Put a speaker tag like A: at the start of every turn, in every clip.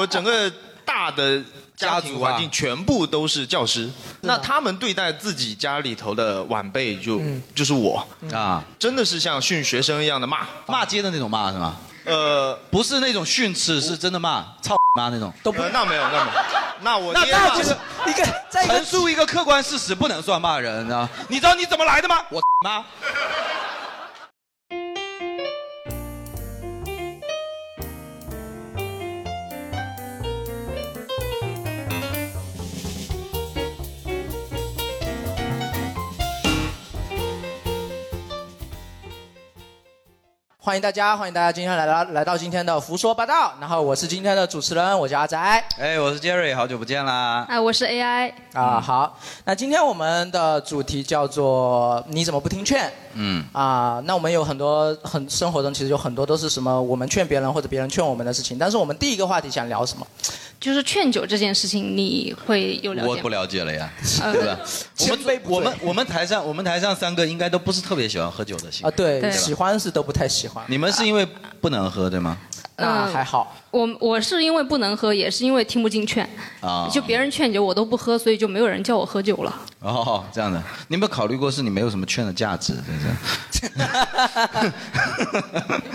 A: 我整个大的家庭环境全部都是教师，那他们对待自己家里头的晚辈就
B: 嗯
A: 就是我
C: 啊，
A: 真的是像训学生一样的骂，
C: 骂街的那种骂是吗？
A: 呃，
C: 不是那种训斥，是真的骂，操你妈那种。
A: 都不呃那没有那没有，那我
C: 嗯那
A: 爹
C: 那
A: 骂
C: 就是
B: 一个在
C: 陈述一个客观事实，不能算骂人啊！你知道你怎么来的吗？我妈。
B: 欢迎大家，欢迎大家今天来到来到今天的胡说八道。然后我是今天的主持人，我叫阿宅。
C: 哎，我是 Jerry，好久不见啦。
D: 哎，我是 AI，
B: 啊，好，那今天我们的主题叫做“你怎么不听劝”。
C: 嗯，
B: 啊，那我们有很多很生活中其实有很多都是什么我们劝别人或者别人劝我们的事情，但是我们第一个话题想聊什么？
D: 就是劝酒这件事情，你会有了解吗？
C: 我不了解了呀，
D: 呃
C: 对吧？我
B: 千杯
C: 们
B: 不醉
C: 我们我们台上我们台上三个应该都不是特别喜欢喝酒的型
B: 啊，对，
D: 对
B: 喜欢是都不太喜欢。
C: 你们是因为不能喝对吗？
B: 那
D: 嗯
B: 还好，
D: 我我是因为不能喝，也是因为听不进劝，
C: 啊，
D: 就别人劝酒我都不喝，所以就没有人叫我喝酒了。
C: 哦这样的，你有没有考虑过是你没有什么券的价值？真是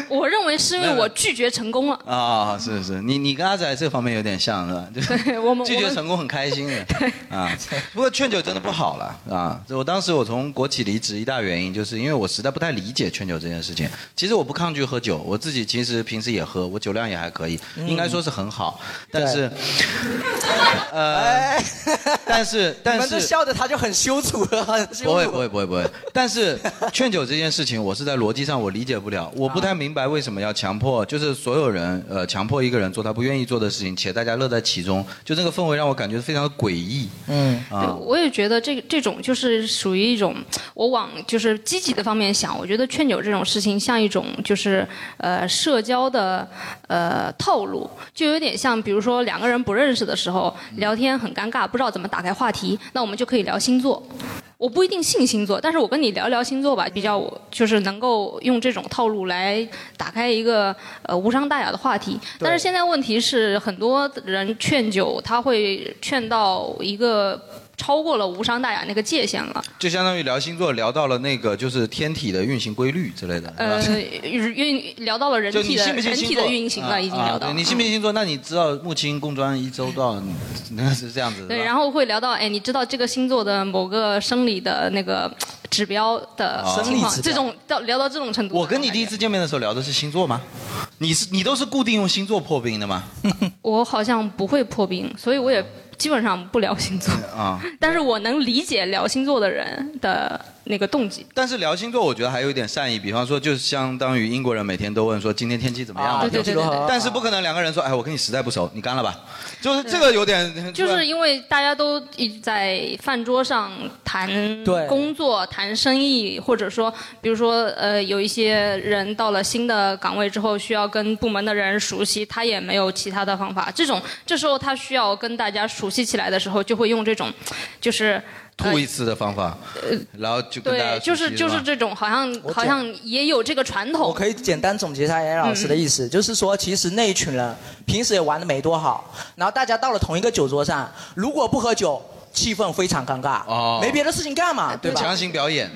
D: 我认为是因为我拒绝成功了。
C: 啊，是是，你你跟阿仔这方面有点像是吧？就是
D: 对我们
C: 拒
D: 我
C: 绝
D: 们
C: 成功很开心的 啊。不过劝酒真的不好了啊！就我当时我从国企离职，一大原因就是因为我实在不太理解劝酒这件事情。其实我不抗拒喝酒，我自己其实平时也喝，我酒量也还可以，
B: 嗯
C: 应该说是很好。但是，呃， 但是
B: 哎 你
C: 但
B: 们这
C: 是。
B: 笑的他就很羞耻了，很羞
C: 不会
B: 辱
C: 不会不会不会，但是劝酒这件事情，我是在逻辑上我理解不
B: 啊
C: 了，我不太明白为什么要强迫，就是所有人呃强迫一个人做他不愿意做的事情，且大家乐在其中，就这个氛围让我感觉非常的诡异
B: 嗯，
D: 对
C: 啊。
D: 我也觉得这这种就是属于一种，我往就是积极的方面想。我觉得劝酒这种事情像一种就是呃社交的呃套路，就有点像比如说两个人不认识的时候聊天很尴尬，不知道怎么打开话题，那我们就可以聊星座。我不一定信星座，但是我跟你聊聊星
C: 嗯
D: 座吧，比较就是能够用这种套路来打开一个呃无伤大雅的话题。但是现在问题是，很多人劝酒，他会劝到一个超过了无伤大雅那个界限了。
C: 就相当于聊星座聊到了那个就是天体的运行规律之类的，
D: 呃
C: 是吧？，
D: 运聊到了
C: 啊
D: 人
C: 就
D: 体
C: 你
D: 的
C: 信不信
D: 人
C: 星
D: 体
C: 座
D: 的运行
C: 啊
D: 了，已经
C: 啊
D: 聊
C: 对
D: 到嗯了。
C: 你信不信星座？那你知道木星公转一周到，那是这样子。
D: 对，
C: 是吧
D: 然后会聊到，哎，你知道这个星座的某个生理的那个指标的
C: 哦
D: 情况
B: 生理指标，
D: 这种到聊到这种程度。
C: 我跟你第一次，见面的时候聊的是星座吗？你是你都是固定用星座破冰的 吗？
D: 我好像不会破冰，所以我也基本上不聊星座，
C: 啊。
D: 但是我能理解聊星座的人的那个动机。
C: 但是聊星座，我觉得还有一点善意，比方说，就相当于英国人每天都问说今天天气怎么样
B: 啊，
C: 了。
D: 对对对对对
C: 但是不可能两个人说，哎，我跟你实在不熟，你干了吧，就是这个有点，
D: 就是因为大家都一直在饭桌上谈
B: 对
D: 工作、谈生意，或者说，比如说，呃，有一些人到了新的岗位之后，需要跟部门的人熟悉，他也没有其他的方法。这种这时候他需要跟大家熟悉起来的时候，就会用这种，就是。呃
C: 吐一次的方法，然后就跟大家
D: 对，就是
C: 熟悉
D: 就是
C: 吧
D: 这种，好像
B: 我
D: 好
B: 懂
D: 像也有这个传
B: 我
D: 统。
B: 可以简单总结一下 A 老师的
D: 嗯
B: 意思，就是说，其实那一群人平时也玩的没多好，然后大家到了同一个酒桌上，如果不喝酒，气氛非常尴尬，
C: 哦
B: 没别的事情干嘛，对吧？嗯
C: 强行表演，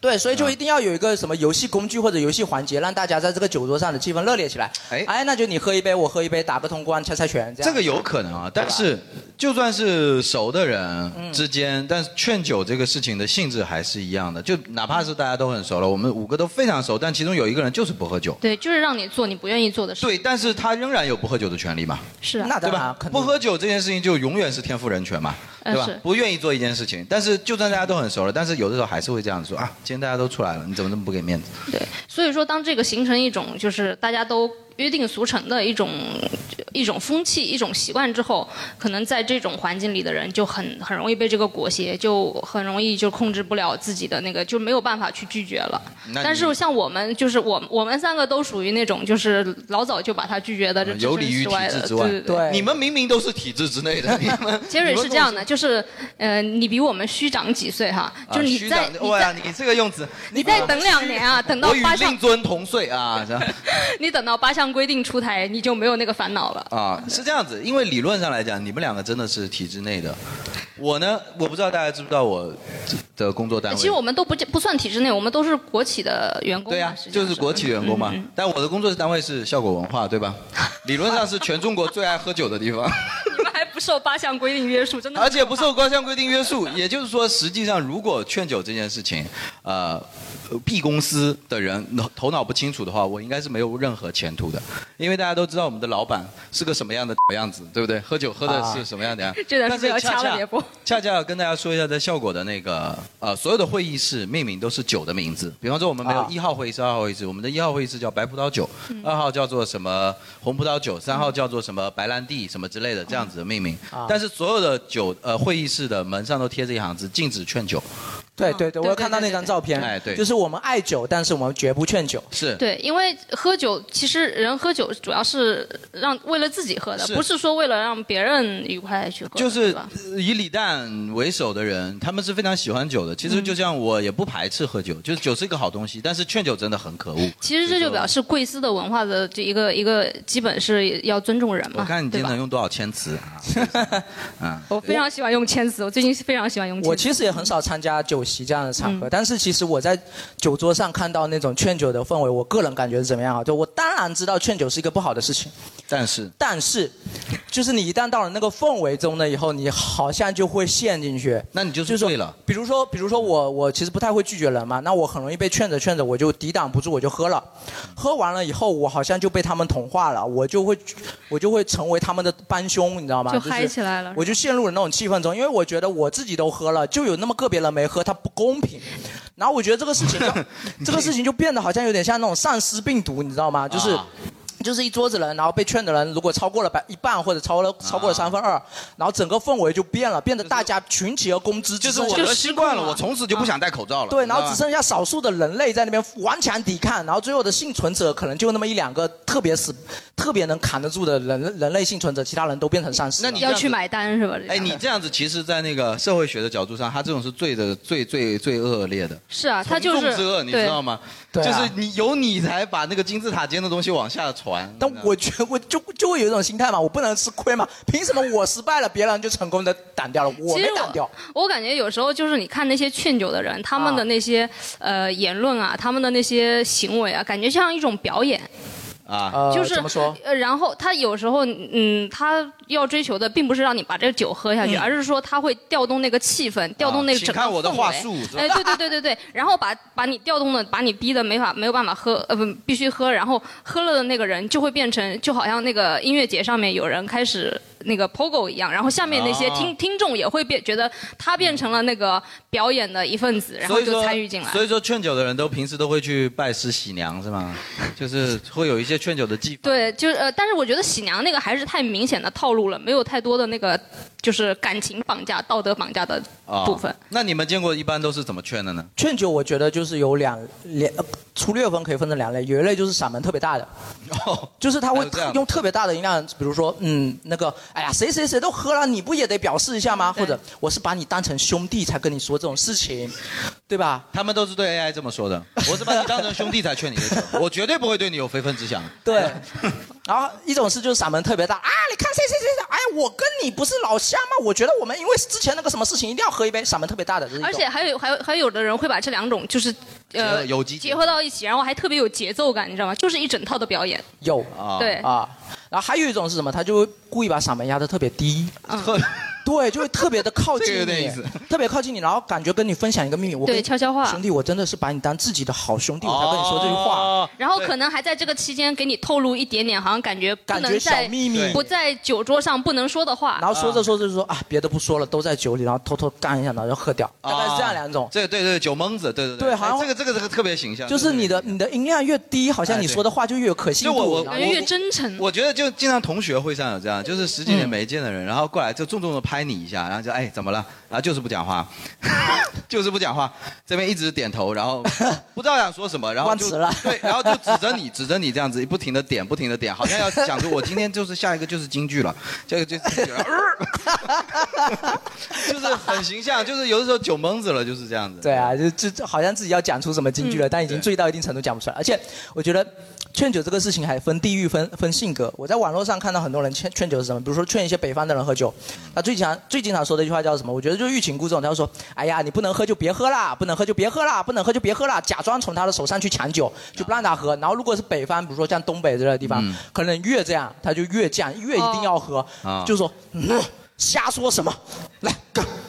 B: 对，所以就一定要有一个什么游戏工具或者游戏环节，让大家在这个酒桌上的气氛热烈起来。
C: 哎
B: 哎，那就你喝一杯，我喝一杯，打个通关，猜猜拳，这样。
C: 这个有可能啊。但是就算是熟的
B: 嗯
C: 人之间，但是劝酒这个事情的性质还是一样的，就哪怕是大家都很熟了，我们五个都非常熟，但其中有一个人就是不喝酒，
D: 对，就是让你做你不愿意做的事。
C: 对，但是他仍然有不喝酒的权利嘛。
D: 是啊，
B: 那
C: 对
B: 当
C: 吧
B: 然，肯？定
C: 不喝酒这件事情就永远是天赋人权嘛，
D: 呃
C: 对吧
D: 是？
C: 不愿意做一件事情，但是就算大家都很熟了，但是有的时候还是会这样子说啊，今天大家都出来了，你怎么这么不给面子？
D: 对，所以说当这个形成一种就是大家都约定俗成的一种一种风气、一种习惯之后，可能在这种环境里的人就很很容易被这个裹挟，就很容易就控制不了自己的那个，就没有办法去拒绝了。
C: 那你
D: 但是像我们就是我我们三个都属于那种就是老早就把他拒绝的，这置
C: 嗯有理于
D: 身事
C: 体
D: 外
C: 制
D: 的，
C: 之外，
D: 对对对。
B: 对
C: 你们明明都是体制之内 的，你们
D: 杰瑞是这样的，就是，呃，你比我们虚长几岁哈，
C: 啊
D: 就是你
C: 虚
D: 在
C: 长
D: 你
C: 哇，
D: 在
C: 你这个用词，
D: 你再等两年啊，等到
C: 我与
D: 八上
C: 令尊同岁啊，这样
D: 你等到八项规定出台，你就没有那个烦恼了。
C: 啊，是这样子，因为理论上来讲，你们两个真的是体制内的。我呢，我不知道大家知不知道我的工作单位。
D: 其实我们都不不算体制内，我们都是国企的员 工。
C: 对呀、就是国企员工嘛。但我的工作单位是效果文化，对 吧？理论上是全中国最爱喝酒的地方，
D: 你们还不受八项规定约束，真的。
C: 而且不受高项规定约 束。也就是说，实际上如果劝酒这件事情，呃呃，B 公司的人脑头脑不清楚的话，我应该是没有任何前途的，因为大家都知道我们的老板是个什么样的样子，对不对？喝酒喝的是什么样的样？
D: 啊 这段
C: 但
D: 是不
C: 是
D: 是要
C: 恰
D: 掐了
C: 恰
D: 别播。
C: 恰恰要跟大家说一下，在效果的那个呃，所有的会议室命名都是酒的名字。比方说，我们没有
A: 啊
C: 一号会议室、二号会议室，我们的一号会议室叫白葡萄酒
A: 嗯，
C: 二号叫做什么红葡萄酒，三号叫做什么白兰地什么之类的这样子的命名
B: 啊。
C: 但是所有的酒呃会议室的门上都贴着一行字：禁止劝酒。
B: 对对对，我有看到那张照片，
C: 哎对
B: 就是我们爱酒，但是我们绝不劝酒。
C: 是
D: 对，因为喝酒，其实人喝酒主要是让为了自己喝的，
C: 是
D: 不是说为了让别人愉快去喝的，
C: 就是
D: 对吧
C: 呃以李诞为首的人，他们是非常喜欢酒的。其实就像我也不排斥喝酒，就是酒是一个好东西，但是劝酒真的很可恶。
D: 其实这就表示贵司的文化的这一个一个基本是要尊重人
C: 我
D: 嘛，
C: 看你
D: 对
C: 经
D: 吧
C: 常？用多少千词啊？啊，
D: 我非常喜欢用千词，我最近非常喜欢用千词。
B: 我其实也很少参加酒席这样的场合，
D: 嗯
B: 但是其实我在酒桌上看到那种劝酒的氛围，我个人感觉是怎么样啊？就我当然知道劝酒是一个不好的事情，
C: 但是
B: 但是，就是你一旦到了那个氛围中了以后，你好像就会陷进去。
C: 那你就是对了。
B: 比如说，比如说我我其实不太会拒绝人嘛，那我很容易被劝着劝着，我就抵挡不住，我就喝了。喝完了以后，我好像就被他们同化了，我就会我就会成为他们的帮凶，你知道吗？
D: 就是嗨起来了
B: 我就陷入了那种气氛中，因为我觉得我自己都喝了，就有那么个别人没喝，他不公平。然后我觉得这个事 情就，这个事情就变得好像有点像那种丧尸病毒，你知道吗？就是。
C: 啊
B: 就是一桌子人，然后被劝的人如果超过了百一半或者超
D: 啊
B: 了超过了三分二，然后整个氛围就变了，变得大家群起而攻之，
C: 就是
B: 只剩
C: 我
B: 下
C: 得新冠了，我从此就
D: 啊
C: 不想戴口罩了。
B: 啊对，然后
C: 你
B: 只
C: 知道吗
B: 剩下少数的人类在那边顽强抵抗，然后最后的幸存者可能就那么一两个特别死、特别能扛得住的人人类幸存者，其他人都变成丧尸了。
C: 那你这
D: 要
C: 样子
D: 去买单是吧？这
C: 哎，
D: 样
C: 你这样子，其实，在那个社会学的角度上，他这种是最的最最最恶劣的。
D: 是啊，他就
C: 从
D: 是
C: 众之恶，你知道？吗？
B: 对
C: 就
B: 啊
C: 是你有你才把那个金字塔尖的东西往下传。
B: 但我
C: 嗯
B: 觉我就就会有一种心态嘛，我不能吃亏嘛，凭什么我失败了，别人就成功的挡掉了，我
D: 其
B: 没
D: 实我
B: 挡掉？
D: 我感觉有时候就是你看那些劝酒的人，他们
C: 啊
D: 的那些、呃言论啊，他们的那些行为啊，感觉像一种表演。
C: 啊，
B: 呃
D: 就是
B: 怎么说？
D: 呃，然后他有时候，嗯，他要追求的并不是让你把这个酒喝下去，
C: 嗯
D: 而是说他会调动那个气氛，调动那个
C: 请
D: 整个
C: 看我的
D: 氛
C: 话
D: 围
C: 术是吧
D: 哎，对对对对对，然后把把你调动的，把你逼的没法没有办法喝，呃不必须喝，然后喝了的那个人就会变成就好像那个音乐节上面有人开始。那个 POGO 一样，然后下面那些
C: 啊
D: 听、听众也会变，觉得他变成了那个表演的一份子，然后
C: 所以
D: 就
C: 说
D: 参与进来。
C: 所以说，劝酒的人都平时都会去拜师喜娘，是吗？ 就是会有一些劝酒的技法。
D: 对，就是呃，但是我觉得喜娘那个还是太明显的套路了，没有太多的那个就是感情绑架、道德绑架的
C: 啊
D: 部分。
C: 那你们见过一般都是怎么劝的呢？
B: 劝酒，我觉得就是有两两呃粗略分可以分成两类，有一类就是嗓门特别大的，就是他
C: 哦还
B: 会
C: 有这样的
B: 用特别大的音量，比如说嗯那个哎呀谁谁谁都喝了，你不也得表示一下吗？或者我是把你当成兄弟才跟你说这种事情，对吧？
C: 他们都是对 AI 这么说的。我是把你当成兄弟才劝你的 酒，我绝对不会对你有非分之想。
B: 对，然后一种是就是嗓门特别大啊，你看谁谁谁谁，哎，我跟你不是老乡吗？我觉得我们因为之前那个什么事情，一定要喝一杯，嗓门特别大的。这是一种
D: 而且还有还有还有的人会把这两种就是
C: 结
D: 呃
C: 合有机结合
D: 结合到一起，然后还特别有节奏感，你知道吗？就是一整套的表演。
B: 有
C: 啊
D: 对
B: 啊，然后还有一种是什么？他就会故意把嗓门压得特别低，
D: 嗯
C: 特
B: 对，就会特别的靠
C: 这
B: 近
C: 个 有点
B: 你，
C: 意思
B: 特别靠近你，然后感觉跟你分享一个秘密。我跟
D: 对
B: 你
D: 悄悄话
B: 兄弟，我真的是把你当自己的好兄弟，我才跟你说这句话。
C: 哦
D: 然后可能还在这个期间给你透露一点点，好像感觉不
B: 感
D: 能
B: 觉
D: 在
B: 小秘密
D: 不在酒桌上不能说的话。
B: 然后说着说着就说啊，别的不说了，都在酒里，然后偷偷干一下，然后就喝掉，大概是这样两种。
C: 这个对对，酒蒙子，对对
B: 对好像
C: 哎这个这个这个特别形象。
B: 就是你的你的音量越低，好像你说的话就越有可信
C: 哎就我
B: 度
C: 我。
D: 感
B: 然后
D: 觉越真诚，
C: 我觉得就经常同学会上有这样，就是十几年没见的人，然后过来就重重的拍你一下，然后就哎怎么了？然后就是不讲话， 就是不讲话，这边一直点头，然后 不知道想说什么，然后
B: 忘
C: 就
B: 词了
C: 对，然后就指着你 指着你这样子不停的点不停的点，好像要讲出我今天就是下一个就是京剧了，这个就是 京剧了，呃就是很形象，就是有的时候酒蒙子了就是这样子。嗯
B: 对啊，就就就好像自己要讲出什么金句了，但已经醉到一定程度讲不出来。而且我觉得劝酒这个事情还分地域、分分性格。我在网络上看到很多人劝劝酒是什么，比如说劝一些北方的人喝酒，他最常最经常说的一句话叫什么？我觉得就是欲擒故纵，他就说：“哎呀，你不能喝就别喝啦，不能喝就别喝啦，不能喝就别喝啦。”假装从他的手上去抢酒，就不让他喝。然后如果是北方，比如说像东北这个地方，
C: 嗯
B: 可能越这样他就越犟，越一定要喝，
C: 啊
B: 就说、嗯、瞎说什么。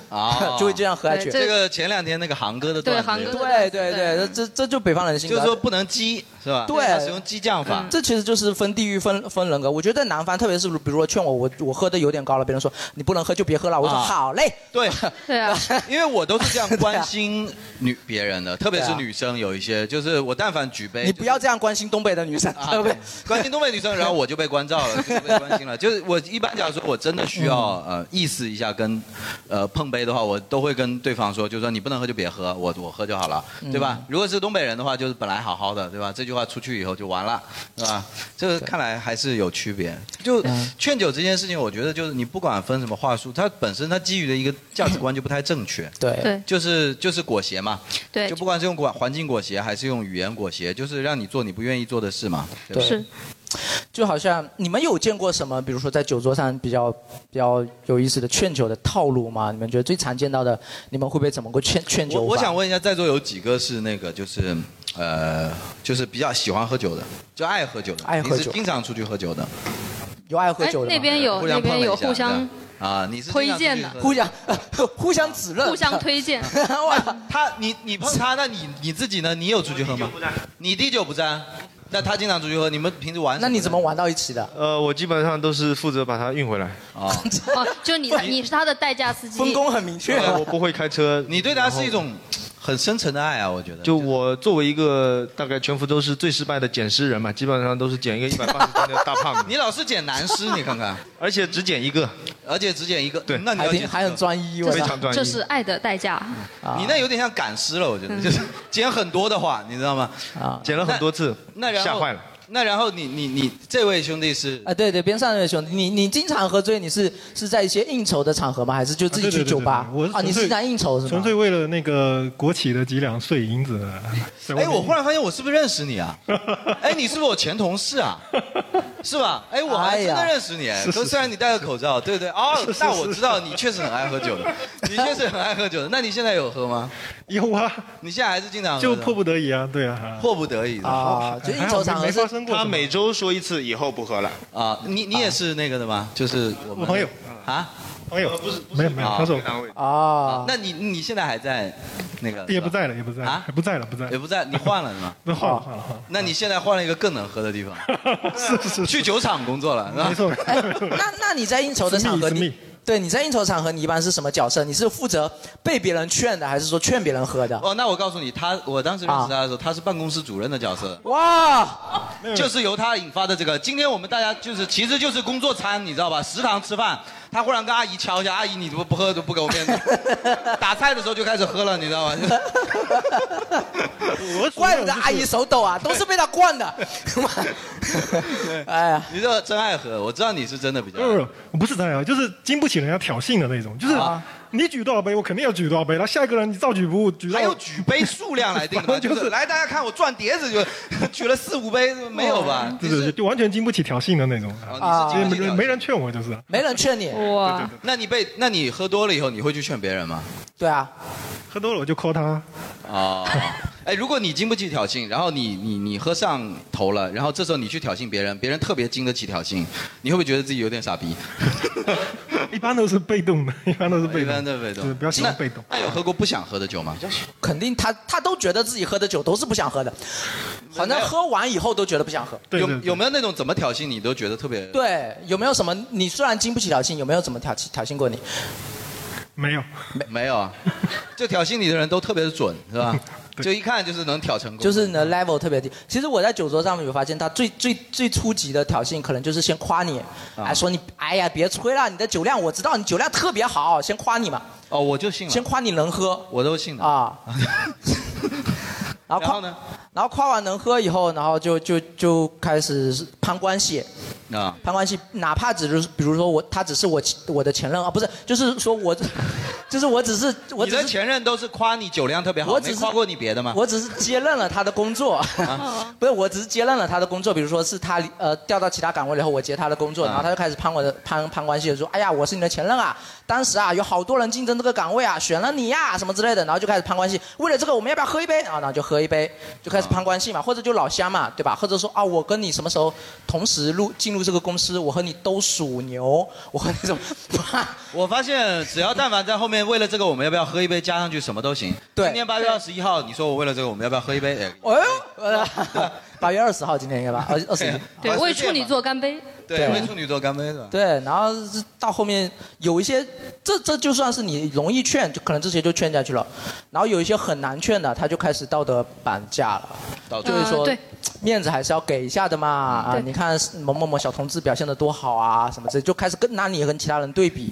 C: 啊
B: 就会这样喝下去对
C: 这
B: 这
C: 个前两天那个韩哥的段子，
B: 对对对，这这就北方人性格，
C: 就是说不能激，是吧？
B: 对嗯
C: 要使用激将法。
B: 这其实就是分地域、分分人格。我觉得在南方，特别是比如说劝我，我我喝的有点高了，别人说你不能喝就别喝了，我说
C: 啊
B: 好嘞。啊
C: 对，
D: 对啊，
C: 因为我都是这样 关心女别人的，特别是
B: 对啊
C: 女生，有一些就是我但凡举杯，
B: 你不要这样关心东北的女生，
C: 啊
B: 对不对？
C: 关心东北女生，然后我就被关照了，就被关心了。就是我一般假如说我真的需要
B: 嗯
C: 呃意思一下跟呃碰杯的话，我都会跟对方说，就说你不能喝就别喝，我我喝就好了，
B: 嗯
C: 对吧？如果是东北人的话，就是本来好好的，对吧？这句话出去以后就完了，对吧？这个看来还是有区别。就劝酒这件事情，我觉得就是你不管分什么话术，它本身它基于的一个价值观就不太正确。
B: 对
D: 对
C: 就是就是裹挟嘛。
D: 对
C: 就不管是用管环境裹挟还是用语言裹挟，就是让你做你不愿意做的事嘛。对吧
B: 对是就好像你们有见过什么，比如说在酒桌上比较比较有意思的劝酒的套路吗？你们觉得最常见到的，你们会不会怎么个劝劝酒
C: 我
B: 法
C: 我想问一下，在座有几个是那个就是呃，就是比较喜欢喝酒的，就爱喝酒的，
B: 爱喝酒
C: 你是经常出去喝酒的，
B: 有爱喝酒的吗
D: 哎那边有
C: 互相碰了一下
D: 那边有互相
C: 对啊，你是
D: 推荐的
B: 互相互相指认，
D: 互相推荐。
B: 哇，
C: 他你你碰他，那你你自己呢？你有出去喝吗？你滴酒不沾，那他经常出去喝，你们平时玩？
A: 那你怎
B: 么玩到一起的？
A: 呃，我基本上都是负责把它运回来。
C: 啊，
D: 哦，就 你你是他的代驾司机，
B: 明
A: 确我不会开车。
C: 你对他是一种很深沉的爱啊，我觉得。
A: 就我作为一个大概全福州市最失败的捡尸人嘛，基本上都是捡一个一百八十斤的大胖子。
C: 你老是捡男尸，你看看，
A: 而且只捡一个，
C: 而且只捡一个，
A: 对，
C: 那你要还挺捡几个还很专
B: 一
A: 非常专一。
D: 这是爱的代价。
C: 你那有点像赶尸了，我觉得，就是捡很多的话，你知道吗？
B: 啊，
A: 捡了很多次，
C: 那然后
A: 吓坏了。
C: 那然后你你你这位兄弟是
B: 啊，对对，边上那位兄弟，你你经常喝醉，你是是在一些应酬的场合吗？还是就自己去酒吧？
E: 我是
B: 啊，你
E: 纯粹
B: 是在应酬是
E: 纯
B: 吗？
E: 粹为了那个国企的几两碎银子。
C: 哎，我忽然发现我是不是认识 你啊？哎，你是不是我前同事啊？是吧？哎，我还真的认识你。哎
E: 是是
C: 都虽然你戴个口 罩，对对。哦
E: 是是，
C: 那我知道你确实很爱喝 酒的，你确实很爱喝酒的。那你现在有喝吗？
E: 有啊，
C: 你现在还是经常喝
E: 就
C: 的
E: 迫不得已啊，对啊。
C: 迫不得已的
B: 啊就应酬场合是还好没发生过
A: 他每周说一次，以后不喝了。
C: 啊。你你也是那个的吗？就是我们
E: 我朋友
C: 啊，
E: 朋友不是没有没有，
C: 啊
E: 他是我
B: 啊，
C: 那你你现在还在那个？
E: 也不在了，也不在了
C: 啊，
E: 不在了，不在
C: 也
E: 了，
C: 不在，你换了是吗？
E: 那换了换了换了，
C: 那你现在换了一个更能喝的地方，
E: 是是是，
C: 去酒厂工作了，是吧
E: 没错。
B: 哎，那那你在应酬的场 合，
E: 私密私
B: 你
E: 密
B: 对你在应酬场合，你一般是什么角色？你是负责被别人劝的，还是说劝别人喝的？
C: 哦，那我告诉你，他我当时认识他的时候，他是办公室主任的角色，
B: 啊哇，
C: 就是由他引发的这个。今天我们大家就是其实就是工作餐，你知道吧？食堂吃饭，他忽然跟阿姨敲一下，阿姨你怎么不喝都不给我面 子？打菜的时候就开始喝了，你知道吧？
B: 怪不得阿姨手抖啊，都是被他惯的。 哎呀，
C: 你这真爱喝，我知道你是真的比较
E: 不。是，我不是真爱啊，就是经不起人家挑衅的那种，就是
C: 啊
E: 你举多少杯，我肯定要举多少杯，然后下一个人你照举不误，举到
C: 还有举杯数量来定的吗，
E: 反正就
C: 就
E: 是
C: 是来大家看我转碟子 就举了四五杯，没有吧？
E: 对
C: 你
E: 对对，
C: 是
E: 就完全经不起挑衅的那种，
C: 哦，
B: 啊
C: 你
E: 没
C: 是经不起
E: 人
C: 挑
E: 没
C: 战。
E: 人劝我就是。
B: 没人劝你，
D: 哇，
C: 那你被那你喝多了以后，你会去劝别人吗？
B: 对啊，
E: 喝多了我就 call 他，
C: 哦，哎，如果你经不起挑衅，然后你你你喝上头了，然后这时候你去挑衅别人，别人特别经得起挑衅，你会不会觉得自己有点傻逼？
E: 一般都是被动的， 一般都是被动的，
C: 一般都是被动
E: 对，比较喜欢被动。
C: 那有喝过不想喝的酒吗？
B: 肯定他他都觉得自己喝的酒都是不想喝的，反正喝完以后都觉得不想喝。
E: 对对
C: 有有没有那种怎么挑衅你都觉得特别？
B: 对，有没有什么？你虽然经不起挑衅，有没有怎么挑挑衅过你？
E: 没有，
C: 没没 有啊，就挑衅你的人都特别的准，是吧？就一看就是能挑成功的，
B: 就是你的 level 特别低。其实我在酒桌上面有发现，他最最最初级的挑衅，可能就是先夸你，
C: 啊
B: 哎，说你哎呀别吹了，你的酒量我知道，你酒量特别好，先夸你嘛，
C: 哦，我就信了
B: 先，夸你能喝
C: 我都信了。
B: 啊。
C: 然后
B: 然后夸，
C: 呢？
B: 然后夸完能喝以后，然后就就就开始攀关系，
C: 啊，
B: 攀关系，哪怕只是比如说我他只是我我的前任啊，不是，就是说我， 就是我只是我
C: 你
B: 只
C: 的
B: 是
C: 前任都是夸你酒量特别好，
B: 我只
C: 没
B: 是
C: 夸过你别的吗？
B: 我只是接任了他的工作， 不是，我只是接任了他的工作。比如说是他呃调到其他岗位了以后，我接他的工作，然后他就开始攀我的攀攀关系了，说哎呀，我是你的前任啊，当时啊有好多人竞争这个岗位啊，选了你呀、什么之类的，然后就开始攀关系。为了这个，我们要不要喝一杯 啊？然后就喝一杯，就开始攀关系嘛，或者就老乡嘛，对吧？或者说啊，我跟你什么时候同时入进入这个公司，我和你都属牛，我和你什么？
C: 我发现只要但凡在后面为了这个我们要不要喝一杯加上去什么都行。
B: 对
C: 今天八月二十一号，你说我为了这个我们要不要喝一杯？哎
B: 哎呦，呃八月二十号今天应该吧，二二十 一。
C: 啊
D: 对，为处女座干杯。
C: 对，为处女座干杯的。
B: 对，然后是到后面有一些，这这就算是你容易劝，就可能这些就劝下去了。然后有一些很难劝的，他就开始道德绑架了，
C: 道德
B: 就是
D: 啊
C: 呃
B: 说
C: 对
B: 面子还是要给一下的嘛啊！
D: 嗯
C: 对
B: 你看某某某小同志表现的多好啊，什么之类，就开始跟拿你跟其他人对比，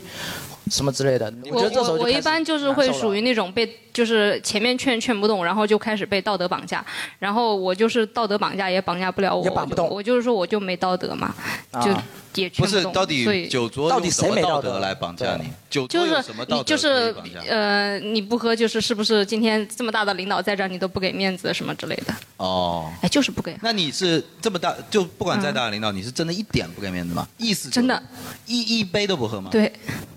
B: 什么之类的。我觉得这时候
D: 我我
B: 就开
D: 一
B: 始
D: 般就是会
B: 难受了
D: 属于那种被就是前面劝劝不动，然后就开始被道德绑架，然后我就是道德绑架也绑架不了我，也绑不动我就是说我就没道德嘛，
C: 啊
D: 就也劝
C: 不
D: 动。
C: 是，到
D: 所
C: 底
D: 以
C: 酒桌用什么道德来绑架你？酒桌
D: 就
C: 有
D: 是
C: 什么道德
D: 你就是
C: 可以绑架
D: 呃，你不喝就是是不是今天这么大的领导在这儿你都不给面子什么之类的？
C: 哦，
D: 哎，就是不给。
C: 那你是这么大，就不管再大的领导，你是真的一点不给面子吗？意思真的，一一杯都不喝吗？
D: 对，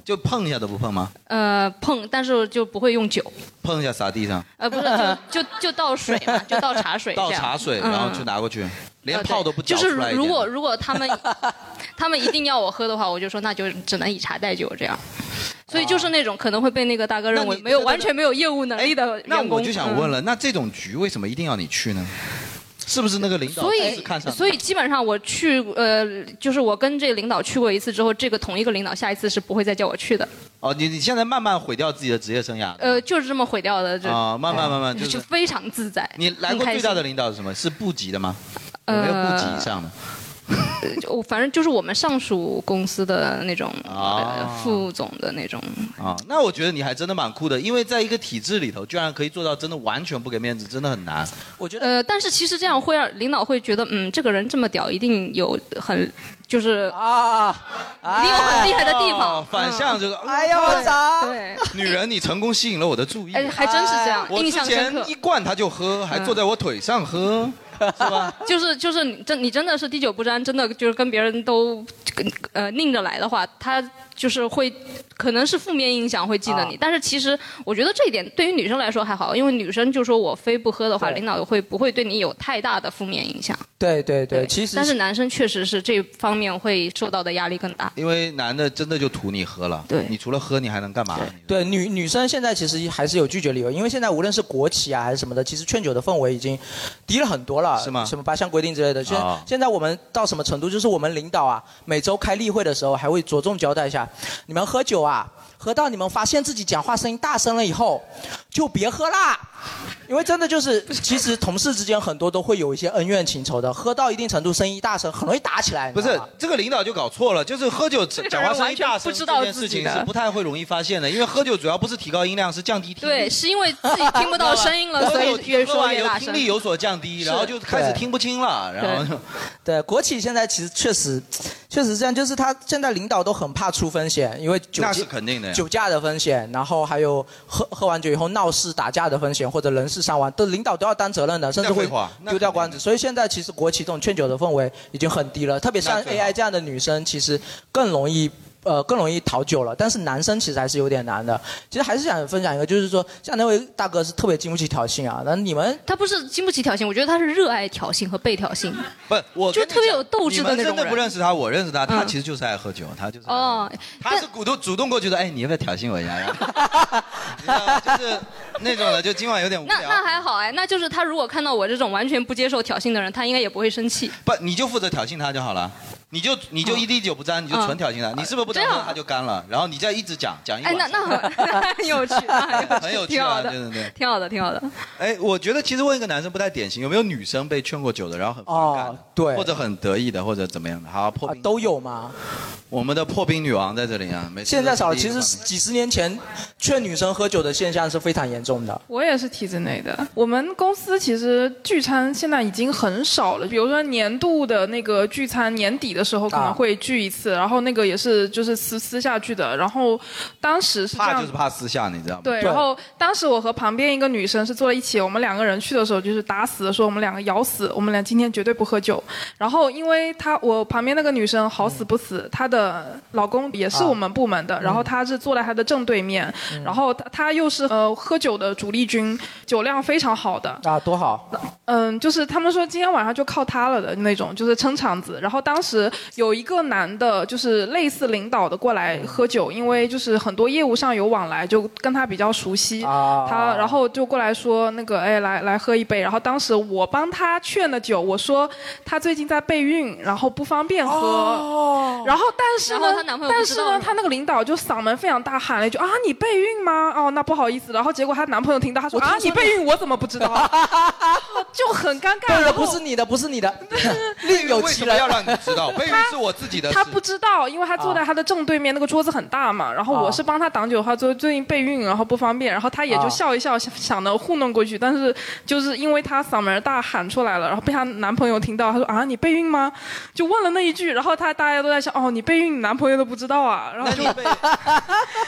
C: 就碰一下都不碰吗？
D: 呃，碰，但是就不会用酒，
C: 碰一下洒地上，
D: 呃，不是，就就就倒水嘛，就倒茶水这样，
C: 倒茶水，
D: 嗯
C: 然后就拿过去，连
D: 呃对
C: 泡都不
D: 就
C: 搅
D: 是
C: 出来一
D: 如
C: 点。
D: 果如果他们他们一定要我喝的话，我就说那就只能以茶代酒这样。所以就是那种可能会被那个大哥认为没有完全没有业务能力的员
C: 哎那
D: 工。
C: 我就想问
D: 嗯
C: 了，那这种局为什么一定要你去呢？是不是那个领导
D: 所
C: 是
D: 以
C: 看上你
D: 所以基本上我去呃，就是我跟这领导去过一次之后，这个同一个领导下一次是不会再叫我去的，
C: 哦，你你现在慢慢毁掉自己的职业生涯
D: 呃，就是这么毁掉的。这
C: 啊，慢慢慢慢就是
D: 非常自在。
C: 你来过
D: 很开
C: 最
D: 心
C: 大的领导是什么？是部级的吗？有没有部级以上的？
D: 呃就我反正就是我们上属公司的那种、呃
C: 啊
D: 副总的那种，
C: 啊，那我觉得你还真的蛮酷的，因为在一个体制里头，居然可以做到真的完全不给面子，真的很难。
B: 我觉
D: 得，呃，但是其实这样会让领导会觉得，嗯，这个人这么屌，一定有很就是
B: 啊，
D: 一定有很厉害的地方。
C: 哦反向就是，
D: 嗯
B: 哎呦我操！
D: 对，
C: 女人你成功吸引了我的注意，
D: 哎，还真是这样，
C: 我
D: 印
C: 之
D: 象深
C: 前
D: 刻。嗯
C: 一灌他就喝，还坐在我腿上喝，是吧？
D: 就是就是你真你真的是滴酒不沾，真的就是跟别人都跟呃拧着来的话，他就是会可能是负面影响会记得
C: 啊
D: 你。但是其实我觉得这一点对于女生来说还好，因为女生就说我非不喝的话，领导会不会对你有太大的负面影响？
B: 对对对，其实
D: 但是男生确实是这方面会受到的压力更大。
C: 因为男的真的就图你喝了，对，你除了喝你还能干嘛？
B: 对女女生现在其实还是有拒绝理由，因为现在无论是国企啊还是什么的，其实劝酒的氛围已经低了很多了，是吗？什么八项规定之类的，现、
C: 啊
B: 现在我们到什么程度？就是我们领导啊，每周开例会的时候还会着重交代一下，你们喝酒啊，喝到你们发现自己讲话声音大声了以后，就别喝啦。因为真的 就是，其实同事之间很多都会有一些恩怨情仇的，喝到一定程度声音一大声，很容易打起来。你
C: 不
B: 知道
C: 是
B: 吗
C: 这个领导就搞错了，就是喝酒
D: 个
C: 讲话
D: 人
C: 声
D: 完
C: 音
D: 全
C: 大
D: 不
C: 声
D: 知
C: 这
D: 道
C: 件
D: 自
C: 事
D: 己
C: 情
D: 的
C: 是不太会容易发现的，因为喝酒主要不是提高音量，是降低听力。
D: 对，是因为自己听不到声 音了，
C: 喝
D: 所
C: 酒
D: 以越
C: 喝
D: 说
C: 完
D: 越
C: 有
D: 大
C: 听
D: 声。
C: 力有所降低，
B: 是
C: 然后就开始听不清了，啊然后就
B: 对国企现在其实确实确实这样，就是他现在领导都很怕出风险，因为酒
C: 那
B: 精
C: 是肯定的呀
B: 酒驾的风险，然后还有喝喝完酒以后闹事打架的风险，或者人事伤亡，都领导都要担责任的，甚至
C: 那
B: 会
C: 废话那
B: 丢掉官职。所以现在其实国企这种劝酒的氛围已经很低了，特别像
C: 那最好
B: AI 这样的女生，其实更容易。呃，更容易讨酒了，但是男生其实还是有点难的。其实还是想分享一个，就是说，像那位大哥是特别经不起挑衅啊。那你们
D: 他不是经不起挑衅，我觉得他是热爱挑衅和被挑 衅。
C: 不，我
D: 就
C: 跟你
D: 特别
C: 讲
D: 有斗志的那
C: 你们真
D: 种
C: 的不
D: 人
C: 认啊识他，我认识他，他
D: 嗯
C: 其实就是爱喝酒，他就是
D: 哦，
C: 他是主动主动过去说，哎，你要不要挑衅我一下 呀？你知道吗就是那种的，就今晚有点无
D: 那
C: 聊。
D: 那还好哎，那就是他如果看到我这种完全不接受挑衅的人，他应该也不会生气。
C: 不，你就负责挑衅他就好了。你就你
D: 嗯
C: 就一滴酒不沾，你就纯挑衅他，你是不是不沾
D: 这样
C: 它就干了？然后你再一直讲讲一
D: 啊哎，那
C: 晚上，
D: 那很那很 有趣，那
C: 很有趣
D: 挺好
C: 啊，
D: 的
C: 对，对对。
D: 挺好的，挺好的。
C: 哎，我觉得其实问一个男生不太典型，有没有女生被劝过酒的，然后很反感的，
B: 对啊
C: 或者很得意的，或者怎么样的？好，破冰、
B: 都有嘛。
C: 我们的破冰女王在这里啊，没
B: 现在少了，其实几十年前劝女生喝酒的现象是非常严重的。
F: 我也是体制内的。我们公司其实聚餐现在已经很少了，比如说年度的那个聚餐，年底的时候可
C: 啊
F: 能会聚一次，然后那个也是就是私私下聚的。然后当时是这
C: 怕
F: 样
C: 就是怕私下，你知道吗？
F: 对，然后当时我和旁边一个女生是坐在一起，我们两个人去的时候就是打死说我们两个咬死，我们俩今天绝对不喝酒。然后因为她我旁边那个女生好死不死，她的老公也是我们部门
B: 嗯
F: 的，然后她是坐在她的正对面，然后她她又是呃喝酒的主力军，呃酒量非常好的，
B: 嗯啊，多好！
F: 嗯，就是他们说今天晚上就靠他了的那种，就是撑场子。然后当时有一个男的，就是类似领导的过来喝酒，因为就是很多业务上有往来，就跟他比较熟悉。
B: 啊
F: 他然后就过来说那个，哎，来来喝一杯。然后当时我帮他劝的酒，我说他最近在备孕，然后不方便喝。
D: 哦
F: 然后但是
D: 然后
F: 呢
D: 她男朋，友不
F: 但
D: 知
F: 是
D: 道
F: 呢
D: 吗，
F: 他那个领导就嗓门非常大喊了一句啊，你备孕吗？哦，那不好意思。然后结果她男朋友听到，他说
B: 我听
F: 啊，
B: 说
F: 你备孕，我怎么不知道？ 就很尴尬。
B: 对
F: 然
B: 的，
F: 后
B: 不是你的，不是 你的，另有
C: 为
B: 其
C: 什么
B: 人
C: 要。让你知道？备孕是我自啊己的事
F: 他。不知道，因为他坐在他的正对面，那个桌子很大嘛。然
C: 啊
F: 后我是帮他挡酒，他最最近备孕，然后不方便，然后他也
B: 啊
F: 就笑一笑，想想着糊弄过去。但是就是因为他嗓门大喊出来了，然后被她男朋友听到，他说啊，你备孕吗？就问了那一句，然后他大家都在想，哦，你备孕，你男朋友都不知道啊，然后就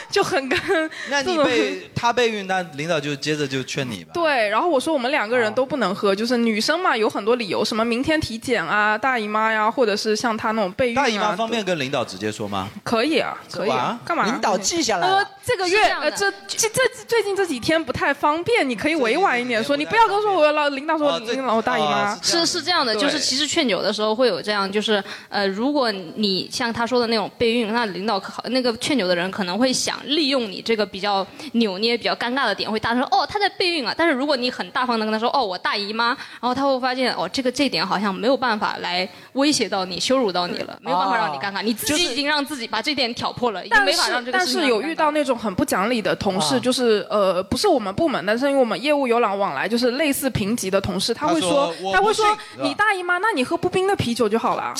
F: 就很跟
C: 那你被他备孕，那领导就接着就劝你吧。
F: 对，然后我说我们两
C: 啊
F: 个人都不能喝，就是女生嘛有很多理由，什么明天体检啊、大姨妈呀、或者是像她那种备孕、啊。
C: 大姨妈方便跟领导直接说吗？
F: 可以啊，可以啊
C: 哇，
F: 干嘛？
B: 领导记下来
F: 他
B: 了
F: 说这个月
D: 是这样的
F: 呃，这这这最近这几天不太方便，你可以委婉一点说，
C: 最近
F: 你
C: 这几
F: 不
C: 天
F: 要跟我说我老领导说
C: 哦这
F: 领导大姨
C: 哦
F: 妈。
C: 这样
D: 是是这样的，
F: 啊对
D: 就是其实劝酒的时候会有这样，就是呃，如果你像他说的那种备孕，那领导可那个劝酒的人可能会想利用你这个比较扭捏、比较尴尬的点，会大声说哦他在备孕啊。但是如果你很大方的跟他说哦我大姨妈，然后他会发现哦这个这点好像没有办法来威胁到你、羞辱到你了，没有办法让你尴尬，你自己已经让自己把这点挑破了，已经
F: 哦但
D: 没
F: 是
D: 法让这个
F: 但
D: 事情
F: 是
D: 让
F: 有
D: 你尴
F: 遇
D: 尬
F: 到那种很不讲理的同
B: 啊
F: 事，就是呃不是我们部门，但是因为我们业务有往往来，就是类似评级的同事，他会
C: 说我
F: 他
C: 不
F: 会说
C: 信是吧
F: 你大姨妈，那你喝不冰的啤酒就好 了，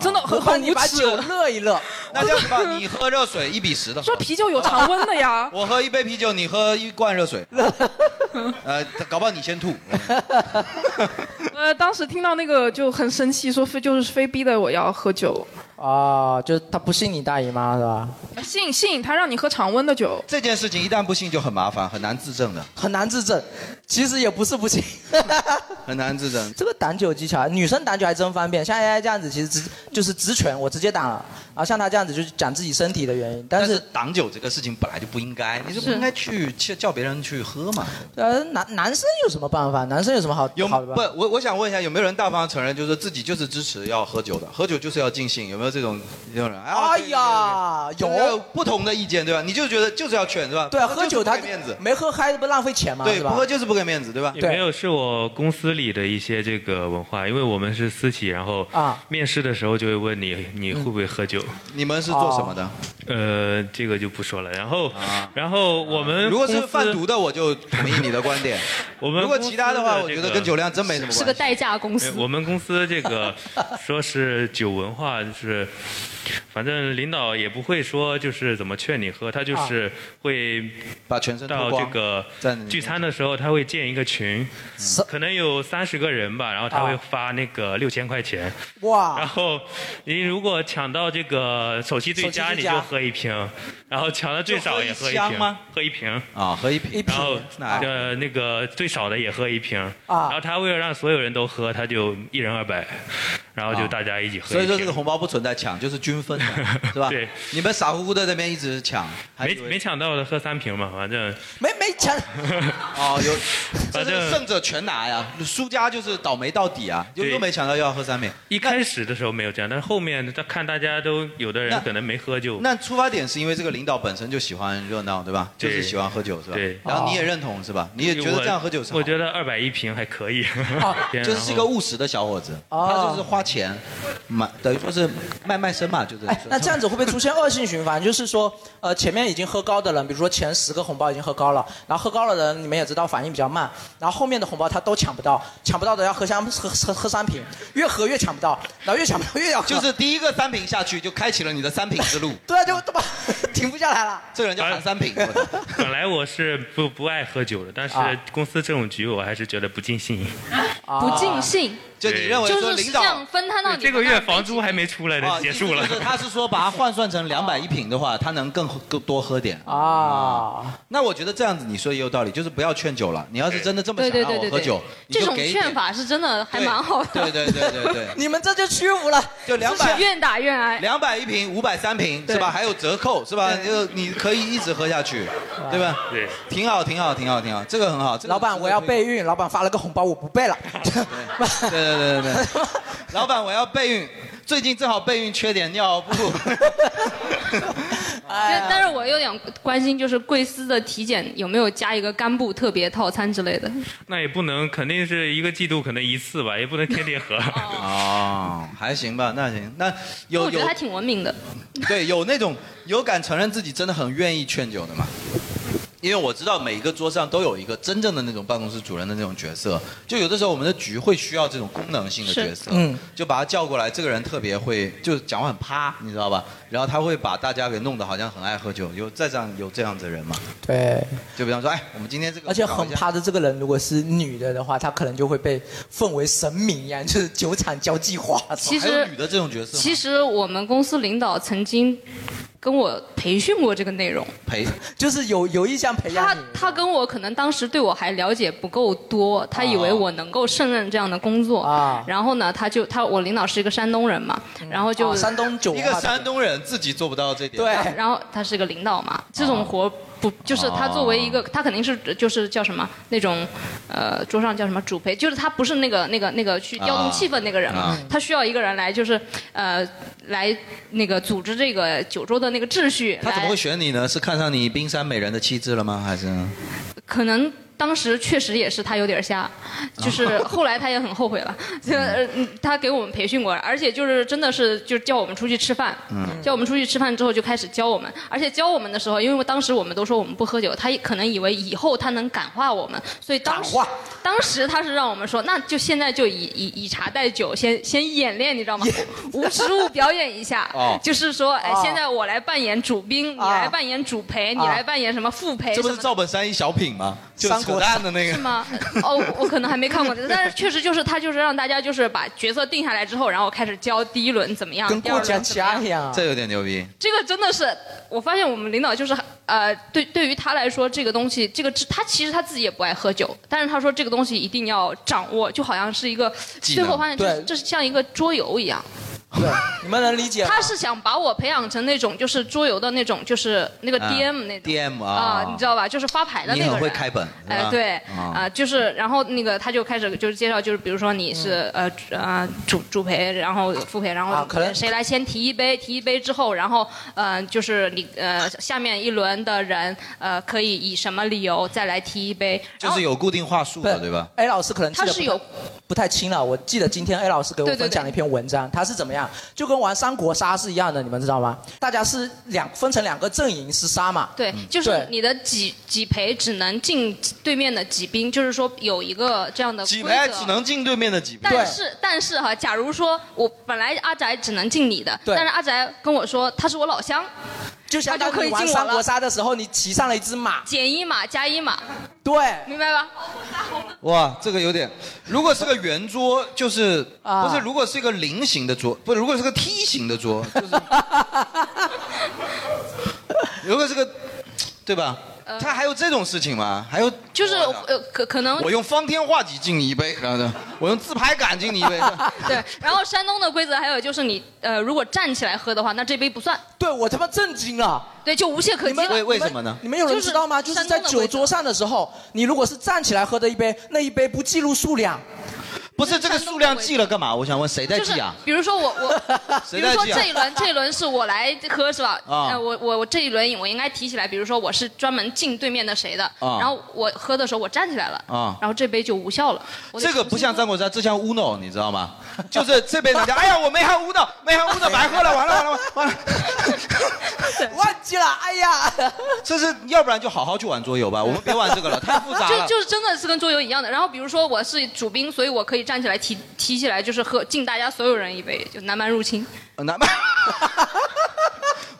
F: 真的很
B: 哦我帮
F: 很
B: 你
F: 无
B: 把
F: 耻
B: 酒。热一热，
C: 那这样子吧，你喝热水一比十的喝。，
F: 说啤酒有常温的呀
C: 我喝一杯啤酒，你喝一罐热 水。呃，搞不好你先吐。
F: 呃，当时听到那个就很生气，说非就是非逼的我要喝酒，
B: 啊，就是他不信你大姨妈是吧？
F: 信信他让你喝常温的酒，
C: 这件事情一旦不信就很麻烦，很难自证的，
B: 很难自证，其实也不是不 信。
C: 很难自证。
B: 这个挡酒技巧，女生挡酒还真方便。像 AI 这样子，其实直就是直拳，我直接挡了。啊，像他这样子就是讲自己身体的原因，但
C: 但
B: 是
C: 是挡酒这个事情本来就不应该，你就不应该去去叫别人去喝嘛。
B: 呃，男男生有什么办法？男生有什么好
C: 有
B: 好
C: 不
B: 的办法？？
C: 我我想问一下，有没有人大方地承认，就是自己就是支持要喝酒的，喝酒就是要尽兴？有没有这种这种人？啊
B: 哎，呀，
C: 对对对
B: 有
C: 不同的意见对吧？你就觉得就是要劝对吧？
B: 对啊，
C: 不
B: 喝
C: 就是
B: 酒
C: 不
B: 他
C: 给面子，
B: 没喝嗨，不浪费钱嘛，
C: 对，
B: 是
C: 不
B: 吧？
C: 喝就是不给面子对吧？
G: 也
B: 对
G: 没有是我公司里的一些这个文化，因为我们是私企，然后
B: 啊嗯
G: 面试的时候就会问你你会不会喝酒，
C: 你们是做什么的？
B: 哦
G: 呃，这个就不说了。然后，然后我们
C: 如果
G: 公
C: 是
G: 司
C: 贩毒，的，我就同意你的观点。
G: 我们
C: 如果其他的话，
G: 公
C: 我
G: 司
C: 觉
G: 这
C: 得
G: 个
C: 跟酒量真没什么
D: 是个
C: 关系。
D: 代驾公司
G: 哎。我们公司这个说是酒文化，就是反正领导也不会说就是怎么劝你喝，他就是会
C: 把全身脱
G: 到这
C: 光。
G: 个
C: 在你面前
G: 聚餐的时候，他会建一个群
B: 是，
G: 可能有三十个人吧，然后他会
B: 啊
G: 发那个六千块钱，然
B: 哇，
G: 后你如果抢到这个首席最
B: 首
G: 佳，
B: 席
G: 你
B: 最佳
G: 就喝一瓶，然后抢到最少也喝一
C: 就喝一箱
G: 瓶
C: 吗，
G: 喝一瓶。
C: 啊，喝一瓶
B: 一。
G: 然后
B: 瓶
C: 哪
G: 呃那个最少的也喝一瓶，
B: 啊
G: 然后他为了让所有人都喝，他就一人二百，然后就大家一起喝
C: 啊所
G: 一
C: 以
G: 瓶。
C: 说这个红包不存在抢，就是均分的， 是吧？
G: 对。
C: 你们傻乎乎的那边一直抢，还
G: 没
C: 以为
G: 没抢到的喝三瓶嘛，反正
B: 没没钱，
C: 哦，有，
G: 反正
C: 这是胜者全拿呀，输家就是倒霉到底啊，就
G: 对
C: 又没抢到又要喝三瓶。
G: 一开始的时候没有这样，但是后面他看大家都有的
C: 那
G: 人可能没喝就
C: 那出发点是因为这个领导本身就喜欢热闹，对吧？就是喜欢喝酒，是吧？
G: 对哦
C: 然后你也认同是吧？你也觉得这样喝酒是好哦
G: 我？我觉得二百一瓶还可以，
C: 就是是个务实的小伙子，
B: 哦
C: 他就是花钱买，等于说是卖卖身嘛，就是。
B: 哎那这样子会不会出现恶性 循环？就是说，呃，前面已经喝高的人，比如说前十个红包已经喝高了，然后喝高的人你们也知道反应比较慢，然后后面的红包他都抢不到，抢不到的要喝三喝喝喝三瓶，越喝越抢不到，然后越抢不到越要喝。
C: 就是第一个三瓶下去，就开启了你的三瓶 之路。
B: 对啊，就他妈 停不下来了。
C: 这个人叫韩三品。
G: 本来我是不不爱喝酒的，但是
B: 啊
G: 公司这种局我还是觉得不尽兴。
D: 不尽兴。
F: 啊
G: 就你认为
D: 就
G: 说
D: 是
G: 领
D: 这
G: 导
D: 样分摊到你
G: 哎 这个
D: 身
G: 月
D: 上
G: 房租还没出来呢，结束了
C: 哦就。是他是说把它换算成两百一瓶的话，他能更更多喝点
B: 啊。
C: 那我觉得这样子你说也有道理，就是不要劝酒了。你要是真的这么
D: 对
C: 想
D: 对
C: 让
D: 对
C: 我
D: 对
C: 喝
D: 对，
C: 酒，你
D: 这
C: 就
D: 种
C: 给
D: 劝法是真的还蛮好的。
C: 对对对对对。
B: 你们这就屈服了，
C: 就两
D: 就
C: 百
D: 是愿打愿挨。
C: 两百一瓶，五百三瓶是吧？还有折扣是吧？就你可以一直喝下去，对吧？
G: 对，
C: 挺好，挺好，挺好，挺好，这个很好。这个
B: 老板我要备孕，老板发了个红包我不备了。
C: 对对对对对，老板我要备孕，最近正好备孕缺点尿布。哎
D: 但但是我有点关心，就是贵司的体检有没有加一个干布特别套餐之类的？
G: 那也不能，肯定是一个季度可能一次吧，也不能天天喝。
C: 哦，还行吧，那行，那有
D: 我觉
C: 有
D: 得还挺文明的。
C: 对，有那种有敢承认自己真的很愿意劝酒的嘛？因为我知道每一个桌上都有一个真正的那种办公室主任的那种角色，就有的时候我们的局会需要这种功能性的角色
B: 是，嗯
C: 就把他叫过来，这个人特别会，就是讲话很趴，你知道吧？然后他会把大家给弄得好像很爱喝酒，有再这样有这样的人嘛？
B: 对，
C: 就比方说，哎，我们今天这个
B: 而且很趴的这个人，如果是女的的话，她可能就会被奉为神明一样，就是酒场交际花。
D: 其
C: 还有
D: 实
C: 女的这种角色吗，
D: 其实我们公司领导曾经跟我培训过这个内容，
C: 陪
B: 就是有有意向培
D: 他
B: 养你。
D: 他跟我可能当时对我还了解不够多，他以
C: 啊
D: 为我能够胜任这样的工作。
B: 啊
D: 然后呢，他就他我领导是一个山东人嘛，然后就、
B: 啊山东酒
C: 嗯
B: 文
C: 一
B: 化
C: 个
B: 特别
C: 哦山东人自己做不到这点，
B: 对，
D: 然后他是个领导嘛，这
C: 哦
D: 种活不就是他作为一个，他肯定是就是叫什么那种，呃，桌上叫什么主陪，就是他不是那个那个那个去调动气氛那个人嘛
C: 啊，
D: 他需要一个人来就是呃来那个组织这个酒桌的那个秩序，
C: 他怎么
D: 来
C: 会选你呢？是看上你冰山美人的气质了吗？还是？
D: 可能。当时确实也是他有点瞎，就是后来他也很后悔了。就呃嗯他给我们培训过了，而且就是真的是就叫我们出去吃饭，叫我们出去吃饭之后就开始教我们，而且教我们的时候，因为当时我们都说我们不喝酒，他可能以为以后他能感化我们，所以当时
B: 感化
D: 当时他是让我们说，那就现在就以以以茶代酒，先先演练，你知道吗？无实物表演一下，
C: 哦
D: 就是说，哎
B: 哦，
D: 现在我来扮演主宾，你
B: 啊
D: 来扮演主陪，你
B: 啊
D: 来扮演什么副
C: 这
D: 陪，什
C: 不
D: 么
C: 是
D: 的
C: 赵本山一小品吗？就
B: 三
C: 扯
B: 国
C: 淡的那个
D: 哎是。吗？哦，我我可能还没看过这个，但是确实就是他就是让大家就是把角色定下来之后，然后开始教第一轮怎么样，
B: 跟
D: 第二
B: 过
D: 轮
B: 江
D: 怎么
B: 虾
D: 样
B: 一。样啊。
C: 这有点牛逼，
D: 这个真的是，我发现我们领导就是呃，对对于他来说，这个东西，这个他其实他自己也不爱喝酒，但是他说这个东西一定要掌握，就好像是一个
C: 技
D: 最
C: 能
D: 后发现这
B: 对
D: 是这是像一个桌游一样，
B: 对，你们能理解吗？
D: 他是想把我培养成那种就是桌游的那种就是那个
C: 啊
D: DM 那种
C: DM 啊
D: 啊，
B: 哦
D: 你知道吧？就是发牌的那
C: 你
D: 个人。
C: 很会开本，是
D: 哎
C: 吧，
D: 对，
C: 啊
D: 啊、就是，然后那个他就开始就是介绍，就是比如说你是、呃主呃主主陪，然后副陪，然后
B: 嗯啊可能
D: 谁来先提一杯，提一杯之后，然后呃就是你呃下面一轮的人呃可以以什么理由再来提一杯，然
C: 就
D: 后
C: 是有固定话术
B: 不是
C: 的，对吧？
B: ？A 老师可能记
D: 他
B: 得
D: 是
B: 不
D: 有
B: 不太清了。我记得今天 A 老师给我
D: 对对
B: 分享了一篇文章，他是怎么样，就跟玩三国杀是一样的，你们知道吗？大家是两分成两个阵营厮杀嘛。嗯
D: 对，就是
B: 对
D: 你的几几陪只能进对面的几兵，就是说有一个这样的
C: 几
D: 规
C: 排
D: 则
C: 只能进对面的几排，
D: 但是但是哈，假如说我本来阿宅只能进你的，
B: 对
D: 但是阿宅跟我说他是我老乡，
B: 就相当
D: 他就可
B: 于
D: 以
B: 玩
D: 进我了
B: 三国杀的时候，你骑上了一只马。
D: 减一码加一码，
B: 对，
D: 明白吧？
C: 哇，这个有点。如果是个圆桌，就是
B: 啊
C: 不是？如果是一个菱形的桌，不是？如果是个梯形的桌， 就是。如果是个，对吧？他还有这种事情吗？还有
D: 呃就是
C: 我的
D: 呃，可可能
C: 我 用方天画戟敬你一杯，然后呢，我用自拍杆敬你一杯。
D: 对。然后山东的规则还有就是你呃，如果站起来喝的话，那这杯不算，
B: 对我他妈震惊了。
D: 对，就无懈可击了。
C: 为为什么呢？
B: 你们有人知道吗？
D: 就
B: 就是是在
D: 山东的
B: 酒桌上的时候，你如果是站起来喝的一杯，那一杯不计入数量。
C: 不是这个数量记了干嘛？我想问谁在
D: 就是
C: 记啊？
D: 比如说我 我，比
C: 谁
D: 如
C: 在
D: 说
C: 记啊
D: 这 一轮这一轮是我来喝是吧？
C: 啊
D: 呃我我我这一轮我应该提起来，比如说我是专门敬对面的谁的，
C: 啊
D: 然后我喝的时候我站起来了，
C: 啊
D: 然后这杯就无效了。我得
C: 这个不像战国杀，这像 Uno，你知道吗？就是这边人家，哎呀，我没含 Uno，没含 Uno，白喝了，完了完了完了，
B: 忘 记了，哎呀，
C: 这是要不然就好好去玩桌游吧，我们别玩这个了，太复杂了。
D: 就就是真的是跟桌游一样的。然后比如说我是主宾，所以我可以站起来提提起来，就是喝敬大家所有人一杯，就南蛮入侵。
C: 呃南 蛮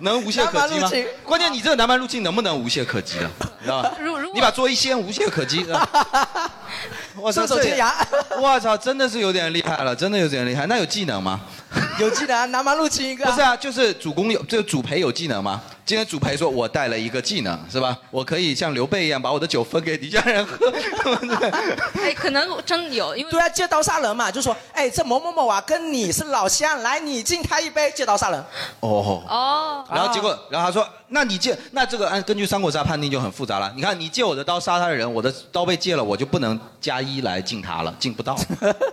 C: 能无懈可击
D: 南蛮入
C: 吗
D: 侵？
C: 关键你这个南蛮入侵能不能无懈可击啊？你知道吧？
D: 如如
C: 你把桌一掀，无懈可击。是吧 我操
B: 顺手
C: 这也
B: 牵羊
C: 我操，真的是有点厉害了，真的有点厉害。那有技能吗？
B: 有技能，南蛮入侵一个。
C: 不 是啊，就是主公有，这个主陪有技能吗？今天主陪说我带了一个技能，是吧？我可以像刘备一样把我的酒分给底下人喝。
D: 哎，可能真有，因为
B: 对啊，借刀杀人嘛，就说，哎，这某某某啊，跟你是老乡，来，你敬他一杯，借刀杀人。
C: 哦。
D: 哦，
C: 然后结果，然后他说：“那你借，那这个按根据三国杀判定就很复杂了。你看，你借我的刀杀他的人，我的刀被借了，我就不能加一来敬他了，敬不 到，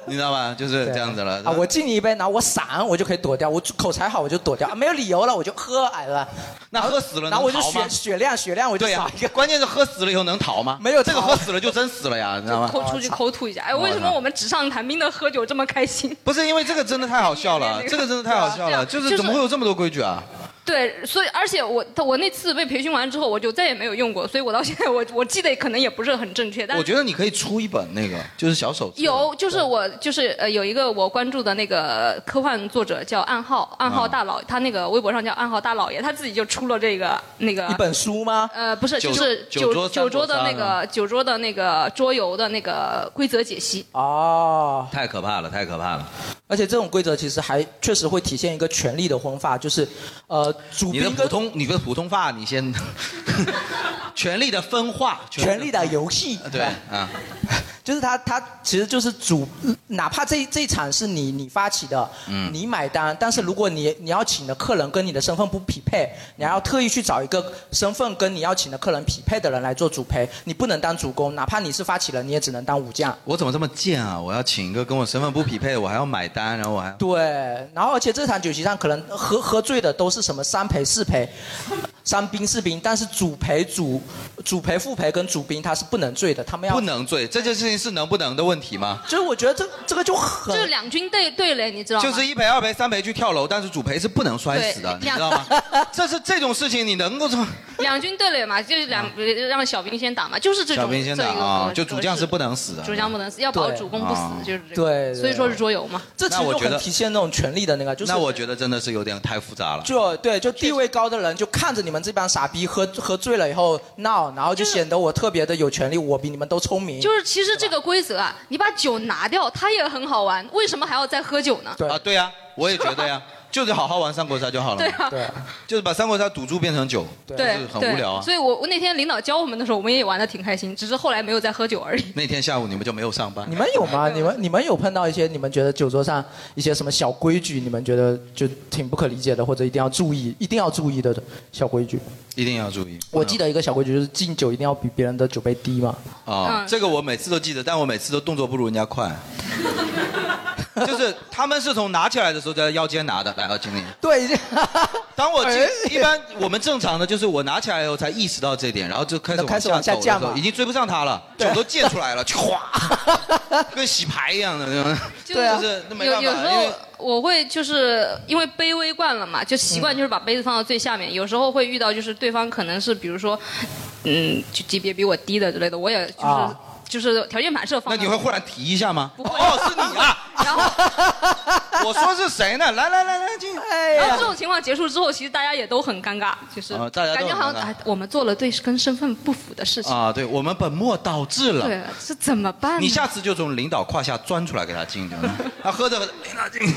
C: 你知道吗？就是这样子了。
B: 啊，我敬你一杯，然后我闪，我就可以躲掉，我口才好，我就躲掉，啊没有理由了，我就喝，哎了。
C: 那喝死了
B: 然后我
C: 能
B: 就
C: 逃吗
B: 血血量血量，我就
C: 对呀、啊
B: 少一个。
C: 关键是喝死了以后能逃吗？
B: 没有
C: 这个
B: 逃
C: 喝死了就真死了呀，你知道吗？
D: 口出去口吐一下。哎，为什么我们纸上谈兵的喝酒这么开心？
C: 不是因为这个真的太好笑 了，这个真的太好笑了，
D: 对
C: 就
D: 啊
C: 是怎么
D: 就是
C: 会有这么多规矩啊？
D: 对，所以而且我我那次被培训完之后，我就再也没有用过，所以我到现在我我记得可能也不是很正确，但
C: 我觉得你可以出一本那个，就是小手册。
D: 有，就是我就是呃，有一个我关注的那个科幻作者叫暗号，暗
C: 啊
D: 号大佬，他那个微博上叫暗号大老爷，他自己就出了这个那个
B: 一本书吗？
D: 呃，不是，
C: 酒
D: 就是
C: 酒桌
D: 酒
C: 三
D: 酒桌
C: 国
D: 的
C: 杀
D: 那个酒桌的那个桌游的那个规则解析。
B: 哦，
C: 太可怕了，太可怕了！
B: 而且这种规则其实还确实会体现一个权力的分化，就是呃，主
C: 你的
B: 宾
C: 普
B: 跟
C: 通，你的普通话，你先权力的分化，
B: 权力的游戏，
C: 对啊，
B: 就是他他其实就是主，哪怕这这一场是你你发起的，
C: 嗯
B: 你买单，但是如果你你要请的客人跟你的身份不匹配，你还要特意去找一个身份跟你要请的客人匹配的人来做主陪，你不能当主攻，哪怕你是发起人，你也只能当武将。
C: 我怎么这么贱啊？我要请一个跟我身份不匹配的，我还要买单，然后我还要
B: 对，然后而且这场酒席上可能喝喝醉的都是什么三陪四陪，三兵四兵，但是主陪主主陪副陪跟主兵他是不能醉的，他们要
C: 不，能醉，这件事情是能不能的问题吗？
B: 就是我觉得这这个就很
D: 就是两啊军对对垒，你知道吗？
C: 就是一陪、二陪、三陪去跳楼，但是主陪是不能摔死的，你
D: 对
C: 知道吗？这是这种事情，你能够这么
D: 两军对垒嘛，就是
B: 啊
D: 两、让小兵先打嘛，就是 这种
C: 小兵先
D: 这
C: 打
D: 一个
C: 啊
D: 格，
C: 就主将是不
D: 格
C: 能死
D: 式
C: 的。
D: 主将不能死，要保
B: 对
D: 主公不死，
C: 啊
D: 就是这个。
B: 对，对
D: 所以说是桌游嘛。
B: 这其
C: 那
B: 实
C: 我
B: 就
C: 觉
B: 很
C: 得
B: 体现那种权力的那个，就是
C: 那我觉得真的是有点太复杂了。
B: 就对，就地位高的人就看着你们这帮傻逼喝喝醉了以后闹，然后就显得我特别的有权利，我比你们都聪明。
D: 就是其实这个规则啊，你把酒拿掉，它也很好玩，为什么还要再喝酒呢？
B: 对
C: 啊，对呀、我也觉得 呀、就是好好玩三国杀就好了。
D: 对啊，
B: 对，
C: 就是把三国杀赌注变成酒，就是
D: 对，
C: 很
D: 对
C: 无聊啊
D: 所。以我我那天领导教我们的时候，我们也玩的挺开心，只是后来没有再喝酒而已。
C: 那天下午你们就没有上班
B: 你，们有吗？你们你们有碰到一些你们觉得酒桌上一些什么小规矩，你们觉得就挺不可理解的，或者一定要注意、一定要注意的小规矩？
C: 一定要注意
B: 我记得一个小规矩就是敬酒一定要比别人的酒杯低嘛。
C: 啊、
D: 嗯
C: 这个我每次都记得，但我每次都动作不如人家 快。就是他们是从拿起来的时候在腰间拿的，来啊，经理。
B: 对，
C: 当我进
B: 哎，
C: 一般我们正常的就是我拿起来以后才意识到这点，然后就开始
B: 开始
C: 往
B: 往
C: 下
B: 下
C: 走的
B: 降
C: 时候
B: 嘛
C: 已经追不上他了，
B: 对
C: 酒都溅出来了，就哗， 跟洗牌一样的，那种
B: 对啊
C: 就是那没
D: 有
C: 办
D: 有时
C: 法，因为
D: 候我会就是因为卑微惯了嘛，就习
C: 嗯
D: 惯就是把杯子放到最下面。有时候会遇到就是对方可能是比如说，嗯，就级别比我低的之类的，我也就是、
B: 啊
D: 就是条件反射
C: 那
D: 放。
C: 你会忽然提一下吗？
D: 不会
C: 哦，是你啊！
D: 然后
C: 我说是谁呢？来来来来，进。
B: 哎
D: 然后
B: 呀
D: 这，种情况结束之后，其实大家也都很尴尬，就是、
C: 啊大家都
D: 感觉好像
C: 很尴尬
D: 哎，我们做了对跟身份不符的事情，
C: 啊，对我们本末倒置了。
D: 对，啊这怎么办呢？
C: 你下次就从领导胯下钻出来给他敬 就，他喝着喝着领导敬，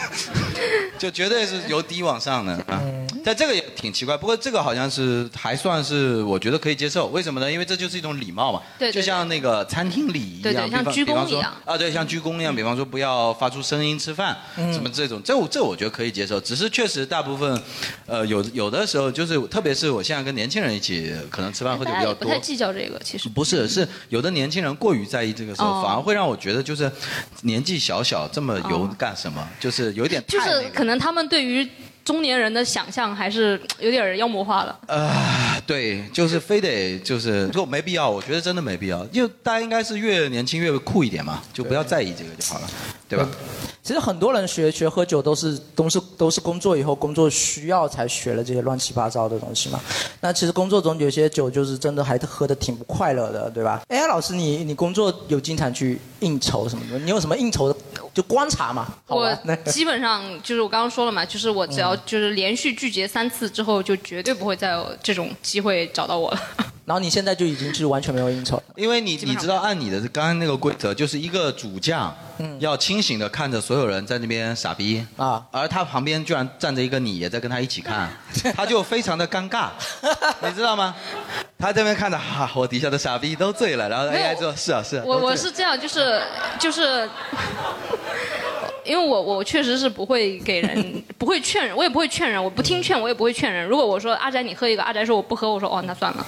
C: 就绝对是由低往上的啊。但这个也挺奇怪，不过这个好像是还算是我觉得可以接受，为什么呢？因为这就是一种礼貌嘛，
D: 对对
C: 就像那个餐厅礼仪一
D: 对对
C: 样，比方
D: 像鞠躬
C: 比方说
D: 一样嗯
C: 啊，对，像鞠躬一样，比方说不要发发出声音吃饭，
H: 嗯
C: 什么这种，这我这我觉得可以接受。只是确实大部分，呃，有有的时候就是，特别是我现在跟年轻人一起，可能吃饭喝酒
D: 大
C: 比
D: 家
C: 较
D: 也不
C: 多
D: 太。计较这个，其实
C: 不是，是有的年轻人过于在意这个时候，
D: 嗯哦
C: 反而会让我觉得就是年纪小小这么油干什么，就是有点太
D: 哦就
C: 那个
D: 是可能他们对于中年人的想象还是有点妖魔化了。
C: 啊，对，就是非得就是就没必要，我觉得真的没必要，就大家应该是越年轻越酷一点嘛，就不要在意这个就好了，对吧？
B: 其实很多人学学喝酒都是都是都是工作以后工作需要才学了这些乱七八糟的东西嘛。那其实工作中有些酒就是真的还喝的挺不快乐的，对吧？哎，老师，你你工作有经常去应酬什么的？你有什么应酬的？就观察嘛，好
D: 我
B: 吧？那嗯
D: 基本上就是我刚刚说了嘛，就是我只要就是连续拒绝三次之后，就绝对不会再有这种机会找到 我了。
B: 然后你现在就已经是完全没有应酬了。
C: 因为你你知道，按你的刚刚那个规则，就是一个主将，要清醒的看着所有人在那边傻逼
B: 啊，
C: 而他旁边居然站着一个你，也在跟他一起 看，他就非常的尴尬，你知道吗？他这边看着，哈、我底下的傻逼都醉了，然后
D: 没有
C: AI 说，是啊是啊，
D: 我
C: 都醉
D: 我
C: 了
D: 是这样，就是就是，因为我我确实是不会给 人，不会劝人，我也不会劝人，我不听劝，我也不会劝人。如果我说阿宅你喝一个，阿宅说我不喝，我说哦那算了，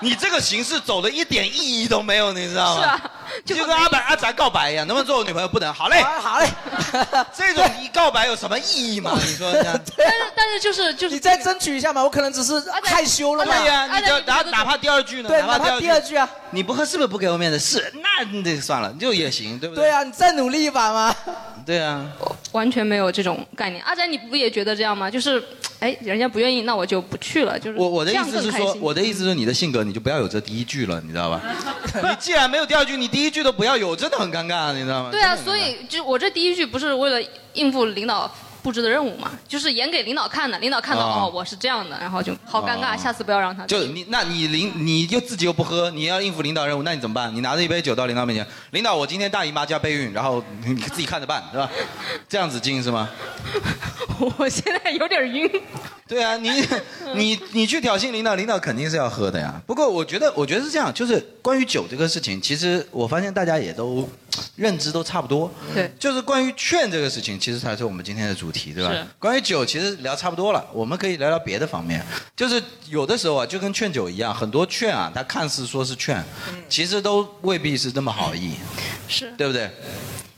C: 你这个形式走的一点意义都没有，你知道吗？
D: 是啊，
C: 就跟阿白阿宅告白一样，能不能做我女朋友？不能。好嘞，
B: 啊好嘞，
C: 这种一告白有什么意义嘛？你说呢？
D: 但是但是就是就是
B: 你再争取一下嘛，我可能只 是害羞了嘛。
C: 对呀、你就然后哪怕第二句呢？
B: 对
C: 哪
B: 哪怕第二句啊，
C: 你不喝是不是不给我面子？是，那你得算了，就也行，对不对？
B: 对啊，你再努力一把嘛。
C: 对啊，
D: 完全没有这种概念。阿宅你不也觉得这样吗？就是哎人家不愿意，那我就不去了，就是
C: 我我的
D: 这
C: 意
D: 样
C: 思
D: 更
C: 是
D: 开
C: 说，
D: 心。
C: 我的意思是你的性格你就不要有这第一句了，你知道 吧？你既然没有第二句，你第一句都不要有，真的很尴尬，你知道吗？
D: 对啊，所以就我这第一句不是为了应付领导布置的任务嘛，就是演给领导看的，领导看到、
C: 啊
D: 哦我是这样的，然后就好尴尬，
C: 啊
D: 下次不要让他
C: 就你，那你领，你又自己又不喝，你要应付领导任务，那你怎么办？你拿着一杯酒到领导面前，领导，我今天大姨妈加备孕，然后你自己看着办，是吧？这样子进是吗？
D: 我现在有点晕。
C: 对啊， 你 你你去挑衅领导，领导肯定是要喝的呀。不过我觉得，我觉得是这样，就是关于酒这个事情，其实我发现大家也都认知都差不多。
D: 对，
C: 就是关于劝这个事情，其实才是我们今天的主题，对吧
H: 是？
C: 关于酒，其实聊差不多了，我们可以聊聊别的方面。就是有的时候啊，就跟劝酒一样，很多劝啊，它看似说是劝，其实都未必是那么好意，
D: 嗯是，
C: 对不对？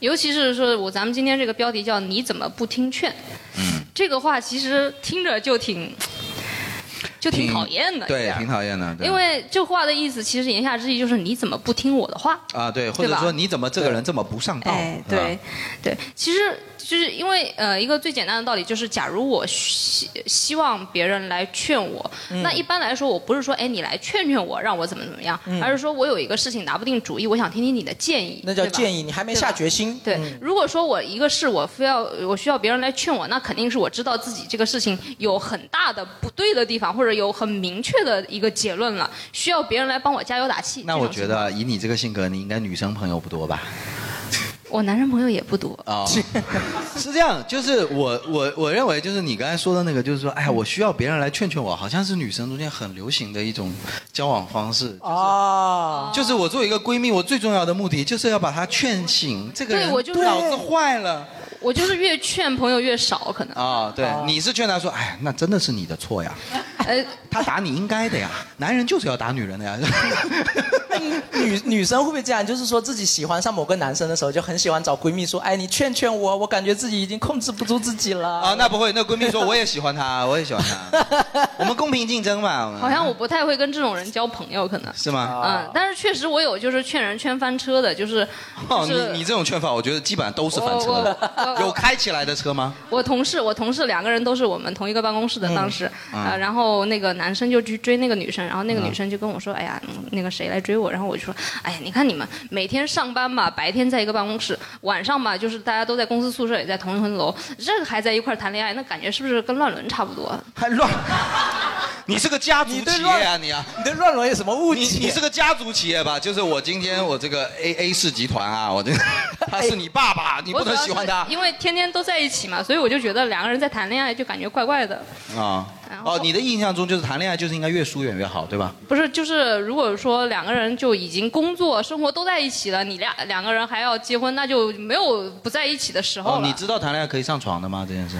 D: 尤其是说我咱们今天这个标题叫“你怎么不听劝”，
C: 嗯
D: 这个话其实听着就挺就挺讨厌的，有
C: 对
D: 点，儿
C: 挺讨厌的。对
D: 因为这话的意思其实言下之意就是你怎么不听我的话。
C: 啊，对，或者
D: 对吧
C: 说你怎么这个人这么不上道？
D: 哎，
C: 是吧
D: 对，对，其实就是因为呃，一个最简单的道理就是，假如我希希望别人来劝我，
I: 嗯
D: 那一般来说，我不是说哎你来劝劝我，让我怎么怎么样，
B: 嗯
D: 而是说我有一个事情拿不定主意，我想听听你的建议。
B: 那叫
D: 对吧
B: 建议，你还没下决心。
D: 对
B: 嗯，
D: 如果说我一个事我非要我需要别人来劝我，那肯定是我知道自己这个事情有很大的不对的地方，或者有很明确的一个结论了，需要别人来帮我加油打气。
C: 那
D: 这
C: 我
D: 种
C: 觉
D: 情况
C: 得以你这个性格，你应该女生朋友不多 吧？
D: 我男生朋友也不多。
C: 啊、是这样，就是我我我认为就是你刚才说的那个，就是说，
D: 嗯
C: 哎呀，我需要别人来劝劝我，好像是女生中间很流行的一种交往方式。
B: 哦，
C: 就是我作为一个闺蜜，我最重要的目的就是要把她劝醒。这个
D: 对
C: 人
D: 我就是
C: 脑子坏了。
D: 我就是越劝朋友越少，可能。
C: 啊、对，
D: 哦
C: 你是劝她说，哎，那真的是你的错 呀，
D: 呃，
C: 她打你应该的呀，男人就是要打女人的 呀。
B: 女 女生会不会这样？就是说自己喜欢上某个男生的时候，就很喜欢找闺蜜说：“哎，你劝劝我，我感觉自己已经控制不住自己了。”
C: 啊，那不会，那闺蜜说我也喜欢他，我也喜欢他，我们公平竞争嘛。我们
D: 好像我不太会跟这种人交朋友，可能。
C: 是吗？
D: 嗯，但是确实我有就是劝人劝翻车的，就是，
C: 哦，
D: 就是
C: 你你这种劝法，我觉得基本上都是翻车
D: 我我
C: 的。
D: 我
C: 有开起来的车吗？
D: 我同事，我同事两个人都是我们同一个办公室的，当时
C: 嗯
D: 啊、呃然后那个男生就去追那个女生，然后那个女生就跟我说，哎呀，嗯那个谁来追我，然后我就说，哎呀，你看你们每天上班吧，白天在一个办公室，晚上吧就是大家都在公司宿舍，也在同一层楼，这个还在一块儿谈恋爱，那感觉是不是跟乱伦差不多？
C: 还乱， 你是个家族
B: 你对
C: 企业
B: 乱
C: 啊，你啊，
B: 你对乱伦有什么误
C: 你
B: 解？
C: 你是个家族企业吧？就是我今天我这个 A A 市集团啊，我这 他是你爸爸，你不能喜欢他
D: 因为天天都在一起嘛，所以我就觉得两个人在谈恋爱就感觉怪怪的。
C: 啊。哦，你的印象中就是谈恋爱就是应该越疏远越好，对吧？
D: 不是，就是如果说两个人就已经工作、生活都在一起了，你俩两个人还要结婚，那就没有不在一起的时候
C: 哦，
D: 了。
C: 你知道谈恋爱可以上床的吗？这件事，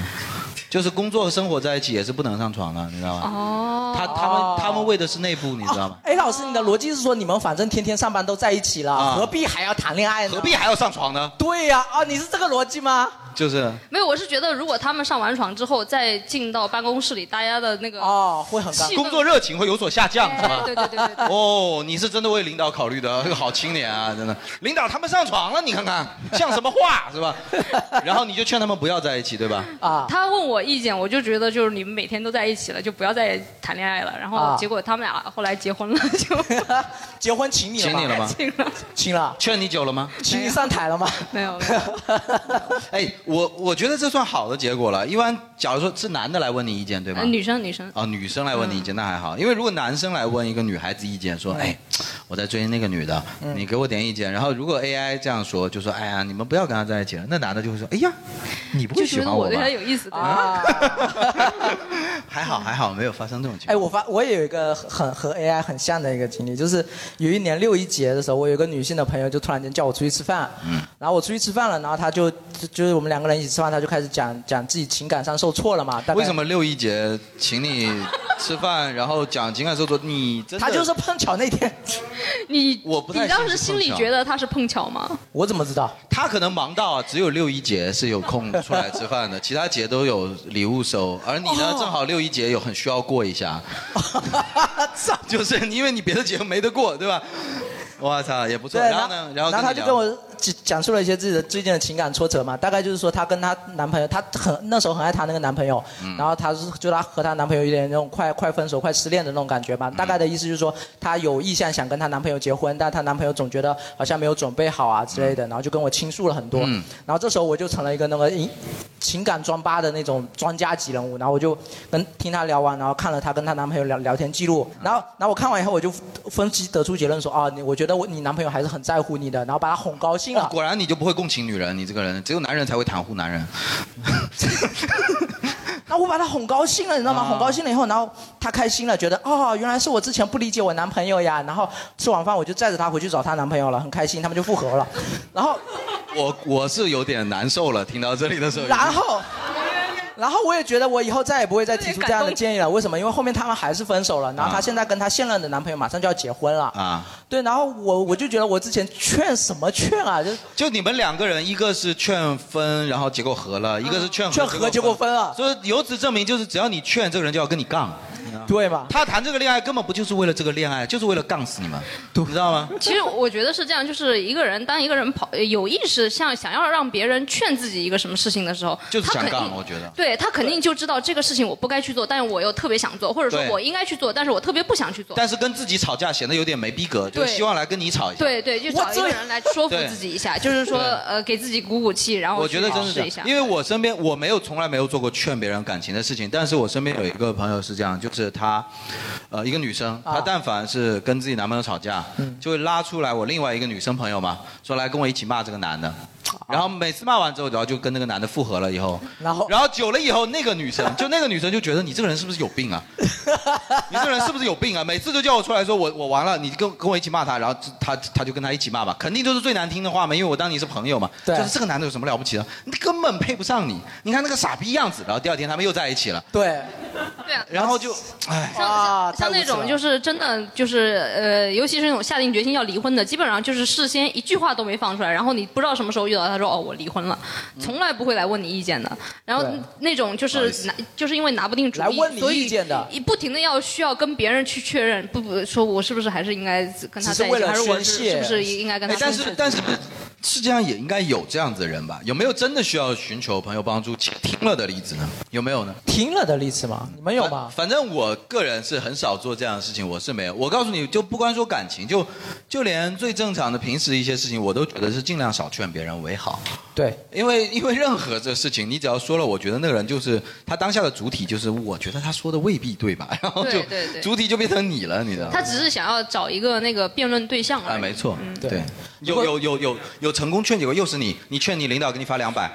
C: 就是工作和生活在一起也是不能上床的，你知道吗？
D: 哦，
C: 他他们他们为的是内部，你知道吗？
B: 哎，老师，你的逻辑是说你们反正天天上班都在一起了，何必还要谈恋爱呢？
C: 啊何必还要上床呢？
B: 对呀、啊，你是这个逻辑吗？
C: 就是
D: 没有，我是觉得如果他们上完床之后再进到办公室里，大家的那个
B: 哦，会很
D: 气氛
C: 工作热情会有所下降，是吧？
D: 哎对对对对对，
C: 哦，你是真的为领导考虑的， 这个好青年啊，真的。领导他们上床了，你看 看像什么话是吧？然后你就劝他们不要在一起，对吧？
B: 啊，
D: 他问我意见，我就觉得就是你们每天都在一起了，就不要再谈恋爱了。然后
B: 啊
D: 结果他们俩后来结婚了， 就
B: 结婚请你了
C: 请
B: 吗？
C: 你了 吗？
D: 这个
B: 请了，
C: 劝你久了吗？
B: 请你上台了吗？
D: 没有。
C: 哎，我我觉得这算好的结果了。一般假如说是男的来问你意见，对吧？
D: 呃女生女嗯生
C: 啊，女生来问你意见那还好，因为如果男生来问一个女孩子意见，
D: 嗯
C: 说，哎，我在追那个女的，你给我点意见。然后如果 AI 这样说，就说，哎呀，你们不要跟她在一起了。那男的就会说，哎呀，你不
D: 就
C: 会
D: 觉
C: 喜
D: 得
C: 欢
D: 我对
C: 吧
D: 他？有意思，对吧？
B: 啊，
C: 还好还好，没有发生这种情
B: 哎，
C: 况。
B: 我发我也有一个很和 AI 很像的一个经历，就是有一年六一节的时候，我有一个女性的朋友就突然间叫我出去吃饭，
C: 嗯
B: 然后我出去吃饭了，然后她就就就是我们两个人一起吃饭，她就开始讲讲自己情感上受挫了嘛，大概
C: 为什？么六一节请你吃饭， 然后讲情感受挫？你真的
B: 她就是碰巧那天，
D: 你
C: 我不太
D: 你当时
C: 相信
D: 心里
C: 碰巧
D: 觉得他是碰巧 吗？
B: 我怎么知道？
C: 他可能忙到啊，只有六一节是有空出来吃饭的，其他节都有礼物收，而你呢，正好六一节有很需要过一下， 就是因为你别的节没得过，对 吧？我操，也不错。
B: 对，
C: 然后呢，然后
B: 然后她
C: 你
B: 就
C: 聊
B: 跟我讲讲述了一些自己的最近的情感挫折嘛，大概就是说她跟她男朋友，她很那时候很爱她那个男朋友，
C: 嗯
B: 然后她是就她和她男朋友有点那种快快分手、快失恋的那种感觉吧。大
C: 嗯
B: 概的意思就是说，她有意向想跟她男朋友结婚，但她男朋友总觉得好像没有准备好啊之类的，然后就跟我倾诉了很多。
C: 嗯
B: 然后这时候我就成了一个那个情情感专八的那种专家级人物，然后我就跟听她聊完，然后看了她跟她男朋友聊聊天记录，然后然后我看完以后我就分析得出结论说啊，你我觉得我你男朋友还是很在乎你的，然后把她哄高兴了。
C: 果然你就不会共情女人，你这个人只有男人才会袒护男 人。
B: 那我把她哄高兴了，你知道吗？
C: 啊
B: 哄高兴了以后，然后她开心了，觉得哦，原来是我之前不理解我男朋友呀。然后吃完饭我就载着她回去找她男朋友了，很开心，他们就复合了。然后，
C: 我我是有点难受了，听到这里的时候。
B: 然后，然后我也觉得我以后再也不会再提出这样的建议了。为什么？因为后面他们还是分手了，然后她
C: 啊
B: 现在跟她现任的男朋友马上就要结婚了。
C: 啊，
B: 对，然后我我就觉得我之前劝什么劝啊，就
C: 就你们两个人，一个是劝分，然后结果和了；一个是劝
B: 嗯劝和结果分啊了
C: 所以由此证明，就是只要你劝这个人，就要跟你杠。
B: 对嘛？
C: 他谈这个恋爱根本不就是为了这个恋爱，就是为了杠死你们，你知道吗？
D: 其实我觉得是这样，就是一个人当一个人跑有意识像想要让别人劝自己一个什么事情的时候，
C: 就是
D: 他
C: 想
D: 肯定
C: 杠，我觉得。
D: 对他肯定就知道这个事情我不该去做，但是我又特别想做，或者说
C: 对
D: 我应该去做，但是我特别不想去做。
C: 但是跟自己吵架显得有点没逼格，就
D: 对
C: 希望来跟你吵一下。，
D: 对对，就
B: 我
D: 找一
B: 最
D: 个人来说服
C: 对
D: 自己一下，就是说
C: 对
D: 呃给自己鼓鼓气，然后
C: 我觉得
D: 去
C: 真是
D: 试
C: 这
D: 一下
C: 样，。因为我身边我没有从来没有做过劝别人感情的事情，但是我身边有一个朋友是这样，就是她，呃，一个女生，
B: 啊嗯
C: 她但凡是跟自己男朋友吵架，就会拉出来我另外一个女生朋友嘛，说来跟我一起骂这个男的。然后每次骂完之后，然后就跟那个男的复合了以后，
B: 啊然后
C: 然后久了以后，那个女生就那个女生就觉得你这个人是不是有病啊？你这个人是不是有病啊？每次都叫我出来说我我完了，你跟跟我一起骂他，然后他他就跟他一起骂吧，肯定就是最难听的话嘛，因为我当你是朋友嘛，
B: 对
C: 就是这个男的有什么了不起的？你根本配不上你，你看那个傻逼样子。然后第二天他们又在一起了，
B: 对
D: 对啊，
C: 然后就唉，
D: 像
B: 啊
D: 像像
B: 太无
D: 那
B: 耻了
D: 种就是真的就是呃，尤其是那种下定决心要离婚的，基本上就是事先一句话都没放出来，然后你不知道什么时候遇到他说哦我离婚了，从来不会来问你意见的。然后
B: 对
D: 那种就
C: 嗯不好
D: 是
C: 意思
D: 拿就是因为拿不定主意，
B: 来问你
D: 所以
B: 意见的
D: 你不停的要需要跟别人去确认，不不说我是不是还是应该跟他
B: 只是
D: 在一
B: 为
D: 起，
B: 了
D: 还是我
B: 宣
D: 是
B: 泄
D: 是不是应该跟他
C: 哎，
D: 在
C: 但
D: 一起？
C: 是但是世界上也应该有这样子的人吧？有没有真的需要寻求朋友帮助且听了的例子呢？有没有呢？嗯
B: 停了的例子嘛，你们有吗？
C: 反反正我个人是很少做这样的事情，我是没有。我告诉你，就不光说感情，就就连最正常的平时一些事情，我都觉得是尽量少劝别人为为好。
B: 对，
C: 因为因为任何这事情，你只要说了，我觉得那个人就是他当下的主体，就是我觉得他说的未必对吧？然后就
D: 对对对
C: 主体就变成你了，你知道吗？
D: 他只是想要找一个那个辩论对象而已。嗯
C: 啊，没错，
B: 嗯
C: 对，有有有有有成功劝解过，又是你，你劝你领导给你发两百，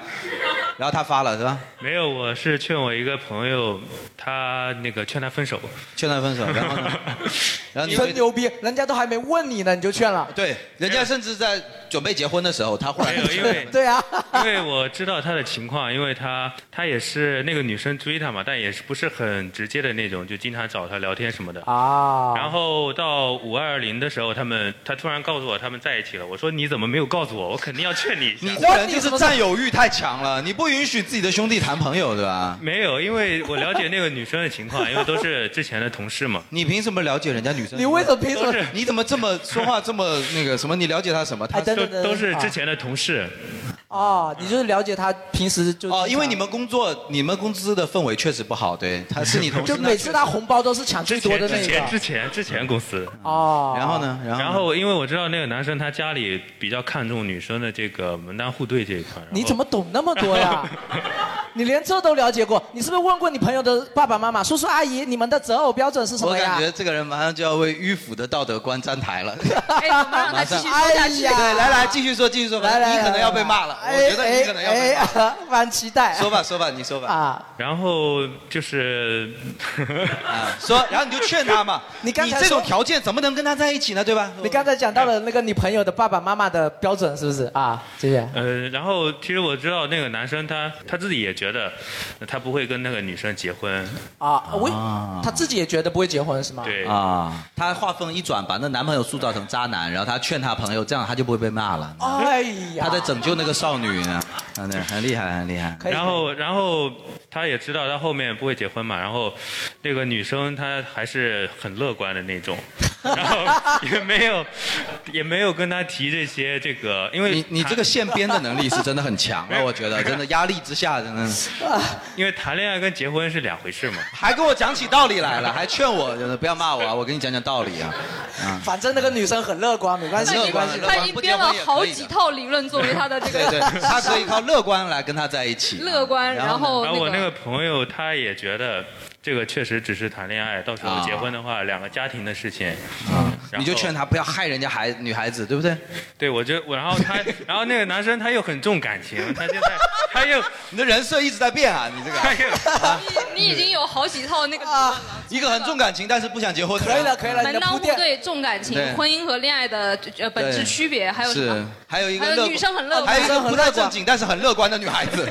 C: 然后他发了是吧？
G: 没有，我是劝我一个朋友，他那个劝他分手，
C: 劝他分手，然后呢？ 然后你
B: 真牛逼，人家都还没问你呢，你就劝了。
C: 对，人家甚至在准备结婚的时候，他忽然
G: 因为
B: 对啊，
G: 因为我知道他的情况，因为他他也是那个女生追他嘛，但也是不是很直接的那种，就经常找他聊天什么的。
B: 啊
G: 然后到五二零的时候，他们他突然告诉我他们在一起了，我说你怎么没有告诉我？我肯定要劝你一 下。
C: 你这人就是占有欲太强了，你不允许自己的兄弟谈朋友，对吧？
G: 没有，因为我了解那个女生的情况，因为都是之前的同 事嘛。
C: 你凭什么了解人家女生？
G: 你为什么凭什
C: 都
G: 么
C: 是你怎么这么说话这 么那个什么？你了解她什么？
B: 哎
C: 她
G: 都都是之前的同事。
B: 哦，啊你就是了解他平时就
C: 哦，因为你们工作，你们公司的氛围确实不好，对，她是你同事，
B: 就每次他红包都是抢最
G: 之
B: 多
G: 前
B: 的
G: 之
B: 那一
G: 前之
B: 个。
G: 前之前公司。
B: 哦，
C: 然后呢？嗯然后呢
G: 然后，因为我知道那个男生他家里比较看重女生的这个门当户对这一块。然后
B: 你怎么懂那么多呀？ 你连这都了解过？你是不是问过你朋友的爸爸妈妈、叔叔阿姨，你们的择偶标准是什
C: 我
B: 么呀
C: 感？觉这个人马上就要为迂腐的道德观站台 了。
D: 哎，我们让他
C: 马
D: 继
C: 上
D: 续说下
B: 哎
D: 去。
C: 对，来来，继续说，继续说，
B: 来来，哎
C: 你可能要被骂了，我觉得你可能要被骂。
B: 骂了，蛮期待。
C: 说吧，说吧，你说吧。
B: 啊，
G: 然后就是，
C: 啊 说，然后你就劝他嘛。
B: 你刚才
C: 这种
B: 说
C: 条件怎么能跟他在一起呢？对吧？
B: 你刚才讲到了那个你朋友的爸爸妈妈的标准是不是啊？谢谢。
G: 呃，然后其实我知道那个男生他他自己也觉得他不会跟那个女生结婚，
B: 啊，我
C: 啊
B: 他自己也觉得不会结婚是吗？
G: 对，
C: 啊，他话锋一转，把那男朋友塑造成渣男，然后他劝他朋友，这样他就不会被骂了。
B: 哎呀，
C: 他在拯救那个少女呢，啊，对，很厉害，很厉害。
B: 可以
G: 然后，然后他也知道他后面不会结婚嘛，然后那个女生她还是很乐观的那种，然后 也没有也没有跟他提这些这个，因为
C: 你你
G: 谈
C: 这个现编的能力是真的很强啊，我觉得真的压力之下真的
G: 因为谈恋爱跟结婚是两回事嘛。
C: 还跟我讲起道理 来了，还劝我真的不要骂我啊，我跟你讲讲道理啊。
B: 反正那个女生很乐观，没关系，
C: 很乐
B: 没关
C: 观
B: 系。
D: 他已经编了好几套理论作为他的这
C: 对对，
D: 个
C: 他可以靠乐观来跟他在一起。
D: 乐观，然后
G: 然后我那
D: 那
G: 个
D: 个
G: 朋友他也觉得这个确实只是谈恋爱，到时候结婚的话，两个家庭的事情。然后
C: 啊你就劝他不要害人家孩女孩子，对不对？
G: 对，我就我然后他，然后那个男生他又很重感情，他现在他又
C: 你的人设一直在变啊，你这
G: 他
C: 个
G: 又。
D: 你你已经有好几套那个理论了
C: 一个很重感情但是不想结婚的
B: 啊可
C: 人。
B: 以了，可以了，你
D: 门
B: 的
D: 当
B: 铺
D: 户
B: 垫。
D: 对、重感情
C: 对、
D: 婚姻和恋爱的呃本质
C: 对
D: 区别，还有什
C: 是
D: 么？，
C: 还有一个
D: 还有
C: 乐
D: 女生很乐观
C: 还有一个不太正经但是很乐观的女孩子。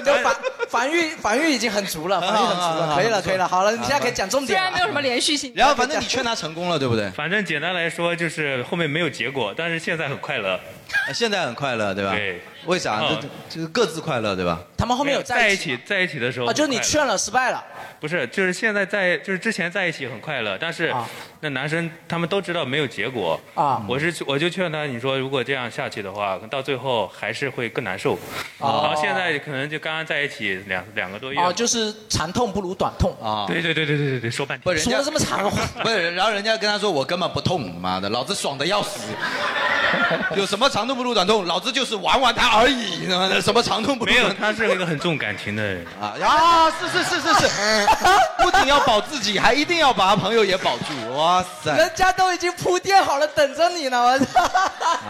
B: 你的防防御防御已经很 足了，防
C: 很
B: 御
C: 好
B: 很足
C: 很
B: 了，
C: 好
B: 可以
C: 啊
B: 了，
C: 很不错
B: 可以了，好了，你现在可以讲重
D: 虽
B: 点
D: 然没有
B: 了。
D: 什么连续性，
C: 然后反正你劝她成功了，对不对？
G: 反正简单来说就是后面没有结果，但是现在很快乐。
C: 呃现在很快乐，对吧？
G: 对
C: 为啥？
G: 哦
C: 这就是各自快乐，对吧？
B: 他们后面有
G: 在
B: 一
G: 一
B: 起
G: 起
B: 吗
G: 在一起的时候
B: 啊，就是你
G: 很快乐
B: 劝了失败了，
G: 不是就是现在在就是之前在一起很快乐，但是
B: 啊
G: 那男生他们都知道没有结果
C: 嗯
B: 啊
G: 我是我就劝他，你说如果这样下去的话，到最后还是会更难受。然后现在可能就刚刚在一起两两个多月
B: 哦，就是长痛不如短痛，
C: 啊，
G: 对对对对对对对，说半
C: 不
G: 天
C: 人
B: 说
C: 家
B: 了这么长的话，
C: 不是，然后人家跟他说我根本不痛，妈的，老子爽的要 死，有什么长痛不如短痛，老子就是玩玩他而已，他妈的什么长痛不如
G: 没有，
C: 短痛
G: 他是一个很重感情的人。
C: 啊啊，是是是是是， 不仅要保自己，还一定要把朋友也保住，哇塞！
B: 人家都已经铺垫好了，等着你呢，我操！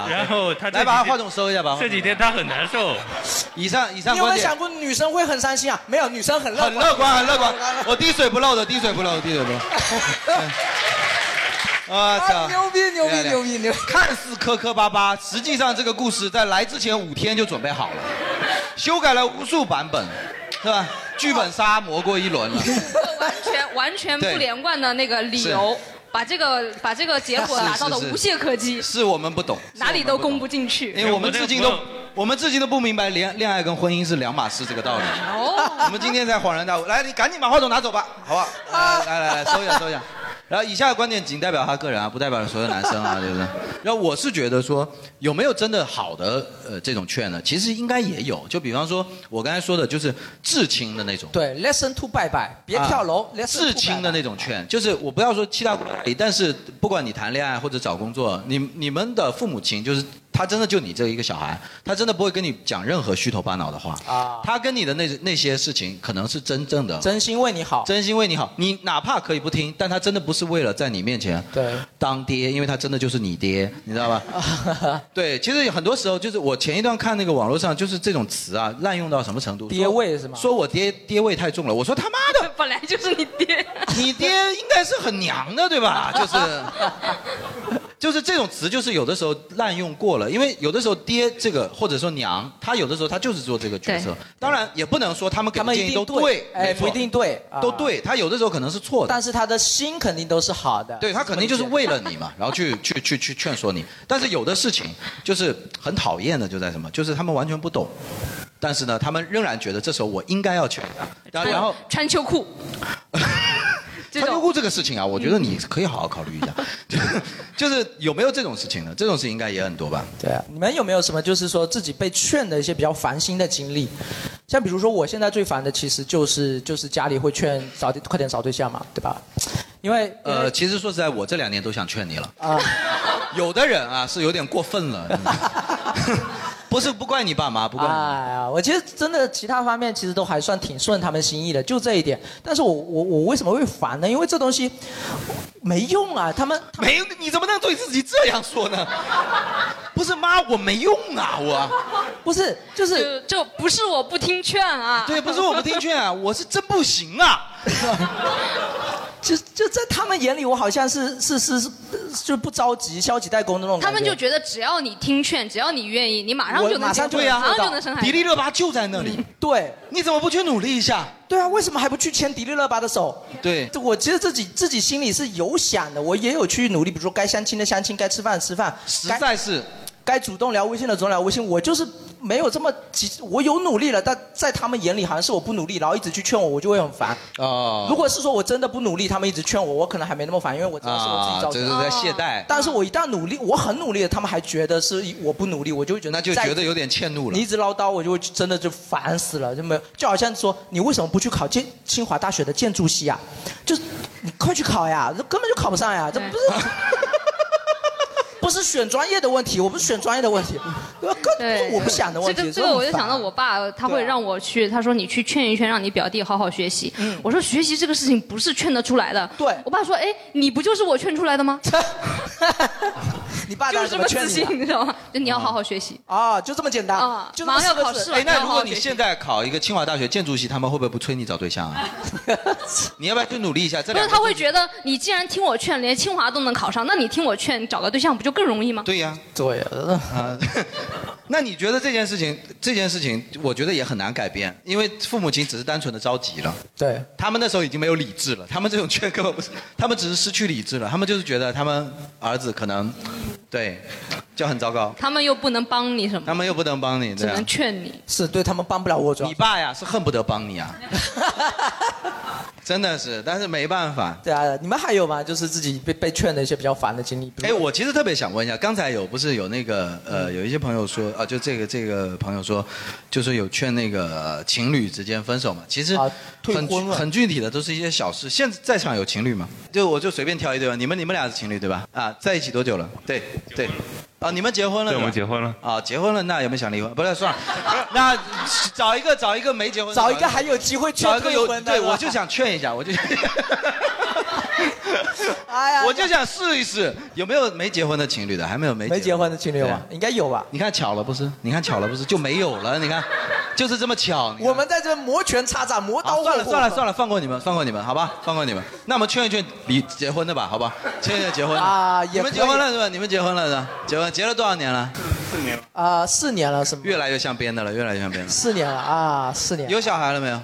G: 然后他这
C: 来把
G: 几天
C: 话筒收一下吧，
G: 这几天他很难受，
C: 以上以上
B: 你有没
C: 观
B: 有
C: 点
B: 想过女生会很伤心啊？没有，女生很乐
C: 很乐观，很乐观
B: 很乐，
C: 我滴水不漏的，滴水不漏，滴水不漏。 我
B: 啊
C: 操！
B: 牛逼牛逼
C: 对对
B: 牛逼牛逼！
C: 看似磕磕巴巴，实际上这个故事在来之前五天就准备好了，修改了无数版本，是吧？剧本杀磨过一轮 了，
D: 完全 完全不
C: 对
D: 连贯的那个理由，把这个把这个结果
C: 是是
D: 打造的
C: 是
D: 无懈可击，
C: 是我们不懂，
D: 哪里都攻不进
C: 因
D: 去。
C: 为我们至今都
G: 我那个朋友
C: 我们至今都不明白恋恋爱跟婚姻是两码事这个道理。
D: 哦，
C: 我们今天才恍然大悟，来，你赶紧把话筒拿 走吧，好吧？来来来来，收一下收一下。然后以下的观点仅代表他个人啊，不代表所有男生啊，对不对？然后我是觉得说，有没有真的好的呃这种劝呢？其实应该也有，就比方说我刚才说的，就是至亲的那种。
B: 对，lesson to 拜拜，别
C: 啊
B: 跳楼，lesson to
C: 至亲的
B: 拜拜
C: 那种劝，就是我不要说七大姑八大姨，但是不管你谈恋爱或者找工作，你你们的父母亲就是他真的就你这一个小孩，他真的不会跟你讲任何虚头巴脑的话
B: 啊。
C: 他跟你的那那些事情，可能是真正的
B: 真心为你好，
C: 真心为你好。你哪怕可以不听，但他真的不是为了在你面前
B: 对
C: 当爹，因为他真的就是你爹，你知道吧？ 对，其实很多时候就是我前一段看那个网络上就是这种词啊，滥用到什么程度？
B: 爹味是吗？
C: 说我爹爹味太重了，我说他妈的，
D: 本来就是你爹，
C: 你爹应该是很娘的，对 吧？就是。就是这种词，就是有的时候滥用过了，因为有的时候爹这个或者说娘，他有的时候他就是做这个角色
B: 对。
C: 当然也不能说他们给
B: 他
C: 的
B: 们
C: 建
B: 一
C: 议都
B: 定
C: 对，
B: 哎，
C: 没错
B: 不一定对，啊
C: 都对。他有的时候可能是错的，
B: 但是他的心肯定都是好的。
C: 对他肯定就是为了你嘛，然后去 去去去劝说你。但是有的事情就是很讨厌的，就在什么，就是他们完全不懂，但是呢，他们仍然觉得这时候我应该要劝他。然后然后
D: 穿秋裤，
C: 穿秋裤这个事情啊，
B: 嗯
C: 我觉得你可以好好考虑一 下，就是有没有这种事情呢？这种事情应该也很多吧？
B: 对啊，你们有没有什么就是说自己被劝的一些比较烦心的经历？像比如说我现在最烦的其实就是就是家里会劝找快点找对象嘛，对吧？因为
C: 呃，其实说实在，我这两年都想劝你了。
B: 啊，
C: 有的人啊是有点过分了， 不是不怪你爸妈，不怪你。
B: 哎呀，我其实真的其他方面其实都还算挺顺他们心意的，就这一点。但是我我我为什么会烦呢？因为这东西没用啊，他们
C: 没，你怎么能对自己这样说呢？不是妈，我没用啊，我。
B: 不是就是
D: 就不是我不听劝 啊，
C: 对，不是我不听劝啊，我是真不行啊。
B: 就就在他们眼里，我好像是是是是就不着急、消极怠工的那种
D: 他
B: 感觉。
D: 们就觉得只要你听劝，只要你愿意，你马上
B: 我
D: 就能
B: 马上
D: 结婚
B: 对啊
D: 马上就能生孩
C: 迪
D: 子。嗯
C: 丽热巴就在那里，
B: 对，
C: 你怎么不去努力一下？
B: 对啊，为什么还不去牵迪丽热巴的手？
C: 对，
B: 这我其实自己自己心里是有想的，我也有去努力，比如说该相亲的相亲，该吃饭的吃饭，
C: 实
B: 该
C: 在是
B: 该主动聊微信的主动聊微信，我就是没有这么急，我有努力了，但在他们眼里好像是我不努力，然后一直去劝我，我就会很烦。
C: 哦
B: 如果是说我真的不努力，他们一直劝我，我可能还没那么烦，因为我知道是我自己
C: 啊，
B: 造
C: 这
B: 成
C: 是在
B: 的。
C: 懈怠，
B: 但是我一旦努力，我很努力了，他们还觉得是我不努力，我就会觉得
C: 那就
B: 再
C: 觉得有点迁怒了
B: 你一。直唠叨，我就会真的就烦死了，就没有，就好像说你为什么不去考建清华大学的建筑系啊？就是你快去考呀，这根本就考不上呀，这不是 不是选专业的问题，我不是选专业的问题，对吧？根本不是我不想的问
D: 这
B: 题。
D: 个这
B: 所以
D: 个我
B: 很
D: 就
B: 烦
D: 想到我爸，他
B: 对
D: 会
B: 啊
D: 让我去，他说你去劝一劝，让你表弟好好学习。我说学习这个事情不是劝得出来的。
B: 嗯对
D: 我爸说，哎，你不就是我劝出来的 吗？
B: 你爸
D: 就
B: 当
D: 是这
B: 时怎
D: 么
B: 劝
D: 自信，
B: 你啊
D: 你
B: 的
D: 知 道吗？就你要好好学习。
B: 啊，就这么简单
D: 啊，
B: 就这么
D: 马上要
B: 四个
D: 考
B: 字
D: 试了
C: 哎，那
D: 要
C: 如
D: 好
C: 果
D: 好
C: 你
D: 学习
C: 现在考一个清华大学建筑系，他们会不会不催你找对象 啊？你要不要去努力一下？这
D: 不
C: 两
D: 是，
C: 个
D: 他会觉得你既然听我劝，连清华都能考上，那你听我劝，找个对象不就更容易吗？
C: 对呀、
B: 对啊，
C: 啊， 那你觉得这件事情，这件事情，我觉得也很难改变，因为父母亲只是单纯的着急了，
B: 对，
C: 他们那时候已经没有理智了，他们这种劝根本不是，他们只是失去理智了，他们就是觉得他们儿子可能，对，就很糟糕，
D: 他们又不能帮你什么，
C: 他们又不能帮你，
D: 只
C: 对啊
D: 能，劝你。
B: 是对他们帮不了我主要
C: 你爸呀是恨不得帮你 啊，真的是，但是没办法，
B: 对啊，你们还有吗？就是自己被被劝的一些比较烦的经历，比
C: 哎，
B: 如
C: 我其实特别想问一下，刚才有不是有那个
B: 嗯
C: 呃，有一些朋友说啊，就这个这个朋友说，就是有劝那个呃情侣之间分手嘛，其实
B: 啊退
C: 很具
B: 婚了
C: 很具体的都是一些小事。现在在场有情侣吗？就我就随便挑一对吧，你们你们俩是情侣对吧？啊，在一起多久了？对对，啊，你们结婚了？
G: 对，我们
C: 是吧
G: 结婚了。
C: 啊，结婚了，那有没有想离婚？不是，算了， 那找一个找一个没结婚的，
B: 找一个还有机会劝
C: 找一个有
B: 退婚的
C: 对，
B: 是吧
C: 我就想劝一下，我就
B: 哎呀，
C: 我就想试一试，有没有没结婚的情侣的？还没有没
B: 没结婚的情侣有
C: 对
B: 吗
C: 啊？
B: 应该有吧？
C: 你看巧了不是？你看巧了不是就没有了？你看，就是这么巧。你看
B: 我们在这摩拳擦掌，磨
C: 好
B: 刀
C: 算了算了
B: 了
C: 算了，放过你们，放过你们，好吧，放过你们。那我们劝一劝离结婚的吧，好吧，劝一劝结婚的
B: 啊也
C: 你们
B: 可以
C: 结婚了是吧？你们结婚了是吧？结婚结了多少年了？
B: 啊，四年了是吗？
C: 越来越像编的了，越来越像编的了。
B: 四年了啊，四年。
C: 有小孩了没有？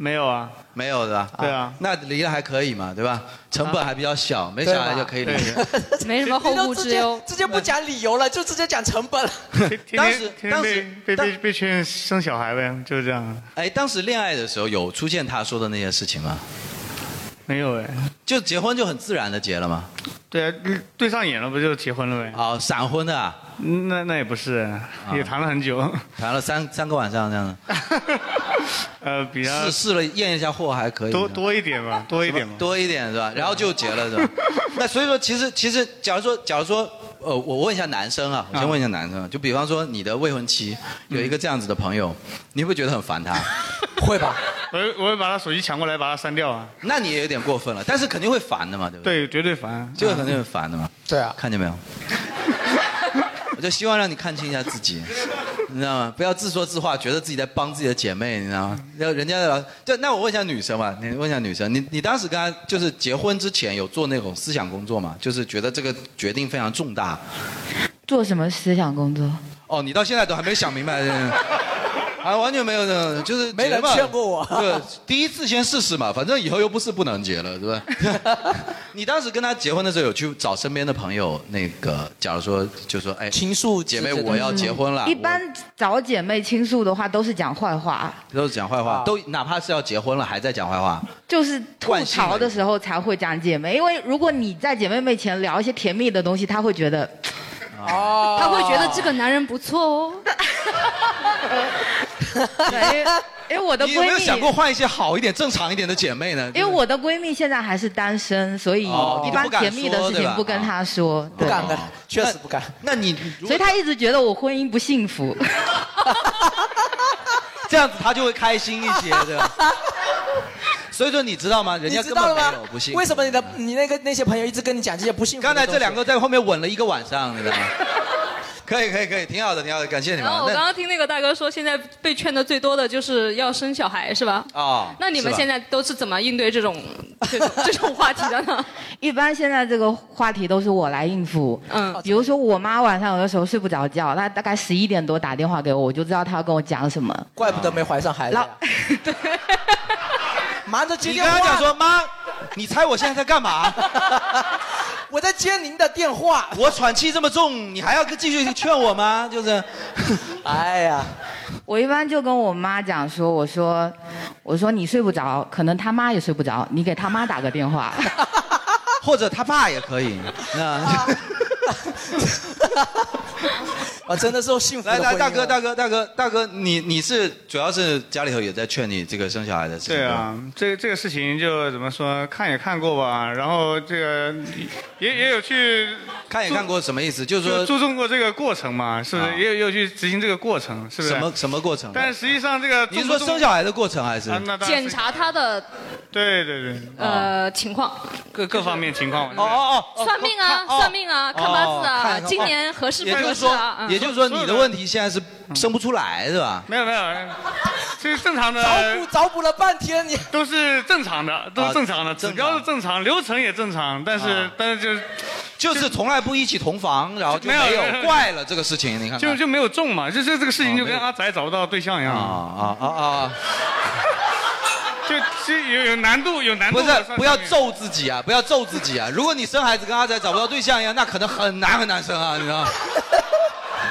H: 没有啊，
C: 没有是吧？
H: 对啊
C: 那离了还可以嘛，对吧？成本还比较小，没小孩就可以离。
D: 没什么后顾之忧
B: 你都直接。直接不讲理由了，就直接讲成本了。
H: 天
C: 当
H: 天
C: 时
H: 天
C: 当
H: 天
C: 时
H: 被被
C: 当
H: 被被劝生小孩呗， 就是这样。啊
C: 哎，当时恋爱的时候有出现他说的那些事情吗？
H: 没有哎，
C: 就结婚就很自然的结了吗？
H: 对啊，对上眼了不就结婚了呗？
C: 啊、闪婚的、啊，
H: 那那也不是，也谈了很久，
C: 谈了三三个晚上这样的。
H: 呃，比较
C: 试试了验一下货还可以，
H: 多多一点吧，多一点吧。
C: 多一点是吧？然后就结了是吧？那所以说，其实其实，假如说假如说呃，我问一下男生啊，我先问一下男生啊，就比方说你的未婚妻有一个这样子的朋友，你会不会觉得很烦他？
B: 嗯 会吧？
H: 我会我会把他手机抢过来，把他删掉啊。
C: 那你也有点过分了，但是肯定会烦的嘛，对不对？
H: 对，绝对烦，
C: 这个肯定很烦的嘛。
B: 对啊，
C: 看见没有？我就希望让你看清一下自己， 你知道吗？不要自说自话，觉得自己在帮自己的姐妹，你知道吗？要人家的就那我问一下女生吧，你问一下女生，你你当时跟她就是结婚之前有做那种思想工作吗？就是觉得这个决定非常重大。
I: 做什么思想工作？
C: 哦，你到现在都还没想明白，真 的啊，完全没有这种，就是
B: 没人
C: 结吧
B: 劝过我
C: 对，第一次先试试嘛，反正以后又不是不能结了，是吧？ 你当时跟他结婚的时候，有去找身边的朋友，那个假如说就说，哎，
B: 倾诉
C: 姐妹，我要结婚了，
I: 嗯一般找姐妹倾诉的话，都是讲坏话，
C: 我都是讲坏话，
I: 啊
C: 都哪怕是要结婚了，还在讲坏话。
I: 就是吐槽的时候才会讲姐妹，因为如果你在姐妹面前聊一些甜蜜的东西，她 会觉得
C: 啊
B: 哦
D: 他会觉得这个男人不错哦。
I: 对，因为因为我的
C: 你有没有
I: 闺
C: 想过
I: 蜜，
C: 换一些好一点、正常一点的姐妹呢？
I: 因为我的闺蜜现在还是单身，所以
C: 哦
I: 一般
C: 你不敢
I: 甜蜜的
C: 说
I: 事
C: 对吧哦
I: 情不跟她说，
B: 不
I: 对，
B: 敢的，确实不敢。
C: 那你
I: 所以她一直觉得我婚姻不 幸福。
C: 这样子他就会开心一些，对 吧？所以说你知道吗？人
B: 你
C: 家
B: 知
C: 根
B: 道
C: 本
B: 了
C: 没
B: 吗
C: 有不信。？嗯
B: 为什么你的你那个那些朋友一直跟你讲这些不幸福的
C: 刚
B: 东西？
C: 才这两个在后面吻了一个晚上，你知道吗？可以可以可以，挺好的挺好的，感谢你们
D: 然
C: 啊。
D: 后我
C: 那
D: 刚刚听那个大哥说，现在被劝的最多的就是要生小孩，是吧？
C: 哦
D: 那你
C: 是
D: 们
C: 吧
D: 现在都是怎么应对这种这种 这种话题的呢？
I: 一般现在这个话题都是我来应付，
D: 嗯，
I: 比如说我妈晚上有的时候睡不着觉，她大概十一点多打电话给我，我就知道她要跟我讲什么。
B: 怪不 得没怀上孩子呀。瞒着接
C: 你
B: 电
C: 刚
B: 话。
C: 刚讲说妈，你猜我现在在干嘛？
B: 我在接您的电话。
C: 我喘气这么重，你还要继续劝我吗？就是，
B: 哎呀，
I: 我一般就跟我妈讲说，我说，我说你睡不着，可能他妈也睡不着，你给他妈打个电 话。
C: 或者他爸也可以。 那
B: 我真的是幸福
C: 来
B: 的
C: 来，
B: 婚姻
C: 大哥
B: 了
C: 大哥大哥大哥，你你是主要是家里头也在劝你这个生小孩的事情。
H: 对啊，这这个事情就怎么说，看也看过吧，然后这个也也有去
C: 看也看过什么意思？就是
H: 注
C: 说
H: 注重过这个过程嘛，是不是？
C: 啊
H: 也有也有去执行这个过程，是不是？
C: 什么？什么过程？
H: 但是实际上这个
C: 你
H: 重
C: 是
H: 不
C: 说
H: 重
C: 生小孩的过程还是啊
H: 啊？那当然是
D: 检查他的
H: 对对对，
D: 呃情况，
H: 各各方面情况。
C: 哦哦哦，
D: 算命啊，
C: 哦
D: 算命啊，看八字
C: 哦看
D: 啊，
C: 一看
D: 今年合适
C: 也
D: 不
C: 就
D: 合
C: 是
D: 适
C: 说
D: 啊？，嗯
C: 也就是说你的问题现在是生不出来是吧？
H: 没有没有，这是正常的，
B: 找补找补了半天，你
H: 都 是正常的，都是正常的，指标是正常，流程也正常，但是
C: 哦啊
H: 但是就是
C: 就是从来不一起同房，然后就
H: 没有
C: 没
H: 没
C: 有
H: 有
C: 怪了这个事情，你看看
H: 就就没有中嘛，啊就是这个事情就跟
C: 没有
H: 阿宅找不到对象一
C: 啊
H: 样，
C: 啊啊啊！
H: 就其有有难度，有难
C: 不
H: 度
C: 是
H: 的算命。
C: 不要咒自己啊，不要咒自己啊！如果你生孩子跟阿仔找不到对象一样，那可能很难很难生啊，你知 道吗？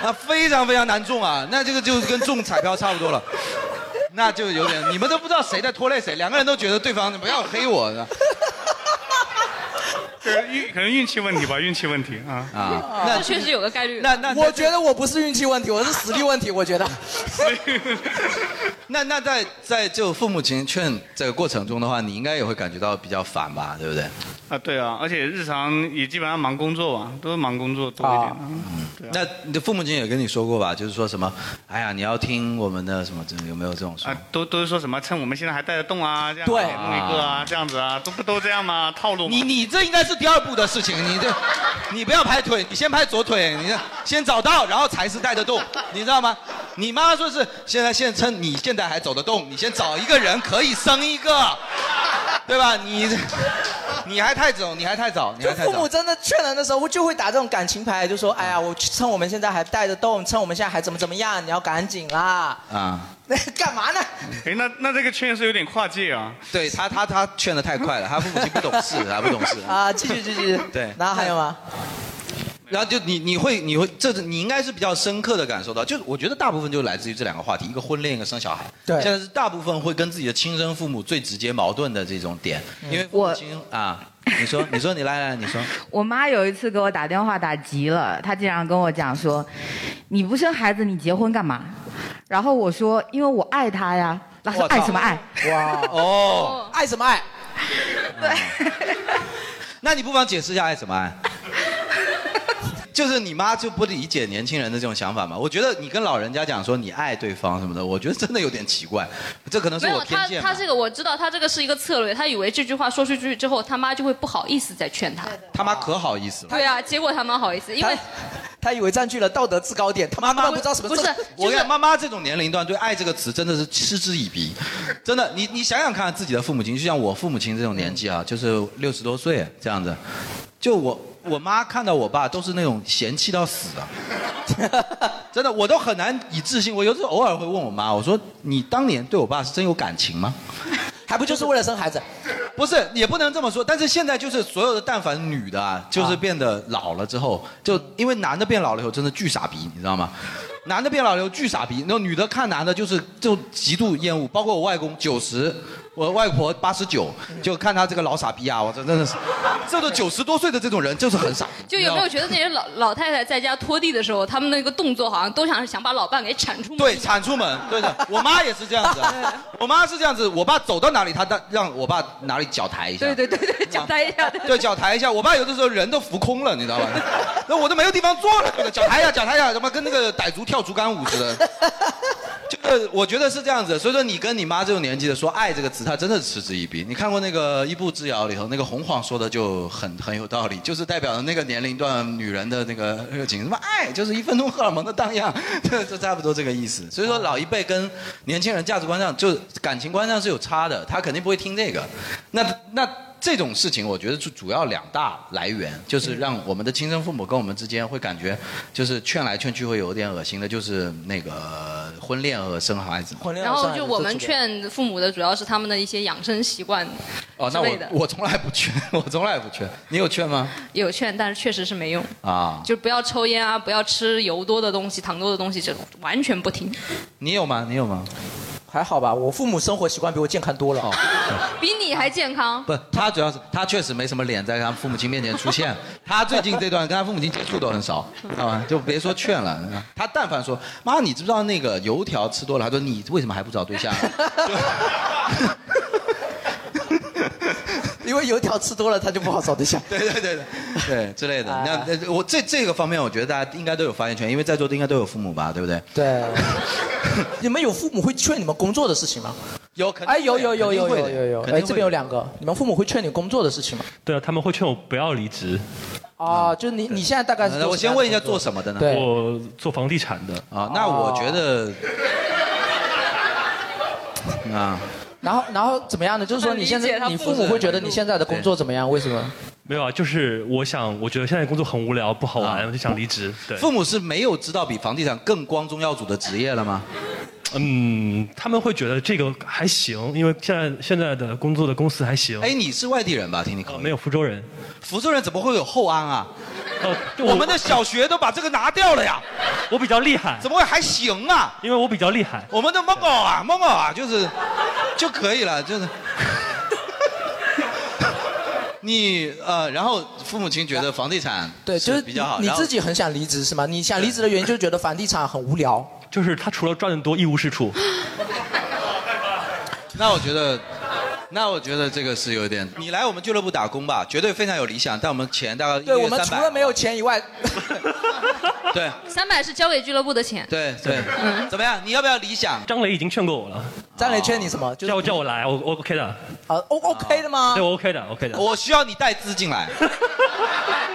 C: 啊，非常非常难中啊，那这个就跟中彩票差不多了。那就有点，你们都不知道谁在拖累谁，两个人都觉得对方不要黑我 呢
H: 可能运可能运气问题 吧，运气问题啊。
C: 啊！
D: 这确实有个概率。
C: 那那
B: 我觉得我不是运气问题，我是实力问题。我觉得，
C: 那那在在就父母亲劝这个过程中的话，你应该也会感觉到比较烦吧，对不对？
H: 啊，对啊，而且日常也基本上忙工作嘛，都是忙工作多一点、啊。
C: 那你的父母亲也跟你说过吧，就是说什么，哎呀，你要听我们的什么，这有没有这种说？
H: 啊，都都是说什么趁我们现在还带得动啊，这样啊
B: 对
H: 弄一个啊，这样子啊，都不都这样吗？套路嘛。
C: 你你这应该是第二步的事情，你这，你不要拍腿，你先拍左腿，你这先找到，然后才是带得动，你知道吗？你妈说是现在现趁你现在还走得动，你先找一个人可以生一个，对吧？你这，你还太早，你还太早，你
B: 就
C: 还太早。
B: 父母真的劝人的时候，就会打这种感情牌，就说：“哎呀，我趁我们现在还带得动，趁我们现在还怎么怎么样，你要赶紧啦。
C: 啊、”
B: 那干嘛呢？
H: 哎，那那这个确实有点跨界啊。
C: 对他他他劝的太快了，他父母亲不懂事，他不懂事。
B: 啊，继续继续。
C: 对
B: 然后还有吗？
C: 然后就你你会你会这你应该是比较深刻的感受到，就是我觉得大部分就来自于这两个话题，一个婚恋，一个生小孩。
B: 对
C: 现在是大部分会跟自己的亲生父母最直接矛盾的这种点，
B: 嗯
C: 因为父母亲啊，你说你说你来来你说，
I: 我妈有一次给我打电话打急了，她竟然跟我讲说：“你不生孩子，你结婚干嘛？”然后我说：“因为我爱他呀。”她说：“
C: 我操
I: 爱什么爱？
B: 哇，
C: 哦，
B: 爱什么爱？
C: 那你不妨解释一下爱什么爱？ 就是你妈就不理解年轻人的这种想法嘛。我觉得你跟老人家讲说你爱对方什么的，我觉得真的有点奇怪，这可能是
D: 没
C: 我
D: 有
C: 偏
D: 他，
C: 见吧。
D: 他这个我知道，他这个是一个策略。他以为这句话说出去之后，他妈就会不好意思再劝他。
C: 他妈可好意思了。
D: 对啊，结果他妈好意思，因为
B: 他以为占据了道德制高点，他妈妈不知道什么
D: 不
B: 正
D: 是
C: 我跟妈妈这种年龄段对“爱”这个词真的是嗤之以鼻，真的，你你想想看自己的父母亲，就像我父母亲这种年纪啊，就是六十多岁这样子，就我我妈看到我爸都是那种嫌弃到死的，真的，我都很难以置信。我有时候偶尔会问我妈，我说你当年对我爸是真有感情吗？
B: 还不就是为了生孩子？
C: 不是，也不能这么说。但是现在就是所有的，但凡女的啊，就是变得老了之后，就因为男的变老了以后，真的巨傻逼，你知道吗？男的变老了以后巨傻逼，然后女的看男的就是就极度厌恶。包括我外公九十，我外婆八十九，就看他这个老傻逼啊，我这真的是，这都九十多岁的这种人就是很傻。
D: 就有没有觉得那些老老太太在家拖地的时候，他们那个动作好像都想想把老伴给铲出门。
C: 对，铲出门，对的。我妈也是这样子，啊 我妈是这样子，我爸走到哪里，她让让我爸哪里脚抬一下。
D: 对对对对，脚抬一下。
C: 对，脚抬一下。我爸有的时候人都浮空了，你知道吧？ 那我都没有地方坐了，这个脚抬一下，脚抬一下，他妈跟那个傣族跳竹竿舞似的。就是呃我觉得是这样子，所以说你跟你妈这种年纪的说“爱”这个词，她真的嗤之以鼻。你看过那个《一步之遥》里头，那个洪晃说的就很很有道理，就是代表了那个年龄段女人的那个热情，什么爱就是一分钟荷尔蒙的荡漾， 就就差不多这个意思。所以说老一辈跟年轻人价值观上，就感情观上是有差的，他肯定不会听这个。那那。这种事情，我觉得是主要两大来源，就是
B: 嗯
C: 让我们的亲生父母跟我们之间会感觉，就是劝来劝去会有点恶心的，就是那个婚恋和生孩子。
B: 婚
D: 然后就我们劝父母的主要是他们的一些养生习惯
C: 哦，
D: 之
C: 那我
D: 类的，
C: 我从来不劝，我从来不劝。你有劝吗？
D: 有劝，但是确实是没用。
C: 啊，
D: 就不要抽烟啊，不要吃油多的东西、糖多的东西，这种完全不听。
C: 你有吗？你有吗？哦
B: 还好吧，我父母生活习惯比我健康多了。
D: 比你还健康。
C: 不，他主要是他确实没什么脸在他父母亲面前出 现。他最近这段跟他父母亲接触都很少，知道吧？就别说劝了。他但凡说妈，你知不知道那个油条吃多了？他说你为什么还不找对象？啊
B: 因为油条吃多了，他就不好找啊对象。
C: 对对对对， 对之类的。那那我这这个方面，我觉得大家应该都有发言权，因为在座的应该都有父母吧，对不对？
B: 对。你们有父母会劝你们工作的事情吗？
C: 有，肯定
B: 哎，有
C: 会
B: 有有有
C: 肯定会
B: 有
C: 的
B: 有有，
C: 肯定
B: 哎，
C: 会
B: 这边有两个，你们父母会劝你工作的事情吗？
J: 对啊，他们会劝我不要离职。
B: 啊，就是你你现在大概是？
J: 那我先问一下做什
C: 么的
B: 对，
J: 我做房地产的
C: 啊。那我觉得
J: 哦
C: 啊，
B: 然后然后怎么样呢？就是说你现
J: 很理
B: 在
J: 解他
B: 你
J: 不
B: 父母
J: 是
B: 会觉得你现在的工作怎么样？为什么？
J: 没有啊，就是我想，我觉得现在工作很无聊，不好玩，我就想离职。对，
C: 啊父母是没有知道比房地产更光宗耀祖的职业了吗？
J: 嗯，他们会觉得这个还行，因为现在现在的工作的公司还行。哦
C: 哎，你是外地人吧？听你口音、
J: 没有福州人，
C: 福州人怎么会有后安啊？
J: 哦我
C: 我们的小学都把这个拿掉了 呀。
J: 我比较厉害。
C: 怎么会还行啊？
J: 因为我比较厉害。
C: 我们的蒙狗啊，蒙狗啊，就是就可以了，就是。 你呃，然后父母亲觉得房地产
B: 对，就是
C: 比较好，
B: 你
C: 然后
B: 自己很想离职是吗？你想离职的原因就是觉得房地产很无聊。
J: 就是他除了赚得多一无是处。
C: 那我觉得，那我觉得这个是有点。你来我们俱乐部打工吧，绝对非常有理想，但我们钱大概
B: 对
C: 一个月
B: 我们除
C: 300
B: 了没有钱以外，
C: 对
D: 三百是交给俱乐部的钱。
C: 对对，怎么样？你要不要理想？
J: 张雷已经劝过我了。
B: 张雷劝你什么？
J: 叫我叫我来，我我 OK 的。
B: 啊，O OK 的吗
J: 对，？我 OK 的，OK 的。
C: 我需要你带资进 来。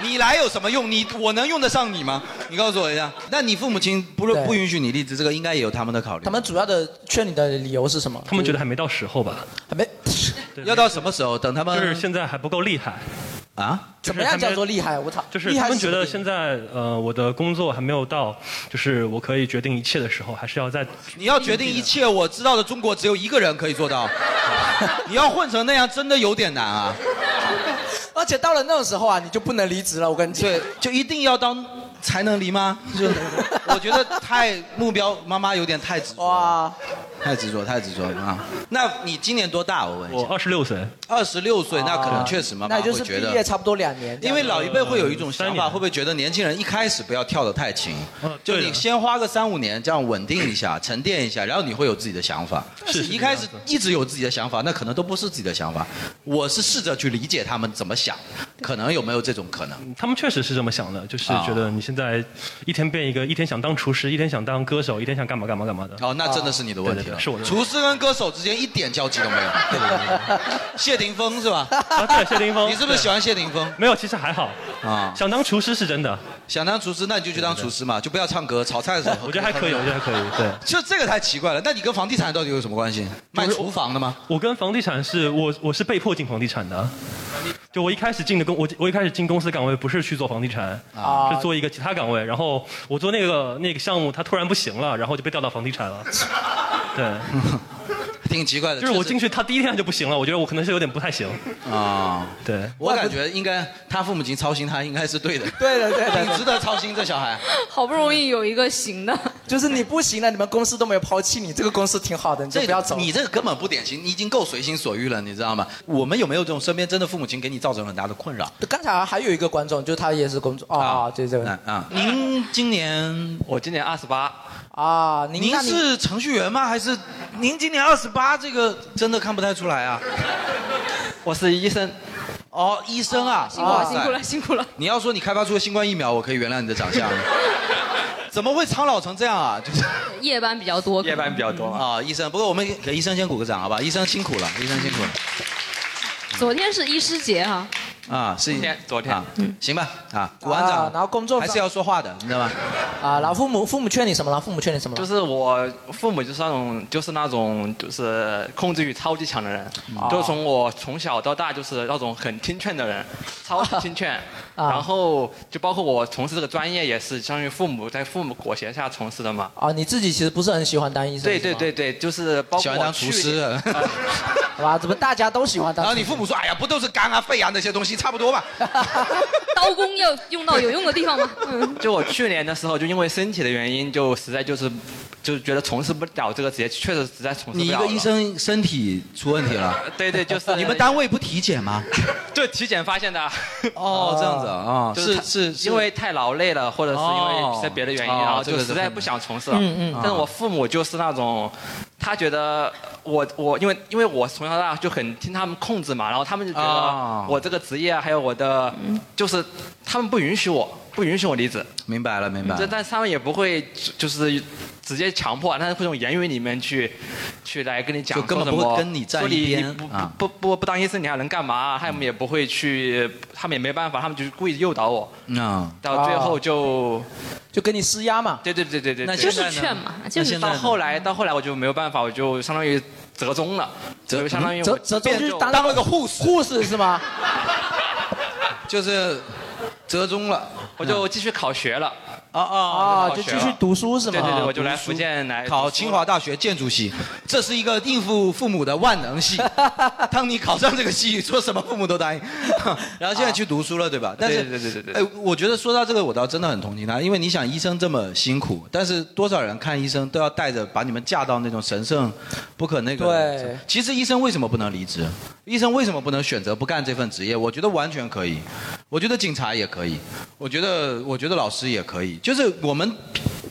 C: 你来有什么用？你我能用得上你吗？你告诉我一下。那你父母亲不是不允许你离职，这个应该也有他们的考虑
B: 他。们主要的劝你的理由是什么？
J: 他们觉得还没到时候吧？
B: 还没。
C: 要到什么时候？等他们
J: 就是现在还不够厉害。
C: 啊？
J: 就是
B: 怎么样
J: 还没
B: 叫做厉害？我操，
J: 就是
B: 厉害
J: 他们
B: 什
J: 觉
B: 么
J: 得
B: 地方
J: 现在呃我的工作还没有到，就是我可以决定一切的时候，还是要在
C: 你要决定一切，我知道的中国只有一个人可以做 到。你要混成那样，真的有点难啊。
B: 而且到了那种时候啊，你就不能离职了。我跟你
C: 讲，对，就一定要当 才能离吗？就我觉得太目标，妈妈有点太执着。哇，太执着，太执着了啊！那你今年多大？我问一下。
J: 我二十六岁，
C: 二十六岁，那可能确实妈妈
B: 啊那也
C: 会
B: 就是
C: 觉
B: 毕
C: 得，
B: 业差不多两年这
C: 啊因
B: 样子。
C: 为老一辈会有一种想法，会不会觉得年轻人一开始不要跳得太轻，就
B: 对
C: 你先花个三五年这样稳定一下、沉淀一下，然后你会有自己的想法。是，一开始一直有自己的想法，那可能都不是自己的想法。我是试着去理解他们怎么想，可能有没有这种可能？
J: 他们确实是这么想的，就是
C: 啊
J: 觉得你现在一天变一个，一天想当厨师，一天想当歌手，一天想干嘛干嘛干嘛的。
C: 哦，那真的是你的问题
J: 对对
C: 了。
J: 啊对是我的问题
C: 厨师跟歌手之间一点交集都没有。对对 对对，谢霆锋是吧？
J: 啊，对，谢霆锋。
C: 你是不是喜欢谢霆锋？
J: 没有，其实还好。
C: 啊，
J: 想当厨师是真的。
C: 想当厨师，那你就去当厨师嘛，就不要唱歌，炒菜的时候。
J: 我觉得还 可以我觉得还可以对。
C: 就这个太奇怪了，那你跟房地产到底有什么关系？卖厨房的吗？
J: 我跟房地产是我我是被迫进房地产的，就我一开始进的公我我一开始进公司岗位不是去做房地产，
B: 啊
J: 是做一个其他岗位，然后我做那个那个项目它突然不行了，然后就被调到房地产了。对，
C: 挺奇怪的。
J: 就是我进去他第一天就不行了，我觉得我可能是有点不太行。
C: 啊，
J: 对，
C: 我感觉应该他父母亲操心他，应该是对的。
B: 对的，对
C: 的，挺值得操心这小孩。
D: 好不容易有一个行的，
B: 就是你不行了，你们公司都没有抛弃你，这个公司挺好的，你就
C: 这
B: 不要走。
C: 你这个根本不典型，你已经够随心所欲了，你知道吗？我们有没有这种身边真的父母亲给你造成很大的困扰？
B: 刚才还有一个观众，就他也是工作啊，对对
C: 啊啊！您今年
K: 我今年二十八
B: 啊，您
C: 您
B: 那你
C: 是程序员吗？还是您今年二十八？这个真的看不太出来 啊。
K: 我是医生。
C: 哦，医生啊，
D: 辛苦
C: 哇
D: 了，
C: 塞
D: 辛苦了，辛苦了。
C: 你要说你开发出了新冠疫苗，我可以原谅你的长相。啊 怎么会苍老成这样啊？就是
D: 夜班比较多，
K: 夜班比较多
C: 啊、医生。不过我们给医生先鼓个掌，好吧？医生辛苦了，医生辛苦了
D: 昨天是医师节哈、
C: 啊！是
K: 昨天，昨天，
C: 嗯，行吧啊，鼓完掌，
B: 然后工作
C: 还是要说话的，你知道吗？
B: 啊，然后父母父母劝你什么了？父母劝你什么
K: 就
B: 了？
K: 是我父母就是那种，就是那种，就是控制欲超级强的人，
C: 嗯哦
K: 就从我从小到大就是那种很听劝的人，超级听劝。
C: 哦
B: 啊
K: 然后就包括我从事这个专业，也是相当于父母在父母裹挟下从事的嘛。
B: 啊，你自己其实不是很喜欢当医生，
K: 对
B: 是
K: 对
B: 吗，
K: 对对，就是包括
B: 喜欢
K: 我
B: 当
K: 去
B: 厨 师
K: 年呃
B: 好吧，怎么大家都喜欢当？
C: 然后你父母说：“哎呀，不都是肝啊、肺啊那些东西，差不多吧
D: 刀工要用到有用的地方吗？ 嗯，
K: 就我去年的时候，就因为身体的原因，就实在就是，就是觉得从事不了这个职业，确实实在从？”事不
C: 你一
K: 了
C: 个
K: 了
C: 医生身体出问题了，
K: 对对，就是
C: 你们单位不体检吗？
K: 就体检发现的。
C: 哦，这样子啊，啊
K: 就是他
C: 是是，
K: 因为太劳累了，或者是因为
C: 哦
K: 一些别的原因，
C: 哦
K: 然后
C: 这
K: 就
C: 个
K: 实
C: 是
K: 在
C: 很
K: 不想从事了。
C: 嗯嗯
K: 但是我父母就是那种，他觉得我我因为因为我从小到大就很听他们控制嘛，然后他们就觉
C: 哦
K: 得我这个职业啊还有我的，就是他们不允许我不允许我离职。
C: 明白了明白
K: 这
C: 了。
K: 但是他们也不会就是直接强迫，但是会从言语里面去去来跟你讲，
C: 就根本
K: 说什么
C: 不会跟你站
K: 说
C: 一
K: 你
C: 边
K: 你不
C: 啊
K: 不不不不当医生你还能干嘛？他们也不会去，他们也没办法，他们就是故意诱导我，
C: 啊，
K: 到最后就、
B: 哦就给你施压嘛。
K: 对对对对对，
C: 那
K: 对
C: 就是劝嘛那就是现在
K: 到
C: 呢
K: 后来到后来我就没有办法，我就相当于折中了，就相当于
B: 折
K: 我
B: 折中
K: 变
B: 就是
K: 就
B: 当了个护士，护士是吗？
C: 就是折中了，
K: 我
B: 嗯
K: 就继续考学了。
C: 啊
B: 啊，
K: 啊
B: 就继续读书是吗？
K: 对对对，我就来福建来
C: 考清华大学建筑系，这是一个应付父母的万能 系。当 你考上这个系，说什么父母都答应。 然后现在去读书了，对吧？但是，
K: 对对对对对
C: 哎，我觉得说到这个，我倒真的很同情他，因为你想，医生这么辛苦，但是多少人看医生都要带着把你们架到那种神圣、不可那个。
B: 对。
C: 其实医生为什么不能离职？医生为什么不能选择不干这份职业？我觉得完全可以，我觉得警察也可以，我觉得我觉得老师也可以，就是我们。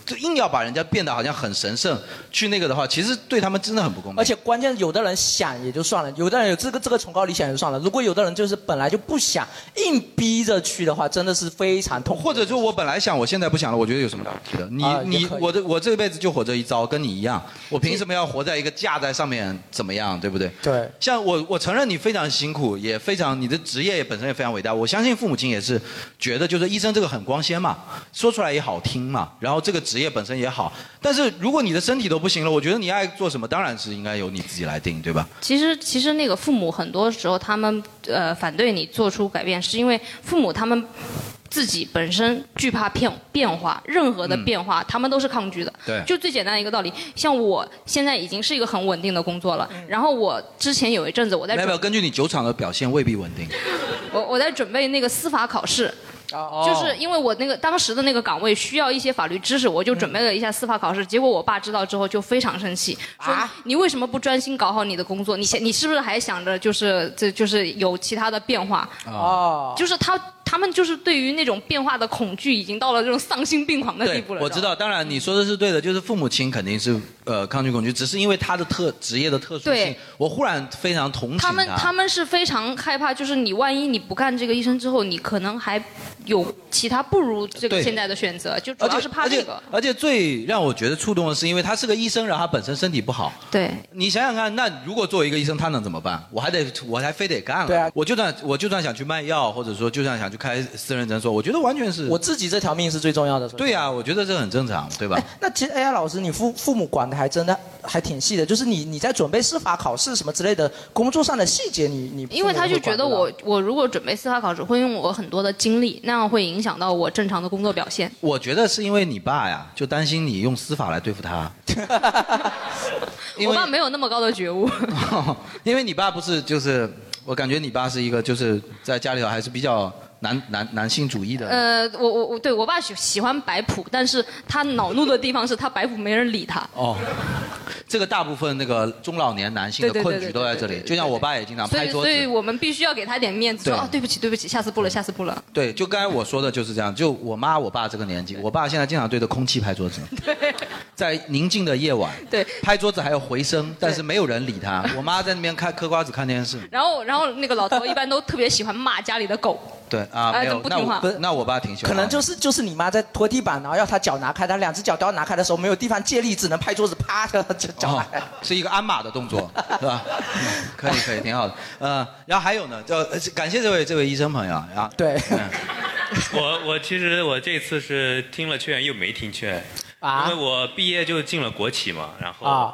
C: 就硬要把人家变得好像很神圣，去那个的话，其实对他们真的很不公平。
B: 而且关键，有的人想也就算了，有的人有这个这个崇高理想也就算了。如果有的人就是本来就不想，硬逼着去的话，真的是非常痛苦。
C: 或者说我本来想，我现在不想了，我觉得有什么了不起的？你、
B: 啊也
C: 你
B: 可以
C: 我的我这辈子就活这一遭，跟你一样，我凭什么要活在一个架在上面怎么样，对不对？
B: 对，
C: 像我我承认你非常辛苦，也非常你的职业也本身也非常伟大，我相信父母亲也是觉得就是医生这个很光鲜嘛，说出来也好听嘛，然后这个职业本身也好，但是如果你的身体都不行了，我觉得你爱做什么当然是应该由你自己来定，对吧？
D: 其实，其实那个父母很多时候他们呃反对你做出改变，是因为父母他们自己本身惧怕变变化，任何的变化、他们都是抗拒的。
L: 对
D: 就最简单的一个道理，像我现在已经是一个很稳定的工作了，然后我之前有一阵子我
C: 嗯
D: 在
C: 没有
D: 准
C: 没有，根据你酒厂的表现未必稳定。
D: 我我在准备那个司法考试。
B: 哦
D: 就是因为我那个当时的那个岗位需要一些法律知识，我就
C: 嗯
D: 准备了一下司法考试。结果我爸知道之后就非常生气，说
C: 啊
D: 你为什么不专心搞好你的工作？你想你是不是还想着就是这就是有其他的变化？
G: 啊
B: 哦
D: 就是他他们就是对于那种变化的恐惧，已经到了这种丧心病狂的地
C: 对
D: 步，了。
C: 我知道，当然你说的是对的，就是父母亲肯定是呃抗拒恐惧，只是因为他的特职业的特殊性
D: 对，
C: 我忽然非常同情
D: 他们他们是非常害怕，就是你万一你不干这个医生之后，你可能还有其他不如这个
C: 对
D: 现在的选择，就主
C: 而
D: 要
C: 且
D: 是怕这个。
C: 而且最让我觉得触动的是，因为他是个医生，然后他本身身体不好。
D: 对，
C: 你想想看，那如果作为一个医生，他能怎么办？我还得，我还非得干了。对啊，我就算我就算想去卖药，或者说就算想去开私人诊所，我觉得完全是
B: 我自己这条命是最重要的。
C: 对呀、我觉得这很正常，对吧？
B: 那其实 AI 老师，你父父母管的还真的还挺细的，就是你你在准备司法考试什么之类的工作上的细节你，你
D: 因为他就觉得我
B: 父母会管
D: 我如果准备司法考试，会用我很多的精力，那样会影响到我正常的工作表现。
C: 我觉得是因为你爸呀，就担心你用司法来对付他，
D: 我爸没有那么高的觉悟。
C: 因为你爸不是就是，我感觉你爸是一个就是在家里头还是比较男男男性主义的。
D: 呃，我我我对我爸喜喜欢摆谱，但是他恼怒的地方是他摆谱没人理他，
C: 哦，这个大部分那个中老年男性的
D: 对对对
C: 困局都在这里，就像我爸也经常
D: 所
C: 拍
D: 以
C: 桌
D: 所
C: 子。
D: 以我们必须要给他点面子，说
C: 对
D: 啊对不起对不起，下次不了下次不了。
C: 对，就刚才我说的就是这样。就我妈、我爸这个年纪，我爸现在经常对着空气拍桌子，在宁静的夜晚，
D: 对，
C: 拍桌子还有回声，但是没有人理他。我妈在那边看嗑瓜子、看电视。
D: 然后然后那个老头一般都特别喜欢骂家里的狗，
C: 对啊，
D: 哎
C: 没
D: 怎
C: 有
D: 么不，
C: 那
D: 听话
C: 我那我爸挺喜
B: 的
C: 欢。
B: 可能就是就是你妈在拖地板，然后要他脚拿开，他两只脚都要拿开的时候没有地方借力，只能拍桌子，啪的就
G: 啊
B: 脚拿开。
C: 是一个鞍马的动 作，是吧？ 嗯可以可以，挺好的。呃，然后还有呢，就呃感谢这位这位医生朋友啊。
B: 对，
G: 我我其实我这次是听了劝又没听劝，
B: 啊
G: 因为我毕业就进了国企嘛，然后、
B: 啊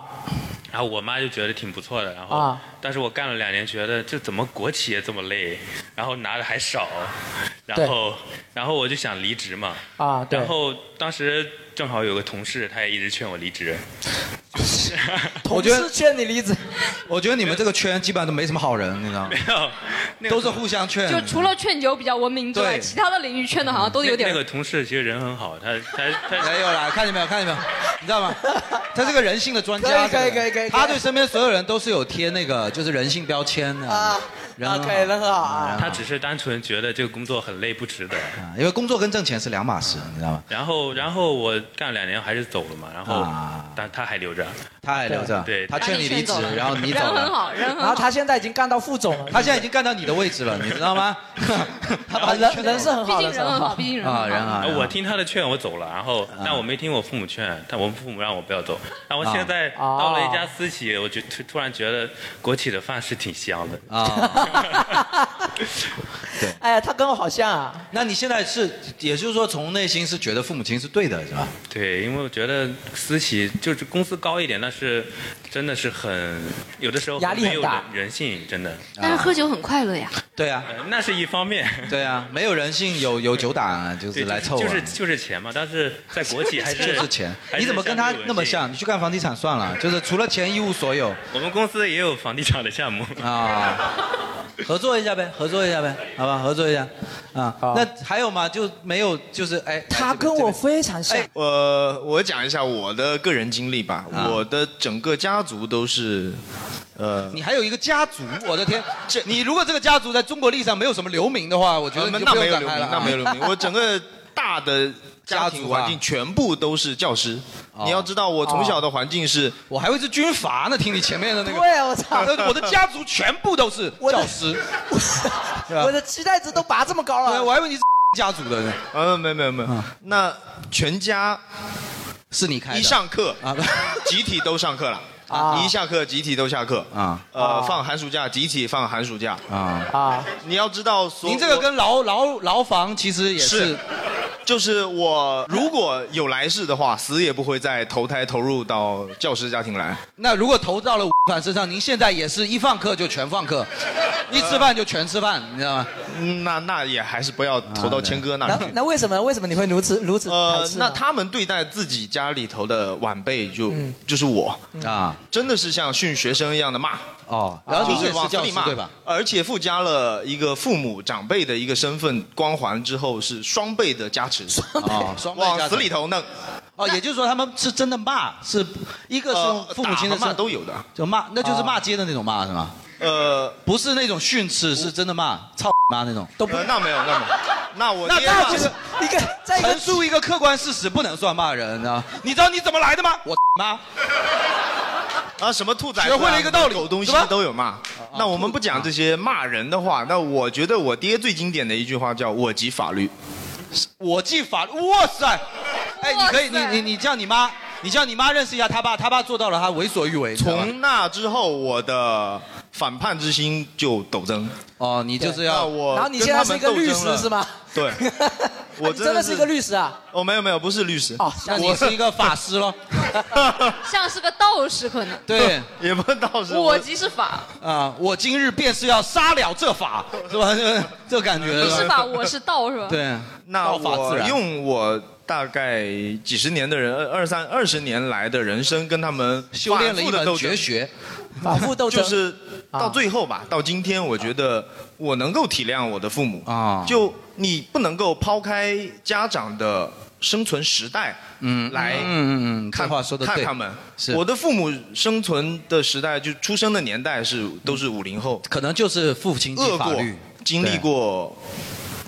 G: 然后我妈就觉得挺不错的，然后、
B: 啊
G: 但是我干了两年，觉得这怎么国企也这么累，然后拿的还少，
B: 对
G: 然后然后我就想离职嘛，
B: 啊，对
G: 然，后当时正好有个同事，他也一直劝我离职，
B: 我觉得劝你离职。
C: 我觉得你们这个圈基本上都没什么好人，你知道吗？没
G: 有，
C: 都是互相 劝。
D: 就除了劝酒比较文明之外，
C: 对
D: 其他的领域劝的好像都有点
G: 那。那个同事其实人很好，他他 他
C: 没有啦，看见没有，看见没有，你知道 吗？他是个人性的专家，
B: 可以
C: 这个人
B: 可以可以可以
C: 他对身边所有人都是有贴那个就是人性标签的
B: 啊
C: 人很好
B: 可以人很好啊。
G: 他只是单纯觉得这个工作很累，不值得。
C: 嗯因为工作跟挣钱是两码事，你知 道吗？
G: 然后，然后我干两年还是走了嘛，然后，但他还留着，
C: 啊他还留着
G: 对，
C: 他劝你离职把你劝走了然后你走了人很
D: 好人很好
B: 然后他现在已经干到副总了，
C: 他现在已经干到你的位置了，你知道吗？他把
B: 啊人人是很好的，
D: 毕竟人很好毕 竟人很好啊人很好
G: 我听他的劝，我走了，然后，
C: 啊
G: 但我没听我父母劝，但我父母让我不要走。然后现在
D: 哦
B: 啊
G: 到了一家私企，我就突突然觉得国企的饭是挺香的
C: 啊。
B: 哎呀，他跟我好像啊。
C: 那你现在是，也就是说从内心是觉得父母亲是对的，是吧？
G: 对，因为我觉得私企就是工资高一点，但是真的是很有的时候
D: 压力很
G: 没有
D: 大
G: 人人性，真的。呃
D: 但是喝酒很快乐 呀，
C: 啊对啊，
G: 那是一方面。
C: 对啊，没有人性，有有酒胆啊，就是
G: 对，
C: 来凑啊。
G: 就是就是钱嘛，但是在国企还 是
C: 就是钱
G: 还，是
C: 你怎么跟他
G: 相对稳定
C: 那么像？你去干房地产算 了，就是除了钱一无所有
G: 我们公司也有房地产的项目
C: 啊。合作一下呗，合作一下呗，好吧，合作一下啊。那还有吗？就没有，就是哎，他
B: 跟我非常像。
C: 哎
A: 呃，我讲一下我的个人经历吧。
C: 啊
A: 我的整个家族都是，呃，
C: 你还有一个家族，我的天！这你如果这个家族在中国历史上没有什么留名的话，我觉得
A: 呃
C: 你就
A: 那
C: 不
A: 没
C: 用展
A: 有留
C: 开
A: 名，
C: 了啊。
A: 那 没有留名。我整个大的家庭环境
C: 啊
A: 全部都是教师。你要知道，我从小的环境是，
C: 哦我还会是军阀呢。听你前面的那个，
B: 对我操
C: 我的家族全部都是教师，是吧
B: 我的期待值都拔这 么高了。
C: 哎我还以为你是家族的呢。嗯
A: 呃，没有没有没有， 那全家
C: 是你开的
A: 一上课啊，集体都上 课了。啊！你一下课，集体都下课
C: 啊！
A: 呃，放寒暑假，集体放寒暑假
C: 啊
B: 啊！
A: 你要知道所，
C: 您这个跟牢牢牢房其实也是
A: 是，就是我如果有来世的话，死也不会再投胎投入到教师家庭来。
C: 那如果投到了款身上，您现在也是一放课就全放课，
A: 呃
C: 一吃饭就全吃饭，你知道吗？
A: 嗯
C: 啊
A: 那那也还是不要投到谦哥那
B: 那
A: 里去。
B: 那为什么为什么你会如此如此排
A: 呃，
B: 斥呢？
A: 那他们对待自己家里头的晚辈就
B: 嗯
A: 就是我
C: 啊，
A: 真的是像训学生一样的骂
C: 哦
B: 然后
A: 就
B: 你也
A: 是
B: 是
A: 往死
B: 教
A: 里
B: 师
A: 骂
B: 对吧？
A: 而且附加了一个父母长辈的一个身份光环之后，是双倍的加持，哦
C: 啊，双倍
A: 往
C: 加
A: 死
C: 成
A: 里头弄。
C: 哦，也就是说他们是真的骂，是一个
A: 呃
C: 是父母亲的
A: 打和骂
C: 身
A: 都有的，
C: 就骂，那就是骂街的那种骂是吗？
A: 啊呃，
C: 不是那种训斥，是真的骂，操你妈那种。
B: 都
A: 不、呃那没有，那没有，那我
C: 那
A: 爹骂
C: 那就是
B: 一个在
C: 陈述一个客观事实，不能算骂人啊！你知道你怎么来的吗？我妈
A: 啊，什么兔崽子
C: 学
A: 啊、
C: 会了一个道理
A: 狗东
C: 是
A: 西
C: 吧啊
A: 都有骂。那我们不讲这些骂人的话，那我觉得我爹最经典的一句话叫“我即法律
C: 我记法律，哇塞！哎，你可以，你你你叫你妈，你叫你妈认识一下他爸，他爸做到了，他为所欲为。”。你知道 吗
A: 从那之后，我的反叛之心就陡增。
C: 哦，你就是要
A: 那我
B: 然后你现在是一个律
A: 跟他们斗
B: 师
A: 争了
B: 是吗？
A: 对，我
B: 你真的是一个律师啊？
A: 哦，没有没有，不是律师。
B: 哦
C: 那你是一个法师喽？
D: 像是个道士可能。
C: 对，
A: 也不道士。
D: 我即 是法，
C: 啊，我今日便是要杀了这法，是吧？ 这这感觉。
D: 你是法，我是道，是吧？
C: 对，
A: 那
C: 道法自
A: 我
C: 然
A: 用我大概几十年的人，二二三二十年来的人生，跟他们
C: 修炼了
A: 反
C: 一
A: 复地
C: 门
A: 斗争
C: 绝学。
B: 反复斗争啊
A: 就是到最后吧，到今天，我觉得我能够体谅我的父母
C: 啊
A: 就你不能够抛开家长的生存时代，
C: 嗯
A: 来，
C: 嗯嗯嗯，这
A: 看
C: 话说的对。
A: 看他们。
C: 是
A: 我的父母生存的时代，就出生的年代是都是五零后，
C: 可能就是父亲
A: 饿
C: 及法
A: 过
C: 律，
A: 经历过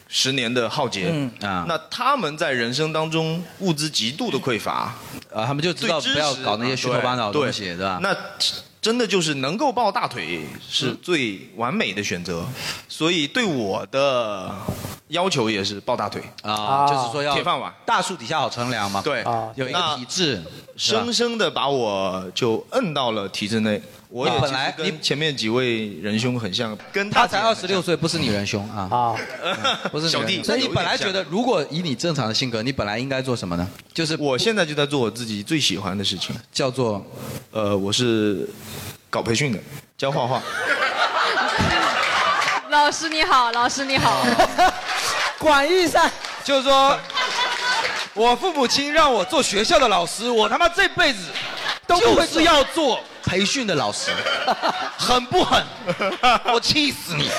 A: 十年的浩劫，
C: 嗯啊
A: 那他们在人生当中物资极度的匮乏，
C: 啊，他们就知道
A: 对知识啊
C: 不要搞那些虚头巴脑的
A: 对
C: 东西，对吧？
A: 那真的就是能够抱大腿是最完美的选择，所以对我的要求也是抱大腿
C: 啊，就是说要
A: 铁饭碗，
C: 大树底下好乘凉嘛。
A: 对
C: 啊，有一个
A: 那
C: 体制，是吧
A: 生生的把我就摁到了体制内。我也
C: 啊
A: 其实
C: 本来
A: 跟前面几位仁兄很像，跟
C: 他
A: 姐
C: 才二十六岁，不是你仁兄啊。啊，不是你仁兄
A: 小弟
C: 那你本来
A: 有
C: 觉
A: 点像
C: 得，如果以你正常的性格，你本来应该做什么呢？就是
A: 我现在就在做我自己最喜欢的事情，
C: 叫做，
A: 呃，我是搞培训的，教画画。
D: 老师你好，老师你好，
C: 哦
B: 管玉山，
C: 就是说，我父母亲让我做学校的老师，我他妈这辈子就是要做培训的老师，狠不 狠？我气死你！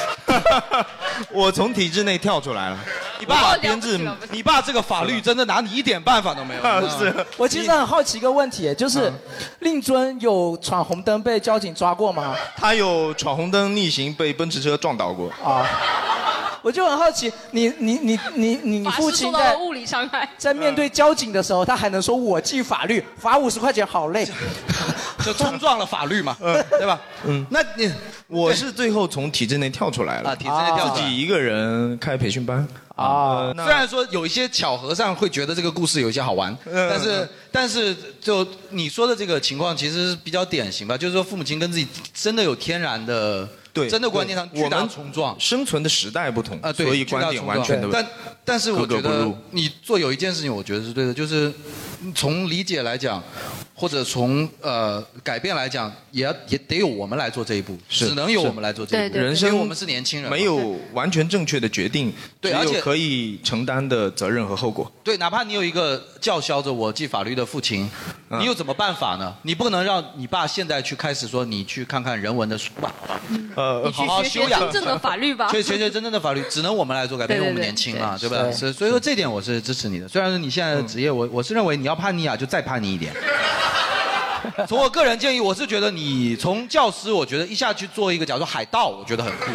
A: 我从体制内跳出来了。
C: 你爸
A: 我编制
C: 你爸这个法律真的拿你一点办法都没有。 你知道吗
A: 是嗯
B: 我其实很好奇一个问题，就是令尊有闯红灯被交警抓过吗？
A: 他有闯红灯逆行被奔驰车撞倒过。
B: 啊，我就很好奇，你你你你你你
D: 法
B: 父
D: 师受
B: 亲
D: 到了
B: 在
D: 物理伤害。
B: 在面
A: 嗯
B: 对交警的时候，他还能说我记法律，罚五十块钱，好累。
C: 就冲撞了法律嘛，对吧？嗯，那你
A: 我是最后从体制内跳出来了，
C: 啊体制内跳出来
A: 自己一个人开培训班啊。
C: 虽然说有一些巧合上会觉得这个故事有一些好玩，
A: 嗯
C: 但是但是就你说的这个情况其实是比较典型吧，就是说父母亲跟自己真的有天然的
A: 对，
C: 真的观念上
A: 对
C: 巨
A: 我
C: 大
A: 们
C: 冲撞。
A: 生存的时代不同
C: 啊，对，
A: 所以
C: 巨大
A: 观点
C: 冲
A: 完
C: 撞
A: 全的。
C: 但但是我觉
A: 格格不
C: 得
A: 入
C: 你做有一件事情，我觉得是对的，就是从理解来讲，或者从呃改变来讲，也要也得有我们来做这一步，
A: 是
C: 只能有我们来做这一步，
D: 对对对
A: 人生
C: 因为我们是年轻人嘛，
A: 没有完全正确的决定，
C: 对
A: 只
C: 而
A: 有
C: 且
A: 可以承担的责任和后果。
C: 对，哪怕你有一个叫嚣着我记法律的父亲，
A: 嗯
C: 你有怎么办法呢？你不能让你爸现在去开始说你去看看人文的书吧，
A: 呃
D: 你去
C: 嗯好好
D: 学
C: 修
D: 学
C: 养
D: 真正的法律 吧。
C: 确确确真正的法律只能我们来做改变，因为我们年轻嘛，对吧？
B: 对对对
C: 所以所以说这点我是支持你的。虽然说你现在
B: 嗯
C: 的职业，我我是认为你要叛逆啊，就再叛逆一点。 从我个人建议，我是觉得你从教师，我觉得一下去做一个，假如说海盗，我觉得很 酷。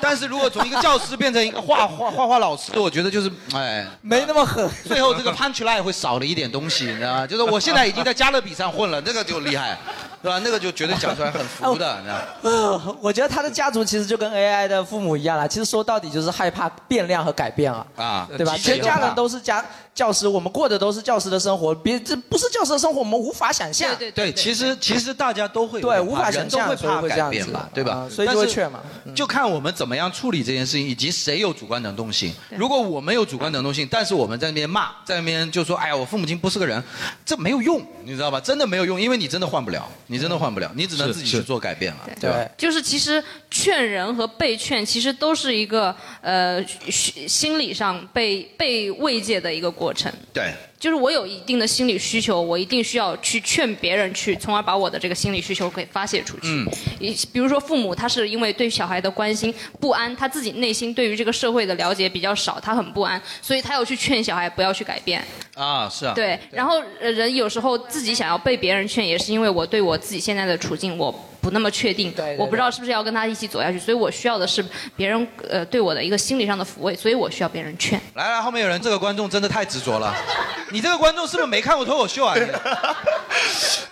C: 但是如果从一个教师变成一个画画画画老师，我觉得就是哎，
B: 没那么狠。
C: 最后这个 punch line 会少了一点东西，你知道吗？就是我现在已经在加勒比上混了，那个就厉害，对吧？那个就绝对讲出来很服的，你知道吗？
B: 呃，我觉得他的家族其实就跟 AI 的父母一样啦，其实说到底就是害怕变量和改变啊，
C: 啊，
B: 对吧？全家人都是家教师，我们过的都是教师的生活，别这不是教师的生活，我们无法想象。
D: 对
C: 对，其实其实大家都会有
B: 对
C: 点怕
B: 无法
C: 人
B: 想
C: 都
B: 象
C: 会
B: 所以
C: 怕
B: 会这
C: 改
B: 样
C: 变
B: 子
C: 吧，对吧
B: 啊？所以就
C: 嗯
B: 会
C: 但是嗯
B: 劝嘛
C: 就看我们怎么样处理这件事情，以及谁有主观能动性。如果我们有主观能动性，但是我们在那边骂，在那边就说“哎呀，我父母亲不是个人”，这没有用，你知道吧？真的没有用，因为你真的换不了，你你真的换不了，你只能
A: 是
C: 自己去做改变了，对吧？
D: 就是其实劝人和被劝，其实都是一个呃需心理上被被慰藉的一个过程。
C: 对，
D: 就是我有一定的心理需求，我一定需要去劝别人去，从而把我的这个心理需求给发泄出去。
L: 嗯
D: 一比如说父母，他是因为对小孩的关心不安，他自己内心对于这个社会的了解比较少，他很不安，所以他要去劝小孩不要去改变。
C: 啊，是啊，
D: 对，然后呃人有时候自己想要被别人劝，也是因为我对我自己现在的处境我不那么确定，我不知道是不是要跟他一起走下去，所以我需要的是别人呃对我的一个心理上的抚慰，所以我需要别人 劝。
C: 来来，后面有人，这个观众真的太执着了。你这个观众是不是没看过脱口秀啊？你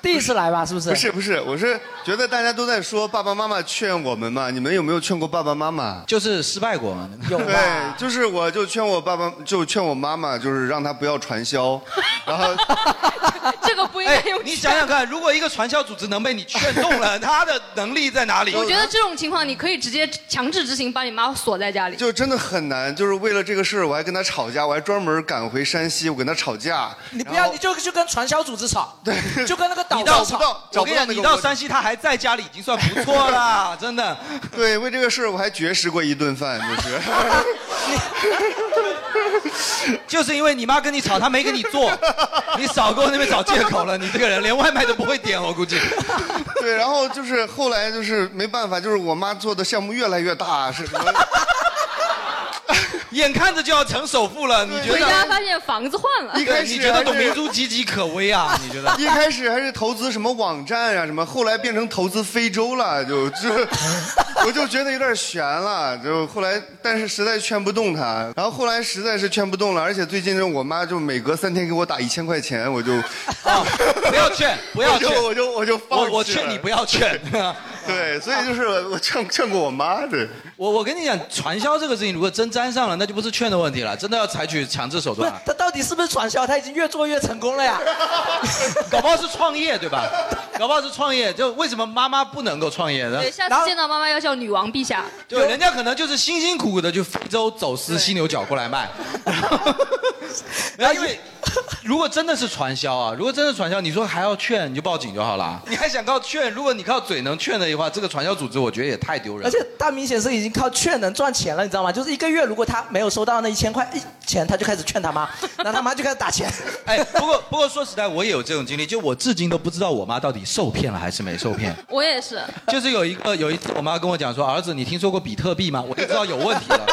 B: 第一次来吧，是不是？
M: 不是不是，我是觉得大家都在说爸爸妈妈劝我们嘛，你们有没有劝过爸爸妈妈？
C: 就是失 败过嘛。
B: 有
M: 对，就是我就劝我爸爸，就劝我妈妈，就是让她不要传 销，然后
D: 这个不应
C: 该用、哎你想想看，如果一个传销组织能被你劝动了，他的能力在哪里？
D: 我觉得这种情况你可以直接强制执行，把你妈锁在家里。
M: 就真的很难，就是为了这个事儿，我还跟他吵架，我还专门赶回山西，我跟他吵架。
B: 你不要，你就就跟传销组织吵，对，就跟那个导
M: 你到
B: 购吵
M: 不到。找
C: 我
M: 不
C: 跟
M: 到那
C: 你讲，
M: 个
C: 你到
M: 逻辑
C: 山西，他还在家里，已经 算不 错了，真的。
M: 对，为这个事儿我还绝食过一顿饭， 就是。
C: 就是因为你妈 跟你吵，哦她没给你 做， 你少给我那边找借口了。你这个人连外卖都不会点，我估计。
M: 对，然后就是后来就是没办法，就是我妈做的项目越来越大，是什么？
C: 眼看着就要成首富了，你觉
D: 回家
C: 得？
D: 发现房子换了，
M: 一开始
C: 你觉得董明珠岌岌可 危啊？你觉得？
M: 一开始还是投资什么网站啊什么，后来变成投资非洲了，就就我就觉得有点悬了，就后来但是实在劝不动她，然后后来实在是劝不动了，而且最近就我妈就每隔三天给我打一千块钱，我就
C: 啊不要劝，不要劝，
M: 我就我就放弃
C: 我
M: 了
C: 我劝你不要劝。
M: 对，所以就是我劝劝过我妈对。
C: 我我跟你讲，传销这个事情，如果真沾上了，那就不是劝的问题了，真的要采取强制手 段。
B: 他到底是不是传销？他已经越做越成功 了呀。
C: 搞不好是创业，对吧？搞不好是创业，就为什么妈妈不能够创业呢？
D: 对，下次见到妈妈要叫女王陛下。
C: 对，人家可能就是辛辛苦苦的去非洲走私犀牛角过来 卖。然后因为如果真的是传销啊，如果真的传销，你说还要劝，你就报警就好了。你还想靠劝？如果你靠嘴能劝的话，这个传销组织我觉得也太丢人了。
B: 而且他明显是已经靠劝能赚钱了，你知道吗？就是一个月，如果他没有收到那一千块一钱，他就开始劝他妈，然后他妈就开始打钱。
C: 哎，不过不过说实在，我也有这种经历，就我至今都不知道我妈到底受骗了还是没受骗。
D: 我也是，
C: 就是有一个有一次，我妈跟我讲说，儿子，你听说过比特币吗？我就知道有问题了，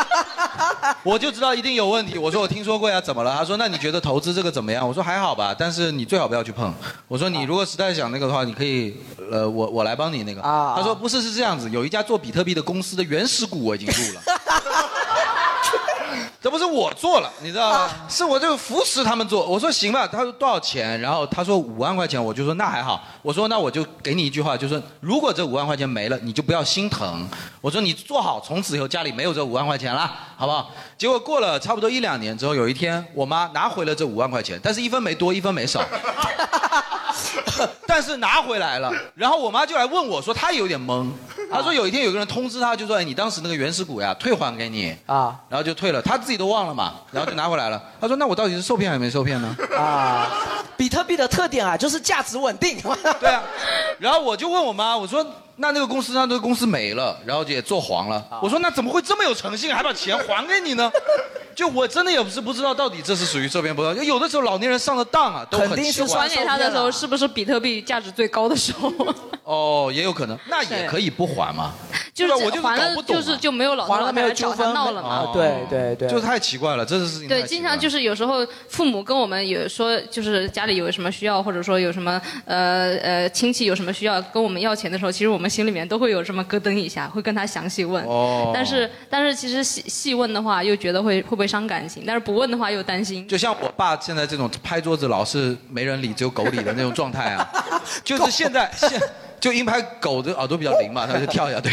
C: 我就知道一定有问题。我说我听说过呀，怎么了？她说那你觉得投资这个怎么样？我说还好吧，但是你最好不要去碰。我说你如果实在想那个的话，你可以，呃，我我来帮你那个。
B: 啊
C: 她说不是是这样子，有一家做比特币的公司的原始股我已经入了。这不是我做了，你知道吗？是我就扶持他们做。我说行吧，他说多少钱？然后他说五万块钱，我就说那还好。我说那我就给你一句话，就说如果这五万块钱没了，你就不要心疼。我说你做好，从此以后家里没有这五万块钱啦，好不好？结果过了差不多一两年之后，有一天我妈拿回了这五万块钱，但是一分没多，一分没少。 但是拿回来了，然后我妈就来问我说，她有点懵，
B: 啊
C: 她说有一天有个人通知她，就说，哎，你当时那个原始股呀，退还给你
B: 啊，
C: 然后就退了，她自己都忘了嘛，然后就拿回来了。她说，那我到底是受骗还是没受骗呢？
B: 啊，比特币的特点啊，就是价值稳定。
C: 对啊，然后我就问我妈，我说，那那个公司，那那个公司没了，然后就也做黄了。
B: 啊
C: 我说，那怎么会这么有诚信，还把钱还给你 呢？就我真的也不是不知道到底这是属于受骗不受骗，有的时候老年人上了当啊，都很奇怪。
D: 还给他的时候，是不是比特币价值最高的时候？
C: 哦，也有可能，那也可以不还嘛。
D: 就是
C: 对吧我就是
D: 还
C: 搞不
D: 了，
C: 懂啊
D: 就是就没有老
B: 还
D: 闹
B: 了
D: 了，
B: 没有
D: 找
B: 纠
D: 他
B: 纷
D: 闹了嘛。
C: 哦
B: 啊对对对
C: 就太奇怪了，这是事情。
D: 对，经常就是有时候父母跟我们有说，就是家里有什么需要，或者说有什么呃呃亲戚有什么需要跟我们要钱的时候，其实我们心里面都会有这么咯噔一下，会跟他详细问。
C: 哦
D: 但是但是其实细细问的话，又觉得会会不会伤感情，但是不问的话又担心。
C: 就像我爸现在这种拍桌子老是没人理，只有狗理的那种状态啊，就是现在现就因为拍狗的耳朵比较灵嘛，它就跳一下对。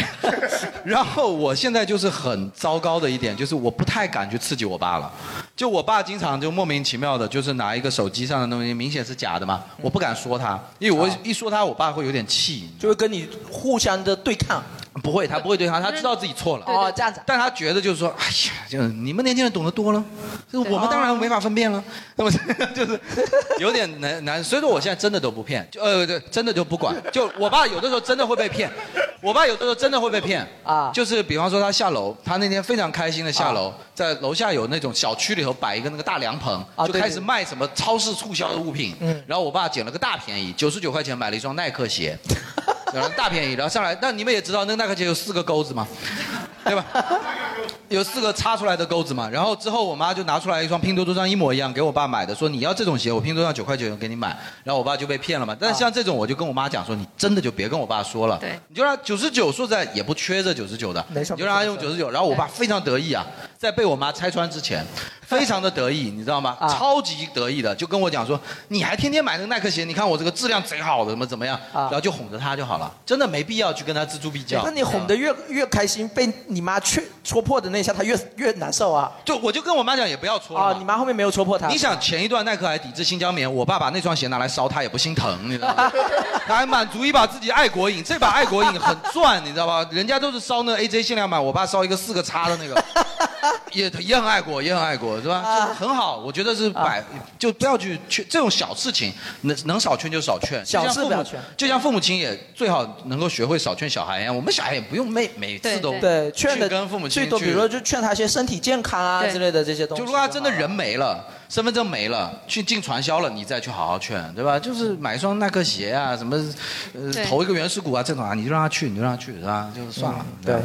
C: 然后我现在就是很糟糕的一点，就是我不太敢去刺激我爸了。就我爸经常就莫名其妙的，就是拿一个手机上的东西，明显是假的嘛，我不敢说他，因为我一说他，我爸会有点气。
B: 就会跟你互相的对抗。
C: 不会，他不会对他，他知道自己错了。
B: 哦，这样子。
C: 但他觉得就是说，哎呀，就是你们年轻人懂得多了，就是我们当然没法分辨了。那么就是 有点难难，所以说我现在真的都不骗，就呃对，真的就 不管。就我爸有的时候真的会被骗，我爸有的时候真的会被骗啊。就是比方说他下楼，他那天非常开心的下
B: 啊
C: 楼，在楼下有那种小区里头摆一个那个大凉棚，
B: 啊
C: 就
B: 对
C: 开
B: 对
C: 始卖什么超市促销的物品。嗯。然后我爸捡了个大便宜，九十九块钱买了一双耐克 鞋，然后大便宜，然后上来，那你们也知道那个耐克鞋有四个钩子嘛。对吧？有四个插出来的钩子嘛，然后之后我妈就拿出来一双拼多多上一模一样给我爸买的，说你要这种鞋，我拼多多上九块九给你买，然后我爸就被骗了嘛。
B: 啊
C: 但是像这种，我就跟我妈讲说，你真的就别跟我爸说了，
L: 对
C: 你就让九十九说实在也不缺这九十九的，你就让他用九十九。然后我爸非常得意啊，在被我妈拆穿之前，非常的得意，你知道吗？
B: 啊
C: 超级得意的，就跟我讲说，你还天天买那个耐克鞋，你看我这个质量贼好的，怎么怎么样，然后就哄着他就好了，真的没必要去跟他锱铢必较。
B: 啊那你哄得
C: 啊
B: 越越开心，被你妈去戳破的那一下，她越越难受啊。
C: 就我就跟我妈讲，也不要戳
B: 啊。你妈后面没有戳破她。
C: 你想前一段耐克还抵制新疆棉，我爸把那双鞋拿来烧，他也不心疼，你知道吗？ 他还满足一把自己爱国瘾，这把爱国瘾很赚，你知道吧？人家都是烧那 AJ 限量版，我爸烧一个四个叉的那 个，也也很爱国，也很爱国，是吧？
B: 啊
C: 就是很好，我觉得是百，就不要去劝这种小事情，能能少劝就少劝，
B: 小
C: 就像
B: 事
C: 父
B: 不要
C: 母
B: 劝
C: 就像父母亲也最好能够学会少劝小孩一样，我们小孩也不用每每次都
B: 对劝的
C: 去跟父母亲
B: 最多，
C: 去
B: 比如说就劝她一些身体健康啊之类的这些东西。
C: 就如果他真的人没了，身份证没了，去进传销了，你再去好好劝，对吧？就是买一双耐克鞋啊，什么，呃
B: 对，
C: 投一个原始股啊，这种啊，你就让他去，你就让他去，是吧？就算了。
B: 嗯对，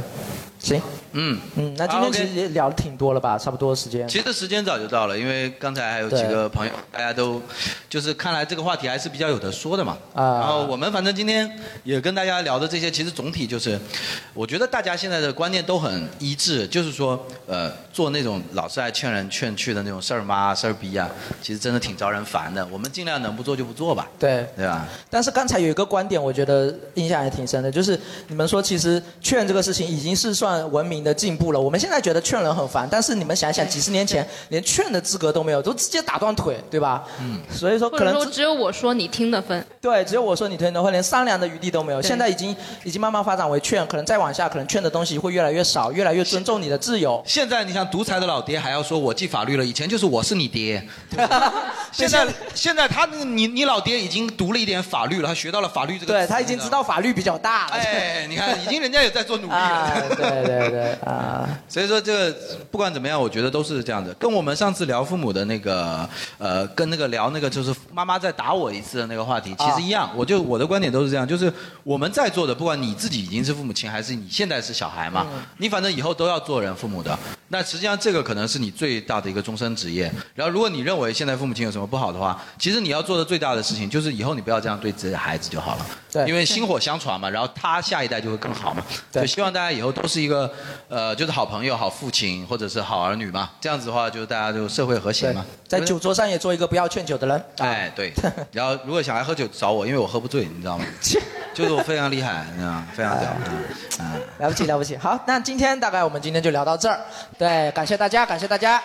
B: 行，
C: 嗯
B: 嗯，那今
C: 好
B: 天
C: ，OK
B: 其实也聊的挺多了吧，差不多时间。
C: 其实时间早就到了，因为刚才还有几个朋友，大家都就是看来这个话题还是比较有的说的嘛。
B: 啊
C: 然后我们反正今天也跟大家聊的这些，其实总体就是，我觉得大家现在的观念都很一致，就是说，呃，做那种老是爱劝人劝去的那种事儿妈啊事儿逼啊，其实真的挺招人烦的。我们尽量能不做就不做吧，
B: 对，
C: 对吧？
B: 但是刚才有一个观点，我觉得印象还挺深的，就是你们说其实劝这个事情已经是算文明的进步了。我们现在觉得劝人很烦，但是你们想想，几十年前连劝的资格都没有，都直接打断腿，对吧？嗯。所以说
D: 或
B: 可
D: 者
B: 能
D: 说
B: 自
D: 只有我说你听的分。
B: 对，只有我说你推的会，连商量的余地都没有。现在已经已经慢慢发展为劝，可能再往下，可能劝的东西会越来越少，越来越尊重你的自由。
C: 现在你像独裁的老爹还要说我记法律了，以前就是我是你 爹。现在现在他那个你你老爹已经读了一点法律了，他学到了法律这个词。
B: 对他已经知道法律比较大 了。
C: 哎，你看，已经人家也在做努力了。
B: 对对对啊！
C: 所以说这个不管怎么样，我觉得都是这样的。跟我们上次聊父母的那个，呃，跟那个聊那个就是妈妈再打我一次的那个话题，其
B: 啊
C: 实一样。我就我的观点都是这样，就是我们在座的，不管你自己已经是父母亲，还是你现在是小孩嘛，你反正以后都要做人父母的。那实际上这个可能是你最大的一个终身职业。然后如果你认为现在父母亲有什么不好的话，其实你要做的最大的事情就是以后你不要这样对自己的孩子就好了。
B: 对
C: 因为薪火相传嘛，然后他下一代就会更好嘛。对，希望大家以后都是一个，呃，就是好朋友、好父亲或者是好儿女嘛。这样子的话，就是大家就社会和谐嘛。
B: 在酒桌上也做一个不要劝酒的人。
C: 哎，对。然后如果想来喝酒找我，因为我喝不醉，你知道吗？就是我非常厉害，你知道吗？非常屌。嗯嗯。
B: 了不起，了不起。好，那今天大概我们今天就聊到这儿。对，感谢大家，感谢大家。